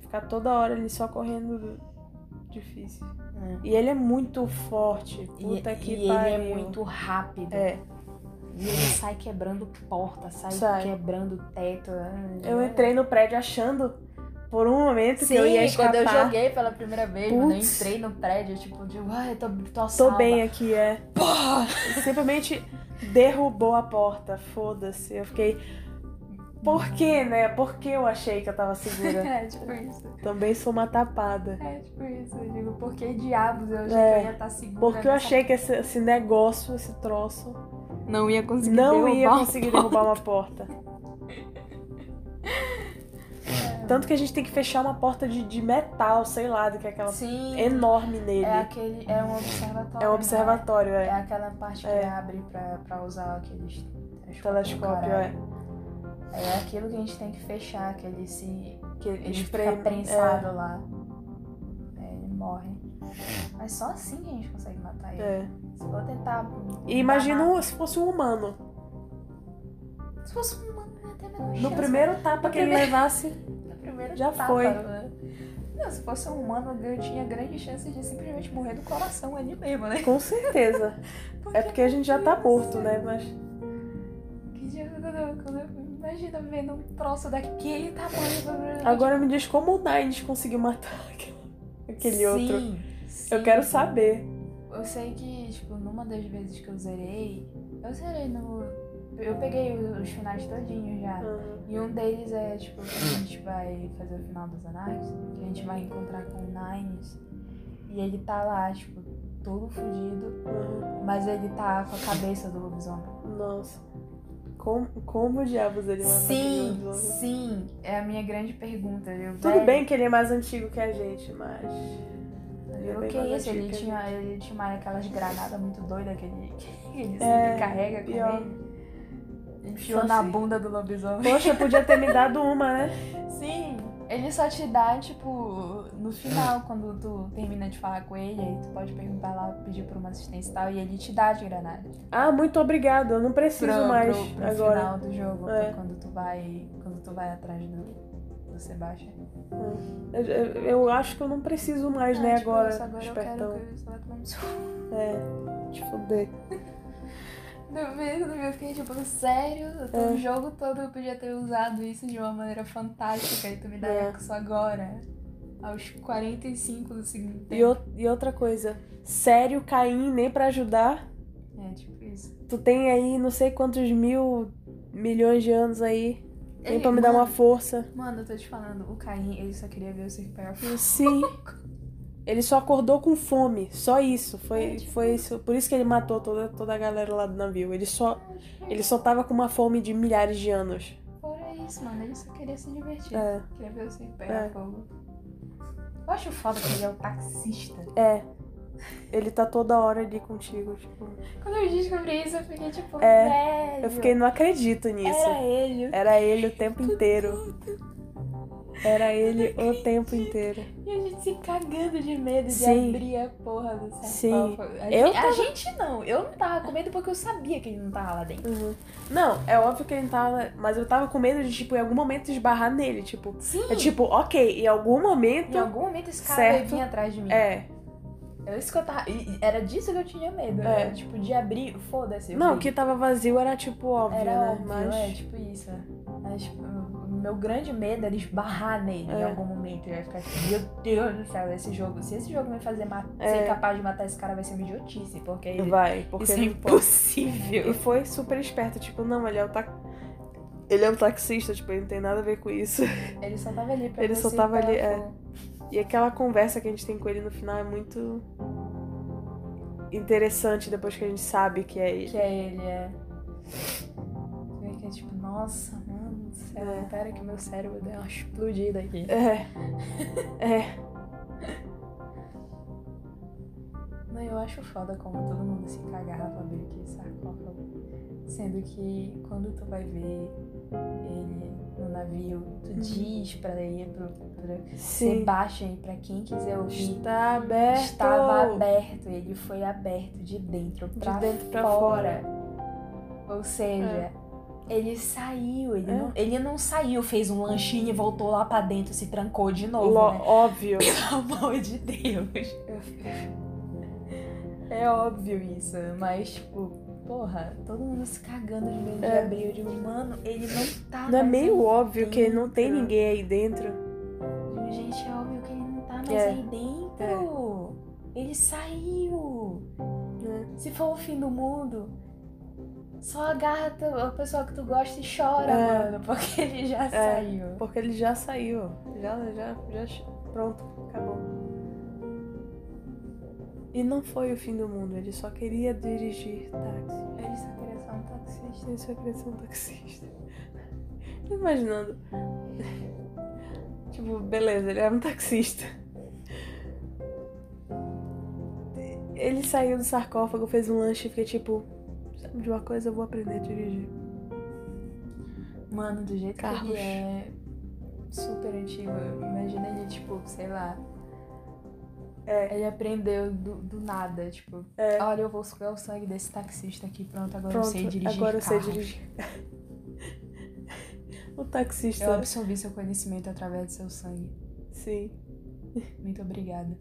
Speaker 2: ficar toda hora ali só correndo difícil.
Speaker 1: É.
Speaker 2: E ele é muito forte.
Speaker 1: E-
Speaker 2: Puta que
Speaker 1: e
Speaker 2: pariu.
Speaker 1: ele é muito rápido.
Speaker 2: É,
Speaker 1: E ele sai quebrando porta, sai,
Speaker 2: Sai.
Speaker 1: quebrando teto. é,
Speaker 2: Eu entrei no prédio achando por um momento
Speaker 1: Sim,
Speaker 2: que eu ia escapar.
Speaker 1: quando eu joguei pela primeira vez, quando eu
Speaker 2: Putz.
Speaker 1: entrei no prédio, tipo, de, uai, eu tô, tô,
Speaker 2: Tô
Speaker 1: salva."
Speaker 2: bem aqui, é. Simplesmente derrubou a porta, foda-se. Eu fiquei. Por quê, né? Por que eu achei que eu tava segura?
Speaker 1: É, tipo isso.
Speaker 2: Também sou uma tapada.
Speaker 1: É, tipo isso. Eu digo, por que diabos eu achei
Speaker 2: É,
Speaker 1: que eu ia estar segura?
Speaker 2: Porque eu
Speaker 1: nessa-
Speaker 2: achei que esse, esse negócio, esse troço,
Speaker 1: Não ia conseguir
Speaker 2: não
Speaker 1: derrubar.
Speaker 2: ia conseguir derrubar uma porta. Tanto que a gente tem que fechar uma porta de, de metal, sei lá, do que é aquela
Speaker 1: Sim.
Speaker 2: enorme nele.
Speaker 1: É aquele. É um observatório.
Speaker 2: É um
Speaker 1: né?
Speaker 2: observatório,
Speaker 1: É
Speaker 2: é.
Speaker 1: aquela parte que
Speaker 2: É.
Speaker 1: abre pra, pra usar aqueles. telescópios,
Speaker 2: Telescópio,
Speaker 1: caralho.
Speaker 2: é.
Speaker 1: É aquilo que a gente tem que fechar, que ele se.
Speaker 2: Que
Speaker 1: Ele
Speaker 2: espreme-
Speaker 1: fica prensado lá. É, ele morre. Mas só assim que a gente consegue matar ele.
Speaker 2: É.
Speaker 1: Se for tentar.
Speaker 2: E imagina um- se fosse um humano.
Speaker 1: Se fosse um humano, ia ter menos
Speaker 2: No
Speaker 1: chance.
Speaker 2: primeiro tapa
Speaker 1: No
Speaker 2: que ele levasse.
Speaker 1: Na primeira
Speaker 2: Já
Speaker 1: etapa,
Speaker 2: foi.
Speaker 1: né? Não, se fosse um humano, eu tinha grandes chances de simplesmente morrer do coração ali mesmo, né?
Speaker 2: Com certeza. É porque a gente já tá morto, né? Mas.
Speaker 1: Que dia quando eu- quando eu- Imagina vendo um troço daquele tamanho.
Speaker 2: Agora me diz como o Nines conseguiu matar aquele- aquele
Speaker 1: Sim,
Speaker 2: outro.
Speaker 1: sim.
Speaker 2: Eu quero saber.
Speaker 1: Eu sei que, tipo, numa das vezes que eu zerei, eu zerei no. Eu peguei os finais todinhos já.
Speaker 2: Ah,
Speaker 1: E um deles é, tipo, quando a gente vai fazer o final dos anais, que a gente vai encontrar com o Nines. E ele tá lá, tipo, todo fudido.
Speaker 2: ah,
Speaker 1: Mas ele tá com a cabeça do lobisomem.
Speaker 2: Nossa. Como, como diabos ele tá matou aquele
Speaker 1: Sim,
Speaker 2: lobisomem?
Speaker 1: sim. É a minha grande pergunta. Eu,
Speaker 2: Tudo
Speaker 1: velho,
Speaker 2: bem que ele é mais antigo que a gente, mas. Ele é
Speaker 1: eu,
Speaker 2: bem
Speaker 1: que
Speaker 2: mais
Speaker 1: isso? Ele
Speaker 2: antigo que a
Speaker 1: tinha, ele tinha aquelas granadas muito doidas que ele, que ele
Speaker 2: É,
Speaker 1: sempre carrega com
Speaker 2: pior.
Speaker 1: ele. Enfiou na
Speaker 2: Assim.
Speaker 1: bunda do lobisomem.
Speaker 2: Poxa, podia ter me dado uma, né?
Speaker 1: Sim, Ele só te dá, tipo, no final, quando tu termina de falar com ele, aí tu pode perguntar lá, pedir por uma assistência e tal, e ele te dá de granada.
Speaker 2: Ah, muito obrigada. Eu não preciso
Speaker 1: Pro,
Speaker 2: mais
Speaker 1: pro, pro
Speaker 2: agora.
Speaker 1: final do jogo,
Speaker 2: É.
Speaker 1: pra quando tu vai. Quando tu vai atrás do, do Sebastian.
Speaker 2: Eu, eu- eu acho que eu não preciso mais,
Speaker 1: Ah,
Speaker 2: né,
Speaker 1: tipo,
Speaker 2: agora,
Speaker 1: isso, agora
Speaker 2: espertão.
Speaker 1: eu quero que eu só vai tomar no seu.
Speaker 2: É, te fuder.
Speaker 1: No meio do meu fiquei tipo, sério, eu tô
Speaker 2: É.
Speaker 1: no jogo todo eu podia ter usado isso de uma maneira fantástica e tu me dá
Speaker 2: É.
Speaker 1: isso agora. Aos 45 do segundo
Speaker 2: E,
Speaker 1: tempo.
Speaker 2: ou- e outra coisa, sério, Caim, nem pra ajudar?
Speaker 1: É, tipo isso.
Speaker 2: Tu tem aí não sei quantos mil milhões de anos aí,
Speaker 1: Ei,
Speaker 2: nem pra Então me dar uma
Speaker 1: mano,
Speaker 2: força.
Speaker 1: Mano, eu tô te falando, o Caim, ele só queria ver o Circo pegar fogo.
Speaker 2: Sim. Ele só acordou com fome, só isso. Foi,
Speaker 1: É, tipo
Speaker 2: foi isso. Por isso que ele matou toda, toda a galera lá do navio. Ele só, ele só tava com uma fome de milhares de anos.
Speaker 1: Fora isso, mano, ele só queria se divertir.
Speaker 2: É,
Speaker 1: Queria ver o Circo pegar
Speaker 2: É.
Speaker 1: fogo. Eu acho foda que ele é o taxista.
Speaker 2: é. Ele tá toda hora ali contigo. Tipo.
Speaker 1: Quando eu descobri isso, eu fiquei tipo,
Speaker 2: É,
Speaker 1: velho.
Speaker 2: Eu fiquei, não acredito nisso.
Speaker 1: Era ele.
Speaker 2: Era ele o tempo inteiro. Era ele o tempo inteiro.
Speaker 1: E a gente se cagando de medo
Speaker 2: Sim.
Speaker 1: de abrir a porra do
Speaker 2: Sim.
Speaker 1: sarcófago. A,
Speaker 2: Eu
Speaker 1: gente, a
Speaker 2: tava-
Speaker 1: gente não. Eu não tava com medo porque eu sabia que ele não tava lá dentro.
Speaker 2: Uhum. Não, é óbvio que ele tava. Mas eu tava com medo de, tipo, em algum momento esbarrar nele. Tipo,
Speaker 1: Sim.
Speaker 2: é tipo, ok, em algum momento.
Speaker 1: Em algum momento esse cara
Speaker 2: Certo.
Speaker 1: vai vir atrás de mim.
Speaker 2: É.
Speaker 1: É isso que eu tava... e- e Era disso que eu tinha medo.
Speaker 2: É.
Speaker 1: Era, tipo, de abrir... Foda-se. eu
Speaker 2: Não, o
Speaker 1: abri.
Speaker 2: que tava vazio era, tipo, óbvio,
Speaker 1: Era
Speaker 2: né?
Speaker 1: óbvio,
Speaker 2: mas.
Speaker 1: é tipo isso. é. Mas tipo, o meu grande medo era esbarrar nele em
Speaker 2: É.
Speaker 1: algum momento. Eu ia ficar tipo, meu Deus do céu, esse jogo. Se esse jogo me fazer ma-
Speaker 2: É.
Speaker 1: ser capaz de matar esse cara, vai ser uma idiotice. Porque ele...
Speaker 2: Vai, porque.
Speaker 1: isso é
Speaker 2: não pode. E
Speaker 1: impossível.
Speaker 2: foi super esperto, tipo, não, ele é um tax... Ele é um taxista, tipo, ele não tem nada a ver com isso.
Speaker 1: Ele só tava ali pra
Speaker 2: Ele só
Speaker 1: você tá
Speaker 2: tava
Speaker 1: pegar
Speaker 2: ali, é.
Speaker 1: fogo.
Speaker 2: E aquela conversa que a gente tem com ele no final é muito interessante depois que a gente sabe que é ele.
Speaker 1: Que é ele, é. Tu vê que é tipo, nossa, mano do céu,
Speaker 2: É.
Speaker 1: pera que meu cérebro deu uma explodida aqui.
Speaker 2: É. É.
Speaker 1: Não, eu acho foda como todo mundo se cagava meio que sarcófago. Sendo que quando tu vai ver ele no navio, tu diz pra ele, pro, pro
Speaker 2: Uhum. Sim.
Speaker 1: Sebastian, e pra quem quiser ouvir,
Speaker 2: Está aberto.
Speaker 1: estava aberto, ele foi aberto de dentro pra,
Speaker 2: dentro pra
Speaker 1: fora. Ou seja, ele saiu, ele,
Speaker 2: É.
Speaker 1: não, ele não saiu, fez um lanchinho e voltou lá pra dentro, se trancou de novo,
Speaker 2: Lo-
Speaker 1: né?
Speaker 2: Óbvio.
Speaker 1: Pelo amor de Deus. É óbvio isso, mas tipo, porra, todo mundo se cagando de medo de
Speaker 2: É.
Speaker 1: abrir. Eu digo, mano, ele não tá
Speaker 2: Não é
Speaker 1: mais
Speaker 2: meio
Speaker 1: aí
Speaker 2: óbvio que não tem
Speaker 1: dentro.
Speaker 2: ninguém aí dentro?
Speaker 1: Digo, Gente, é óbvio que ele não tá mais
Speaker 2: É.
Speaker 1: aí dentro. Ele saiu.
Speaker 2: É.
Speaker 1: Se for o fim do mundo, só agarra tu- a pessoa que tu gosta e chora,
Speaker 2: É.
Speaker 1: mano, porque ele já saiu.
Speaker 2: Porque ele já saiu. Já, já, já. Pronto, acabou. E não foi o fim do mundo, ele só queria dirigir táxi.
Speaker 1: Ele só queria ser um taxista.
Speaker 2: Gente, eu queria ser um taxista. Tô imaginando. Tipo, beleza, ele era um taxista. Ele saiu do sarcófago, fez um lanche e fiquei tipo. Sabe de uma coisa, eu vou aprender a dirigir.
Speaker 1: Mano, do jeito
Speaker 2: Carros.
Speaker 1: que ele é super antigo, imagina ele, tipo, sei lá.
Speaker 2: É.
Speaker 1: Ele aprendeu do, do nada, tipo,
Speaker 2: É.
Speaker 1: olha, eu vou sugar o sangue desse taxista aqui, pronto, agora
Speaker 2: Pronto,
Speaker 1: eu sei dirigir.
Speaker 2: agora eu sei
Speaker 1: carro.
Speaker 2: dirigir. o
Speaker 1: Eu
Speaker 2: taxista.
Speaker 1: absorvi seu conhecimento através do seu sangue.
Speaker 2: Sim.
Speaker 1: Muito obrigada.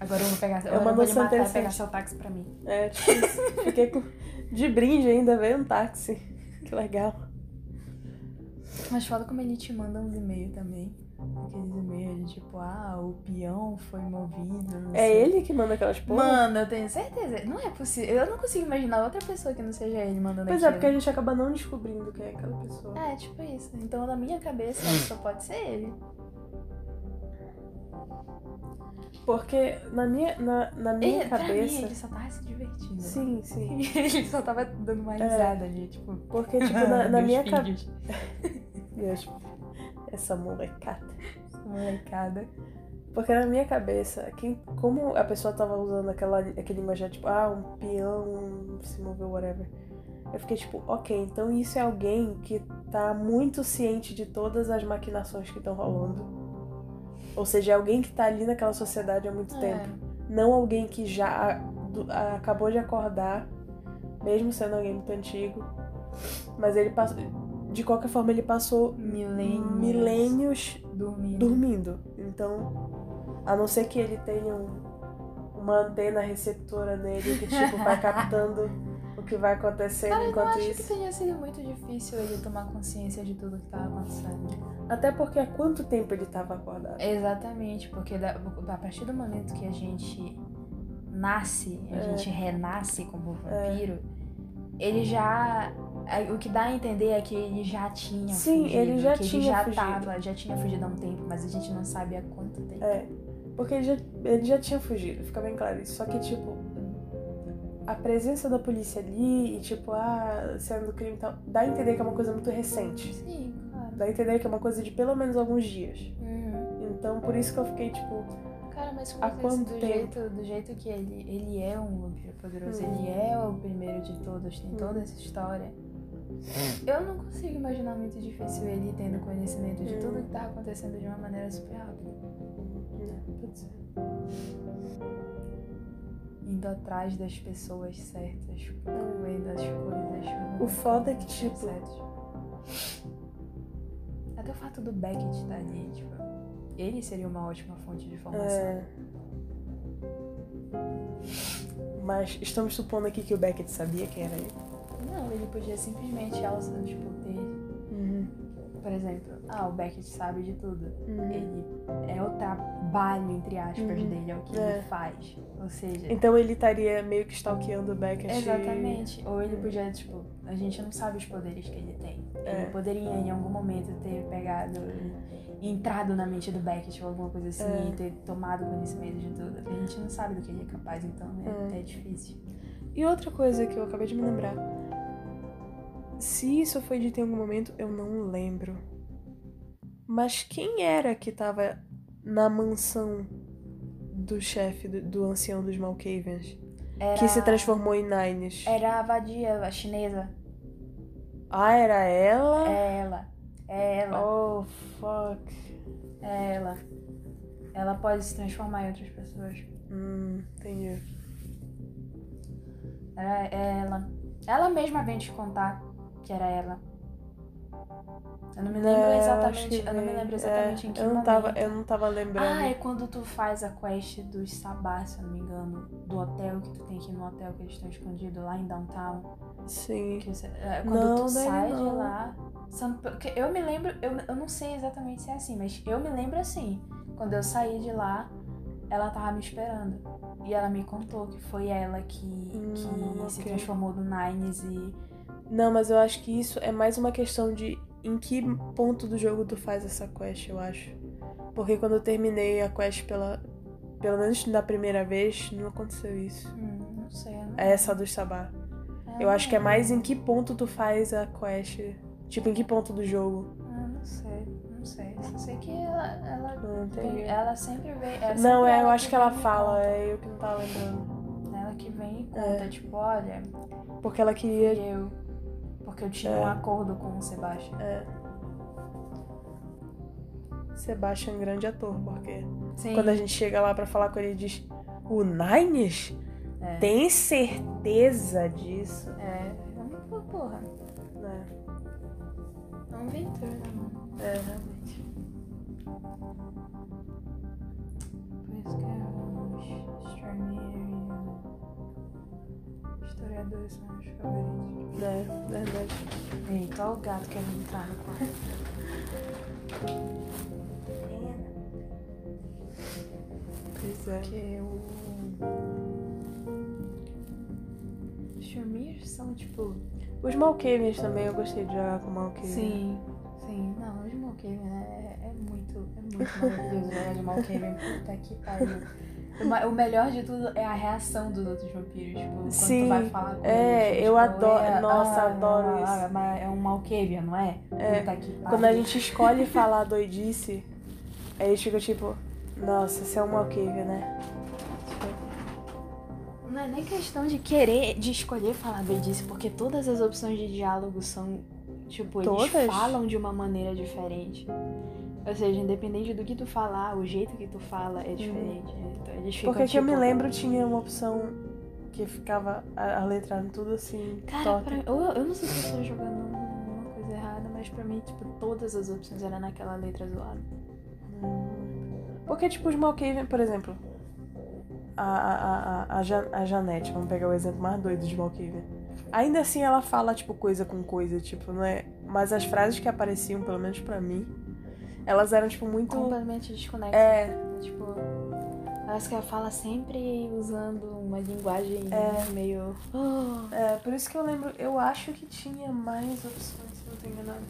Speaker 1: Agora eu vou pegar. agora
Speaker 2: É uma
Speaker 1: eu vou lhe
Speaker 2: noção
Speaker 1: matar e pegar
Speaker 2: interessante.
Speaker 1: seu táxi pra mim.
Speaker 2: É, tipo, isso. fiquei com... de brinde ainda, veio um táxi. Que legal.
Speaker 1: Mas fala como ele te manda uns e-mails também. Aqueles e-mails de tipo, ah, o peão foi movido. não
Speaker 2: É
Speaker 1: sei
Speaker 2: ele que manda aquelas porra?
Speaker 1: Mano, eu tenho certeza. Não é possível. Eu não consigo imaginar outra pessoa que não seja ele mandando
Speaker 2: Pois é,
Speaker 1: aquilo.
Speaker 2: porque a gente acaba não descobrindo quem é aquela pessoa.
Speaker 1: É, tipo isso. Então, na minha cabeça,
Speaker 2: Hum.
Speaker 1: só pode ser ele.
Speaker 2: Porque na minha, na, na minha
Speaker 1: ele É, Pra mim,
Speaker 2: cabeça.
Speaker 1: ele só tava se divertindo.
Speaker 2: Sim, sim.
Speaker 1: ele só tava dando uma risada ali, tipo...
Speaker 2: Porque, tipo, na, na
Speaker 1: dos
Speaker 2: minha cabeça.
Speaker 1: filhos,
Speaker 2: Essa molecada.
Speaker 1: Molecada.
Speaker 2: Porque na minha cabeça, quem, como a pessoa tava usando aquela, aquele linguajar, tipo, ah, um peão um se moveu, whatever. Eu fiquei tipo, ok, então isso é alguém que tá muito ciente de todas as maquinações que estão rolando. Ou seja, é alguém que tá ali naquela sociedade há
Speaker 1: É.
Speaker 2: muito tempo. Não alguém que já do- a- acabou de acordar, mesmo sendo alguém muito antigo. Mas ele passou. De qualquer forma, ele passou
Speaker 1: Milênios.
Speaker 2: milênios
Speaker 1: Dormindo.
Speaker 2: dormindo. Então, a não ser que ele tenha um- uma antena receptora nele que tipo vai captando o que vai acontecendo
Speaker 1: Cara, eu não
Speaker 2: enquanto
Speaker 1: acho que
Speaker 2: isso.
Speaker 1: tenha sido muito difícil ele tomar consciência de tudo que tava acontecendo.
Speaker 2: Até porque há quanto tempo ele tava acordado?
Speaker 1: Exatamente, porque da- a partir do momento que a gente nasce, a
Speaker 2: É.
Speaker 1: gente renasce como vampiro, ele já. aí, O que dá a entender é que ele já tinha
Speaker 2: Sim,
Speaker 1: fugido.
Speaker 2: ele já
Speaker 1: que
Speaker 2: tinha
Speaker 1: ele já
Speaker 2: fugido.
Speaker 1: tava, já tinha fugido há um tempo, mas a gente não sabe há quanto tempo.
Speaker 2: É. Porque ele já, ele já tinha fugido, fica bem claro isso. Só que, tipo, a presença da polícia ali e, tipo, ah, sendo do crime e tal, dá a entender que é uma coisa muito recente.
Speaker 1: Sim, claro.
Speaker 2: Dá a entender que é uma coisa de pelo menos alguns dias.
Speaker 1: Uhum.
Speaker 2: Então, por isso que eu fiquei, tipo,
Speaker 1: Cara, mas como
Speaker 2: Há
Speaker 1: eu disse,
Speaker 2: quanto
Speaker 1: do
Speaker 2: tempo?
Speaker 1: jeito, do jeito que ele, ele é um vampiro poderoso,
Speaker 2: Hum.
Speaker 1: ele é o primeiro de todos, tem
Speaker 2: Hum.
Speaker 1: toda essa história. Eu não consigo imaginar muito difícil ele tendo conhecimento de tudo
Speaker 2: Hum.
Speaker 1: que tá acontecendo de uma maneira super rápida.
Speaker 2: pode ser.
Speaker 1: Indo atrás das pessoas certas, vendo as coisas.
Speaker 2: O foda é que,
Speaker 1: acontecendo
Speaker 2: tipo,
Speaker 1: certas. Até o fato do Beckett estar ali, tipo, ele seria uma ótima fonte de informação.
Speaker 2: É. Mas estamos supondo aqui que o Beckett sabia quem era ele.
Speaker 1: Não, ele podia simplesmente alça, tipo, ter. Por exemplo, ah, o Beckett sabe de tudo. Ele é o trabalho, entre aspas,
Speaker 2: Uhum.
Speaker 1: dele, é o que
Speaker 2: É.
Speaker 1: ele faz. Ou seja.
Speaker 2: Então ele estaria meio que stalkeando o Beckett.
Speaker 1: Exatamente. Ou ele podia, tipo, a gente não sabe os poderes que ele tem.
Speaker 2: É.
Speaker 1: Ele poderia em algum momento ter pegado e entrado na mente do Beckett ou alguma coisa assim
Speaker 2: É.
Speaker 1: e ter tomado conhecimento de tudo. A gente não sabe do que ele é capaz, então é, é difícil.
Speaker 2: E outra coisa que eu acabei de me lembrar. Se isso foi dito em algum momento, eu não lembro. Mas quem era que tava na mansão do chefe, do, do ancião dos Malkavens?
Speaker 1: Era, É.
Speaker 2: Que se transformou em Nines?
Speaker 1: Era a vadia, a chinesa.
Speaker 2: Ah, era ela?
Speaker 1: É ela. É ela.
Speaker 2: Oh, fuck.
Speaker 1: É ela. Ela pode se transformar em outras pessoas.
Speaker 2: Hum, entendi.
Speaker 1: Era ela. Ela mesma vem te contar que era ela. Eu não me lembro
Speaker 2: É, acho
Speaker 1: exatamente.
Speaker 2: que
Speaker 1: Eu não me
Speaker 2: vem.
Speaker 1: lembro exatamente
Speaker 2: É,
Speaker 1: em que
Speaker 2: eu não
Speaker 1: momento.
Speaker 2: tava, Eu não tava lembrando.
Speaker 1: Ah, é quando tu faz a quest dos Sabá, se eu não me engano, do hotel, que tu tem que ir no hotel que eles estão escondidos lá em downtown.
Speaker 2: Sim.
Speaker 1: Que você- é, quando
Speaker 2: Não,
Speaker 1: tu
Speaker 2: daí
Speaker 1: sai de
Speaker 2: não.
Speaker 1: lá. São, porque eu me lembro, eu, eu não sei exatamente se é assim, mas eu me lembro assim. Quando eu saí de lá, ela tava me esperando. E ela me contou que foi ela que, que
Speaker 2: Hum,
Speaker 1: se
Speaker 2: ok.
Speaker 1: transformou do Nines e
Speaker 2: Não, mas eu acho que isso é mais uma questão de em que ponto do jogo tu faz essa quest, eu acho. Porque quando eu terminei a quest pela. Pelo menos da primeira vez, não aconteceu isso.
Speaker 1: Hum, não sei. eu não-
Speaker 2: É essa do Sabá. Eu acho que é mais em que ponto tu faz a quest. Tipo, em que ponto do jogo.
Speaker 1: Ah, não sei, não sei. Só sei que ela. Ela,
Speaker 2: Não entendi.
Speaker 1: ela sempre vem. é
Speaker 2: Não,
Speaker 1: sempre
Speaker 2: é, eu acho que ela
Speaker 1: vem e
Speaker 2: fala, é eu que não tava lembrando.
Speaker 1: conta. Ela que vem e conta, tipo, olha,
Speaker 2: Porque ela
Speaker 1: e
Speaker 2: queria.
Speaker 1: eu. Porque eu tinha um
Speaker 2: É.
Speaker 1: acordo com o Sebastião.
Speaker 2: Sebastian, grande ator, porque.
Speaker 1: Sim.
Speaker 2: Quando a gente chega lá pra falar com ele, ele diz: O Nines?
Speaker 1: É.
Speaker 2: Tem certeza disso?
Speaker 1: É, é uma boa porra.
Speaker 2: É,
Speaker 1: É um ventura, né, mano?
Speaker 2: é realmente.
Speaker 1: Por isso que é os Stormier e os historiadores são meus favoritos.
Speaker 2: É, verdade.
Speaker 1: Eita, olha tá o gato querendo entrar no quarto.
Speaker 2: Pois é.
Speaker 1: Porque o. Os filminhos são tipo.
Speaker 2: Os Malkavens também, eu gostei de jogar com Malkavian.
Speaker 1: Sim, sim. Não, os Malkavian é, é muito. É muito maravilhoso jogar de Malkavian. Puta que pariu. O, ma- o melhor de tudo é a reação dos outros vampiros. Tipo, quando
Speaker 2: Sim,
Speaker 1: tu vai falar com
Speaker 2: é,
Speaker 1: eles.
Speaker 2: eu
Speaker 1: tipo,
Speaker 2: adoro-
Speaker 1: é,
Speaker 2: nossa,
Speaker 1: ah,
Speaker 2: adoro
Speaker 1: ah,
Speaker 2: isso.
Speaker 1: ah, mas é um Malkavian, não é?
Speaker 2: É,
Speaker 1: Puta que pariu.
Speaker 2: Quando a gente escolhe falar doidice, aí eles ficam tipo: Nossa, você é um Malkavian, né? Tipo,
Speaker 4: Não é nem questão de querer, de escolher falar bem disso, porque todas as opções de diálogo são. Tipo,
Speaker 2: Todas?
Speaker 4: eles falam de uma maneira diferente. Ou seja, independente do que tu falar, o jeito que tu fala é diferente. Então, eles ficam,
Speaker 2: Porque que eu me
Speaker 4: tipo,
Speaker 2: lembro tinha uma opção que ficava a, a letra era tudo assim,
Speaker 4: Cara,
Speaker 2: torta.
Speaker 4: pra, eu, eu não sei se eu estou jogando uma coisa errada, mas pra mim, tipo, todas as opções eram naquela letra zoada.
Speaker 2: Porque, tipo, os Malkavian, por exemplo, a, a, a, a, Ja- a Janete, vamos pegar o exemplo mais doido de Malkavian. Ainda assim ela fala, tipo, coisa com coisa, tipo, não é? Mas as frases que apareciam, pelo menos pra mim, elas eram, tipo, muito.
Speaker 4: Completamente desconexo.
Speaker 2: É,
Speaker 4: Tipo, parece que ela fala sempre usando uma linguagem
Speaker 2: É.
Speaker 4: meio. "Oh",
Speaker 2: é, por isso que eu lembro, eu acho que tinha mais opções, se não tô enganado.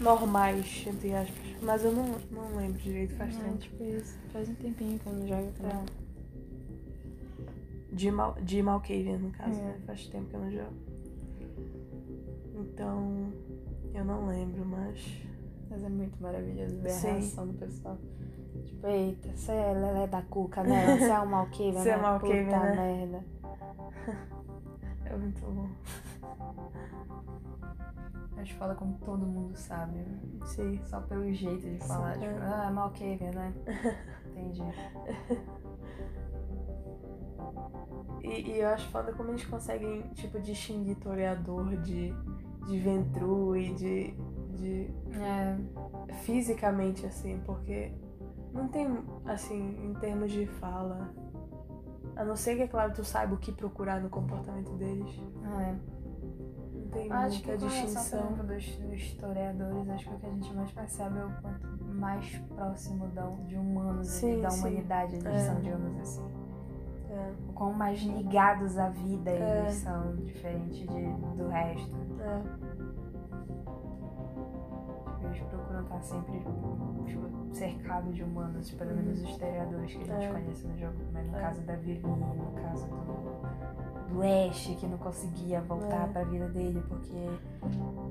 Speaker 2: Normais, entre aspas. Mas eu não, não lembro direito, faz
Speaker 4: né?
Speaker 2: tempo.
Speaker 4: Tipo isso. Faz um tempinho que eu não jogo
Speaker 1: tá?
Speaker 4: também.
Speaker 2: De, Mal, de Malkavian, no caso,
Speaker 4: É.
Speaker 2: né? Faz tempo que eu não jogo. Então, eu não lembro, mas.
Speaker 4: Mas é muito maravilhoso ver
Speaker 2: Sim.
Speaker 4: a reação do pessoal. Tipo, eita, você é lelé da cuca, né? Você é um malquiva,
Speaker 2: Cê
Speaker 4: né?
Speaker 2: é malquiva,
Speaker 4: Puta
Speaker 2: né?
Speaker 4: merda.
Speaker 2: É muito bom.
Speaker 1: A gente fala como todo mundo sabe, né?
Speaker 2: Sim.
Speaker 1: só pelo jeito de falar.
Speaker 2: Sim.
Speaker 1: Tipo, ah, Malkavian, né? Entendi.
Speaker 2: E, e eu acho foda como eles conseguem, tipo, distinguir toreador de, de ventru e de, de.
Speaker 4: É,
Speaker 2: fisicamente, assim, porque não tem, assim, em termos de fala. A não ser que, é claro, tu saiba o que procurar no comportamento deles.
Speaker 4: é.
Speaker 2: Não tem
Speaker 1: Eu acho que
Speaker 2: muita
Speaker 1: a
Speaker 2: distinção.
Speaker 1: distinção dos, dos toreadores, acho que o que a gente mais percebe é o quanto mais próximo da, de humanos
Speaker 2: Sim,
Speaker 1: e da
Speaker 2: sim.
Speaker 1: humanidade eles
Speaker 2: É.
Speaker 1: são, digamos assim.
Speaker 2: É.
Speaker 1: O quão mais ligados à vida
Speaker 2: É.
Speaker 1: eles são, diferente de, do resto.
Speaker 2: É.
Speaker 1: Eles procuram estar sempre tipo, cercados de humanos, pelo menos os historiadores que a gente
Speaker 2: Uhum. É.
Speaker 1: conhece no jogo, mas no
Speaker 2: É.
Speaker 1: caso da Vivi, no caso do, do Ash, que não conseguia voltar
Speaker 2: É.
Speaker 1: pra vida dele porque,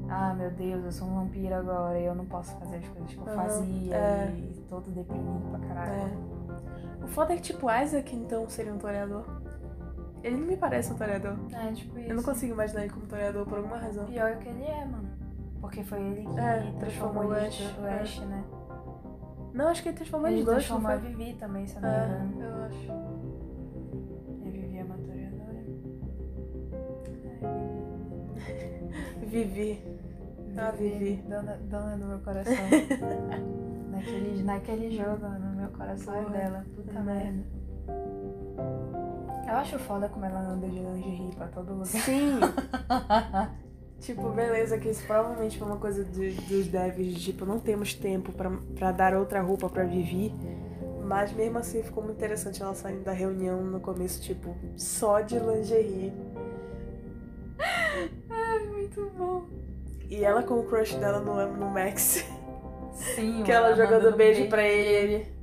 Speaker 1: ah meu Deus, eu sou um vampiro agora e eu não posso fazer as coisas que eu
Speaker 2: Aham,
Speaker 1: fazia,
Speaker 2: é.
Speaker 1: e todo deprimido pra caralho.
Speaker 2: É. O foda é que, tipo, Isaac, então, seria um toreador. Ele não me parece um toreador.
Speaker 1: É, tipo isso.
Speaker 2: Eu não consigo imaginar ele como toreador por alguma razão.
Speaker 1: Pior é o que ele é, mano. Porque foi ele que
Speaker 2: É,
Speaker 1: transformou
Speaker 2: transformou o
Speaker 1: ele-
Speaker 2: Ash,
Speaker 1: o
Speaker 2: é.
Speaker 1: Ash, né?
Speaker 2: Não, acho que ele transformou
Speaker 1: Ele
Speaker 2: eles dois, não
Speaker 1: transformou
Speaker 2: foi?
Speaker 1: a Vivi também, se eu não me engano.
Speaker 2: É, eu acho.
Speaker 1: Eu vivia uma toreadora. Ah,
Speaker 2: Vivi. Ah, Vivi.
Speaker 1: Dona, dona do meu coração. naquele, naquele jogo, no meu coração é
Speaker 2: Porra.
Speaker 1: dela. Puta
Speaker 2: Uhum.
Speaker 1: merda. Eu acho foda como ela anda de lingerie pra todo lugar.
Speaker 2: Sim! tipo, beleza, que isso provavelmente foi uma coisa do- dos devs, de, tipo, não temos tempo pra, pra dar outra roupa pra Vivi. Mas mesmo assim ficou muito interessante ela saindo da reunião no começo, tipo, só de lingerie.
Speaker 1: É Muito bom.
Speaker 2: E ela com o crush dela no, no Max.
Speaker 1: Sim,
Speaker 2: Que ela jogando
Speaker 1: mandando
Speaker 2: beijo pra ele. ele-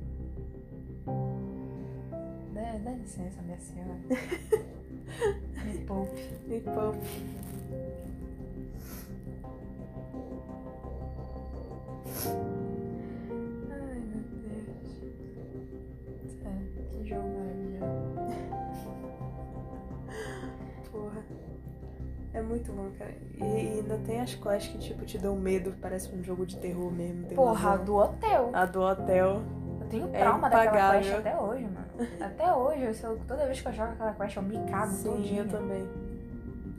Speaker 1: Dá, dá licença, minha senhora. Me poupe.
Speaker 2: E pô,
Speaker 1: Ai, meu Deus. Sério, que jogo maravilhoso.
Speaker 2: porra. É muito bom, cara. E, e ainda tem as quests que, tipo, te dão medo. Parece um jogo de terror mesmo. Tem uma
Speaker 1: Porra,
Speaker 2: zona-
Speaker 1: do hotel.
Speaker 2: A do hotel.
Speaker 1: Eu tenho
Speaker 2: É
Speaker 1: trauma daquela
Speaker 2: impagável.
Speaker 1: quest até hoje, mano. Até hoje, eu- se eu- toda vez que eu jogo aquela quest, eu me cago
Speaker 2: Sim,
Speaker 1: todinha.
Speaker 2: eu também.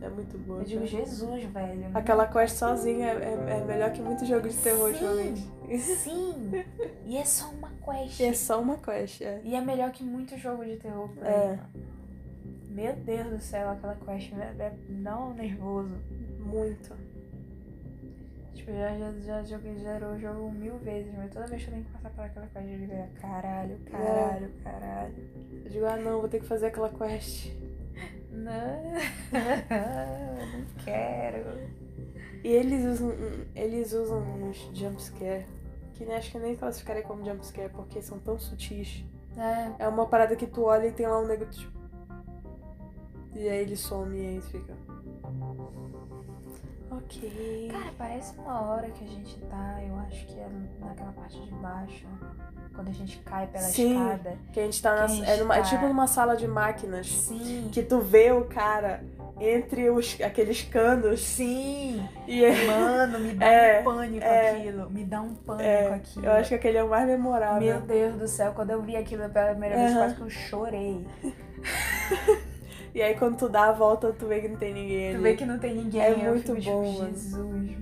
Speaker 2: É muito boa.
Speaker 1: Eu digo,
Speaker 2: cara.
Speaker 1: Jesus, velho.
Speaker 2: Aquela quest sozinha é, é- é melhor que muito jogo de terror
Speaker 1: Sim.
Speaker 2: ultimamente.
Speaker 1: Sim! E é só uma quest.
Speaker 2: E é só uma quest, é.
Speaker 1: E é melhor que muito jogo de terror por aí,
Speaker 2: É.
Speaker 1: mano. Meu Deus do céu, aquela quest me, me dá um nervoso.
Speaker 2: Muito.
Speaker 1: Tipo, já, já, já joguei, zerou o jogo mil vezes, mas toda vez que eu tenho que passar por aquela quest, eu digo, caralho,
Speaker 2: É.
Speaker 1: caralho, caralho.
Speaker 2: Eu digo, ah não, vou ter que fazer aquela quest.
Speaker 1: Não, não quero.
Speaker 2: E eles usam, um, eles usam uns jumpscare que nem, acho que nem classificaria como jumpscare porque são tão sutis.
Speaker 1: É,
Speaker 2: É uma parada que tu olha e tem lá um negro tipo. E aí ele some e aí tu fica. Ok.
Speaker 1: Cara, parece uma hora que a gente tá, eu acho que é naquela parte de baixo, quando a gente cai pela
Speaker 2: Sim.
Speaker 1: escada.
Speaker 2: Que a gente tá na.
Speaker 1: Que a gente
Speaker 2: é, numa- é
Speaker 1: tá-
Speaker 2: tipo numa sala de máquinas.
Speaker 1: Sim.
Speaker 2: Que tu vê o cara entre os, aqueles canos.
Speaker 1: Sim!
Speaker 2: E é-
Speaker 1: Mano, me dá
Speaker 2: É,
Speaker 1: um pânico
Speaker 2: é.
Speaker 1: aquilo. Me dá um pânico
Speaker 2: É,
Speaker 1: aquilo.
Speaker 2: eu acho que aquele é o mais memorável.
Speaker 1: Meu Deus do céu, quando eu vi aquilo pela primeira vez,
Speaker 2: Aham.
Speaker 1: quase que eu chorei.
Speaker 2: E aí quando tu dá a volta, tu vê que não tem ninguém ali.
Speaker 1: Tu vê que não tem ninguém.
Speaker 2: É
Speaker 1: eu
Speaker 2: muito
Speaker 1: fico,
Speaker 2: bom,
Speaker 1: Tipo,
Speaker 2: mano.
Speaker 1: Jesus,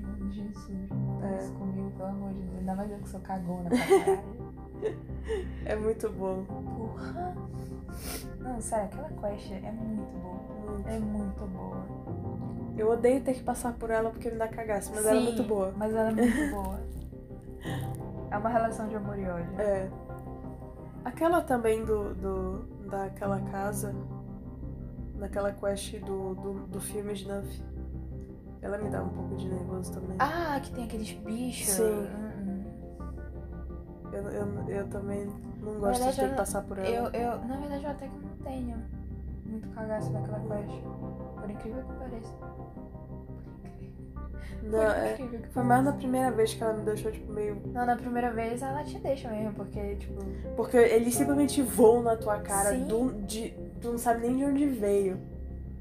Speaker 1: mano, Jesus. Não
Speaker 2: É.
Speaker 1: isso comigo, pelo amor de Deus. Ainda mais eu que sou cagona pra caralho.
Speaker 2: É muito bom.
Speaker 1: Porra. Não, sério, aquela quest é muito boa. É muito boa.
Speaker 2: Eu odeio ter que passar por ela porque me dá cagaço, mas ela é
Speaker 1: Sim,
Speaker 2: muito boa.
Speaker 1: Mas ela é muito boa. É uma relação de amor e ódio.
Speaker 2: É. Aquela também do, do daquela casa, daquela quest do, do, do filme Snuff. Ela me dá um pouco de nervoso também.
Speaker 1: Ah, que tem aqueles bichos.
Speaker 2: Sim.
Speaker 1: Hum, hum.
Speaker 2: Eu, eu, eu também não gosto
Speaker 1: verdade,
Speaker 2: de ter
Speaker 1: eu
Speaker 2: que
Speaker 1: não-
Speaker 2: passar por ela.
Speaker 1: Eu, eu, na verdade, eu até que não tenho muito cagaço daquela quest. Por incrível que pareça. Por incrível.
Speaker 2: Não,
Speaker 1: Por
Speaker 2: é-
Speaker 1: incrível que
Speaker 2: foi mais na primeira vez que ela me deixou, tipo, meio.
Speaker 1: Não, na primeira vez ela te deixa mesmo, porque, tipo,
Speaker 2: Porque eles simplesmente voam na tua cara,
Speaker 1: Sim.
Speaker 2: do, de, tu não sabe nem de onde veio.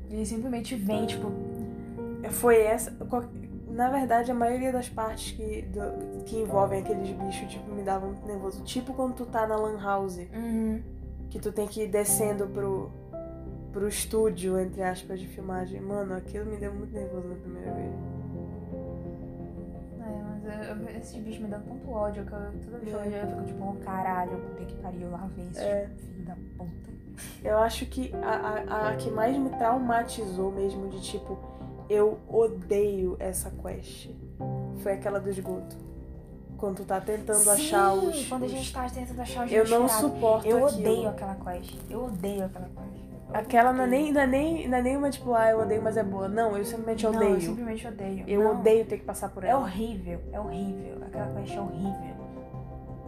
Speaker 1: ele simplesmente vem, tipo,
Speaker 2: Foi essa. qual- Na verdade, a maioria das partes que, do- que envolvem aqueles bichos, tipo, me dava muito nervoso. Tipo quando tu tá na lan house,
Speaker 1: uhum.
Speaker 2: que tu tem que ir descendo pro, pro estúdio, entre aspas, de filmagem. Mano, aquilo me deu muito nervoso na primeira vez.
Speaker 1: É, mas eu- eu- esses bichos me dão tanto ódio que eu, toda vez que eu
Speaker 2: É.
Speaker 1: olho, eu fico tipo, oh caralho, puta que pariu, lá vem esse
Speaker 2: É.
Speaker 1: filho da puta.
Speaker 2: Eu acho que a, a, a que mais me traumatizou mesmo, de tipo, eu odeio essa quest, foi aquela do esgoto. Quando tu tá tentando
Speaker 1: Sim,
Speaker 2: achar os.
Speaker 1: Quando a
Speaker 2: os-
Speaker 1: gente tá tentando achar os
Speaker 2: Eu não
Speaker 1: desesperados.
Speaker 2: suporto
Speaker 1: Eu
Speaker 2: aquilo.
Speaker 1: odeio aquela quest. Eu odeio aquela quest. Eu
Speaker 2: Aquela não é,
Speaker 1: odeio.
Speaker 2: nem, não, é nem, não é nem uma tipo, ah, eu odeio, mas é boa. Não, eu simplesmente
Speaker 1: Não,
Speaker 2: odeio.
Speaker 1: eu simplesmente odeio.
Speaker 2: Eu
Speaker 1: Não,
Speaker 2: odeio ter que passar por
Speaker 1: É
Speaker 2: ela.
Speaker 1: horrível, é horrível. Aquela quest é horrível.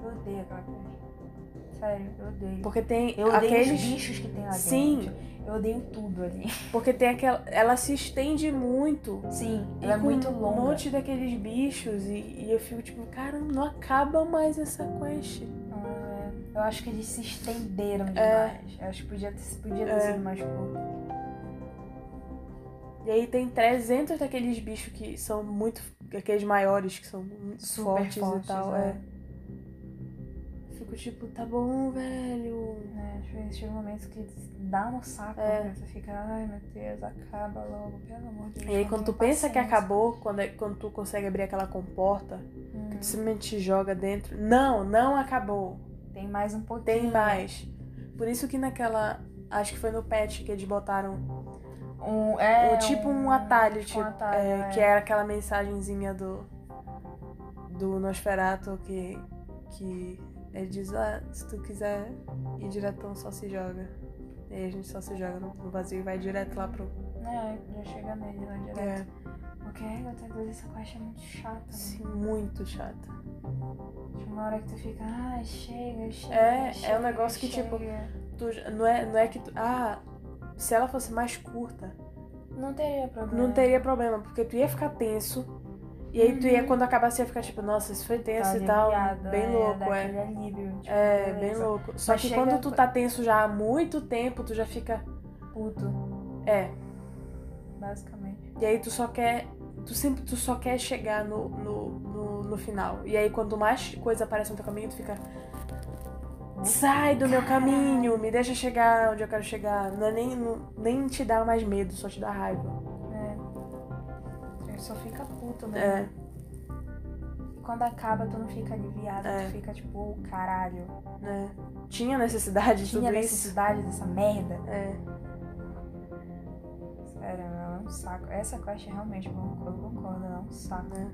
Speaker 1: Eu odeio aquela quest. Sério, eu odeio.
Speaker 2: Porque tem
Speaker 1: Eu odeio os
Speaker 2: aqueles.
Speaker 1: bichos que tem lá dentro.
Speaker 2: Sim,
Speaker 1: Eu odeio tudo ali.
Speaker 2: porque tem aquela. Ela se estende muito.
Speaker 1: Sim,
Speaker 2: e
Speaker 1: ela é
Speaker 2: com
Speaker 1: muito
Speaker 2: um
Speaker 1: longa.
Speaker 2: monte daqueles bichos. E, e eu fico tipo, caramba, não acaba mais essa quest.
Speaker 1: Ah, Eu acho que eles se estenderam demais. Eu acho que podia ter, podia ter
Speaker 2: É.
Speaker 1: sido mais curto.
Speaker 2: E aí tem 300 daqueles bichos que são muito. Aqueles maiores que são muito
Speaker 1: Super
Speaker 2: fortes,
Speaker 1: fortes,
Speaker 2: e tal.
Speaker 1: é.
Speaker 2: É. Fico tipo, tá bom, velho.
Speaker 1: né? Às vezes chega um momento que dá um saco,
Speaker 2: É.
Speaker 1: né? Você fica, ai meu Deus, acaba logo, pelo amor de Deus. tá
Speaker 2: E aí
Speaker 1: não
Speaker 2: quando tu
Speaker 1: tenho
Speaker 2: pensa que
Speaker 1: paciência.
Speaker 2: acabou, quando, é- quando tu consegue abrir aquela comporta, que
Speaker 1: Hum,
Speaker 2: tu simplesmente te joga dentro. Não, não acabou.
Speaker 1: tem mais um pouquinho.
Speaker 2: Tem mais. Por isso que naquela. Acho que foi no patch que eles botaram
Speaker 1: Um, é,
Speaker 2: um, tipo um atalho,
Speaker 1: tipo
Speaker 2: tipo,
Speaker 1: um atalho,
Speaker 2: é,
Speaker 1: é.
Speaker 2: que era aquela mensagenzinha do. Do Nosferato que. que ele diz, ah, se tu quiser ir diretão, só se joga. E aí a gente só se joga no, no vazio e vai direto lá pro.
Speaker 1: É, já chega nele lá direto.
Speaker 2: É,
Speaker 1: Porque ai, outra coisa, essa quest é muito chata. Né?
Speaker 2: assim, muito chato.
Speaker 1: Tem uma hora que tu fica, ai, chega, chega.
Speaker 2: É, é um
Speaker 1: chega,
Speaker 2: negócio que, tipo,
Speaker 1: chega."
Speaker 2: Tu, j- não, é, não é que tu. Ah, se ela fosse mais curta,
Speaker 1: Não teria problema.
Speaker 2: não teria problema, porque tu ia ficar tenso. E aí tu ia,
Speaker 1: Uhum.
Speaker 2: quando acabasse, ia ficar tipo, nossa, isso foi
Speaker 1: Tá
Speaker 2: tenso e tal.
Speaker 1: aliviado,
Speaker 2: bem
Speaker 1: é,
Speaker 2: louco,
Speaker 1: dá
Speaker 2: é.
Speaker 1: aquele alívio, tipo,
Speaker 2: É, bem
Speaker 1: beleza.
Speaker 2: louco. Só
Speaker 1: Mas
Speaker 2: que
Speaker 1: chega-
Speaker 2: quando tu tá tenso já há muito tempo, tu já fica.
Speaker 1: Puto,
Speaker 2: É.
Speaker 1: basicamente.
Speaker 2: E aí tu só quer. Tu sempre tu só quer chegar no, no, no, no final. E aí quanto mais coisa aparece no teu caminho, tu fica. Sai do meu caminho, me deixa chegar onde eu quero chegar. Não é nem, não- nem te dá mais medo, só te dá raiva.
Speaker 1: É. Tu É. só fica puto, né?
Speaker 2: É,
Speaker 1: Quando acaba, tu não fica aliviado,
Speaker 2: É.
Speaker 1: tu fica tipo, "Ô, caralho.
Speaker 2: né? Tinha necessidade de
Speaker 1: Tinha
Speaker 2: tudo
Speaker 1: necessidade dessa merda.
Speaker 2: isso. É.
Speaker 1: Sério, ela é um saco. Essa quest realmente, eu concordo, eu concordo, ela é um saco.
Speaker 2: né?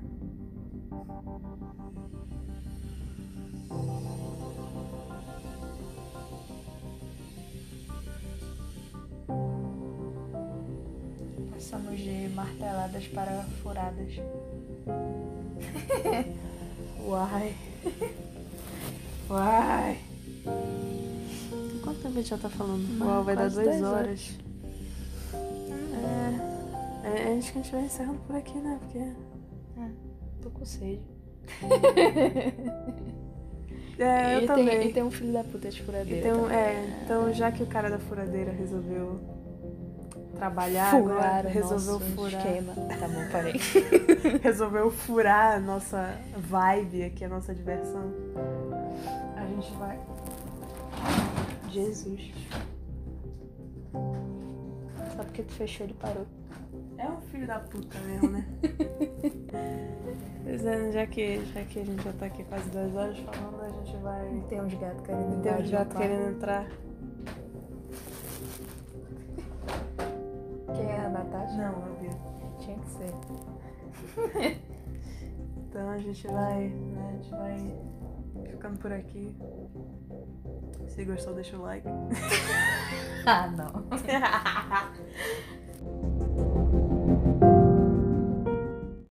Speaker 1: Passamos de marteladas para furadas.
Speaker 2: Uai. Uai. Quanto tempo a gente já tá falando?
Speaker 1: Hum,
Speaker 2: Uau, vai dar
Speaker 1: quase
Speaker 2: duas
Speaker 1: dez
Speaker 2: horas. É. É, acho que a gente vai encerrando por aqui, né? Porque.
Speaker 5: Tô com sede.
Speaker 2: É, eu
Speaker 1: e,
Speaker 2: também.
Speaker 1: Tem, e tem um filho da puta de furadeira.
Speaker 2: então,
Speaker 1: também,
Speaker 2: é,
Speaker 1: né?
Speaker 2: então, já que o cara da furadeira resolveu trabalhar, agora,
Speaker 1: Furar o
Speaker 2: resolveu
Speaker 1: nosso
Speaker 2: furar,
Speaker 1: esquema. Tá bom, parei.
Speaker 2: resolveu furar a nossa vibe aqui, a nossa diversão.
Speaker 1: A gente vai.
Speaker 5: Jesus.
Speaker 1: Só porque tu fechou, ele parou.
Speaker 2: É um filho da puta mesmo, né? Pois é, já que, já que a gente já tá aqui quase duas horas falando, a gente vai.
Speaker 1: Tem uns gatos querendo
Speaker 2: Tem um
Speaker 1: invadir o
Speaker 2: gato
Speaker 1: quarto.
Speaker 2: querendo entrar.
Speaker 1: Quem é a Natasha?
Speaker 2: Não, meu Deus.
Speaker 1: Tinha que ser.
Speaker 2: Então a gente vai, né, a gente vai ficando por aqui. Se gostou, deixa o like.
Speaker 1: Ah, não.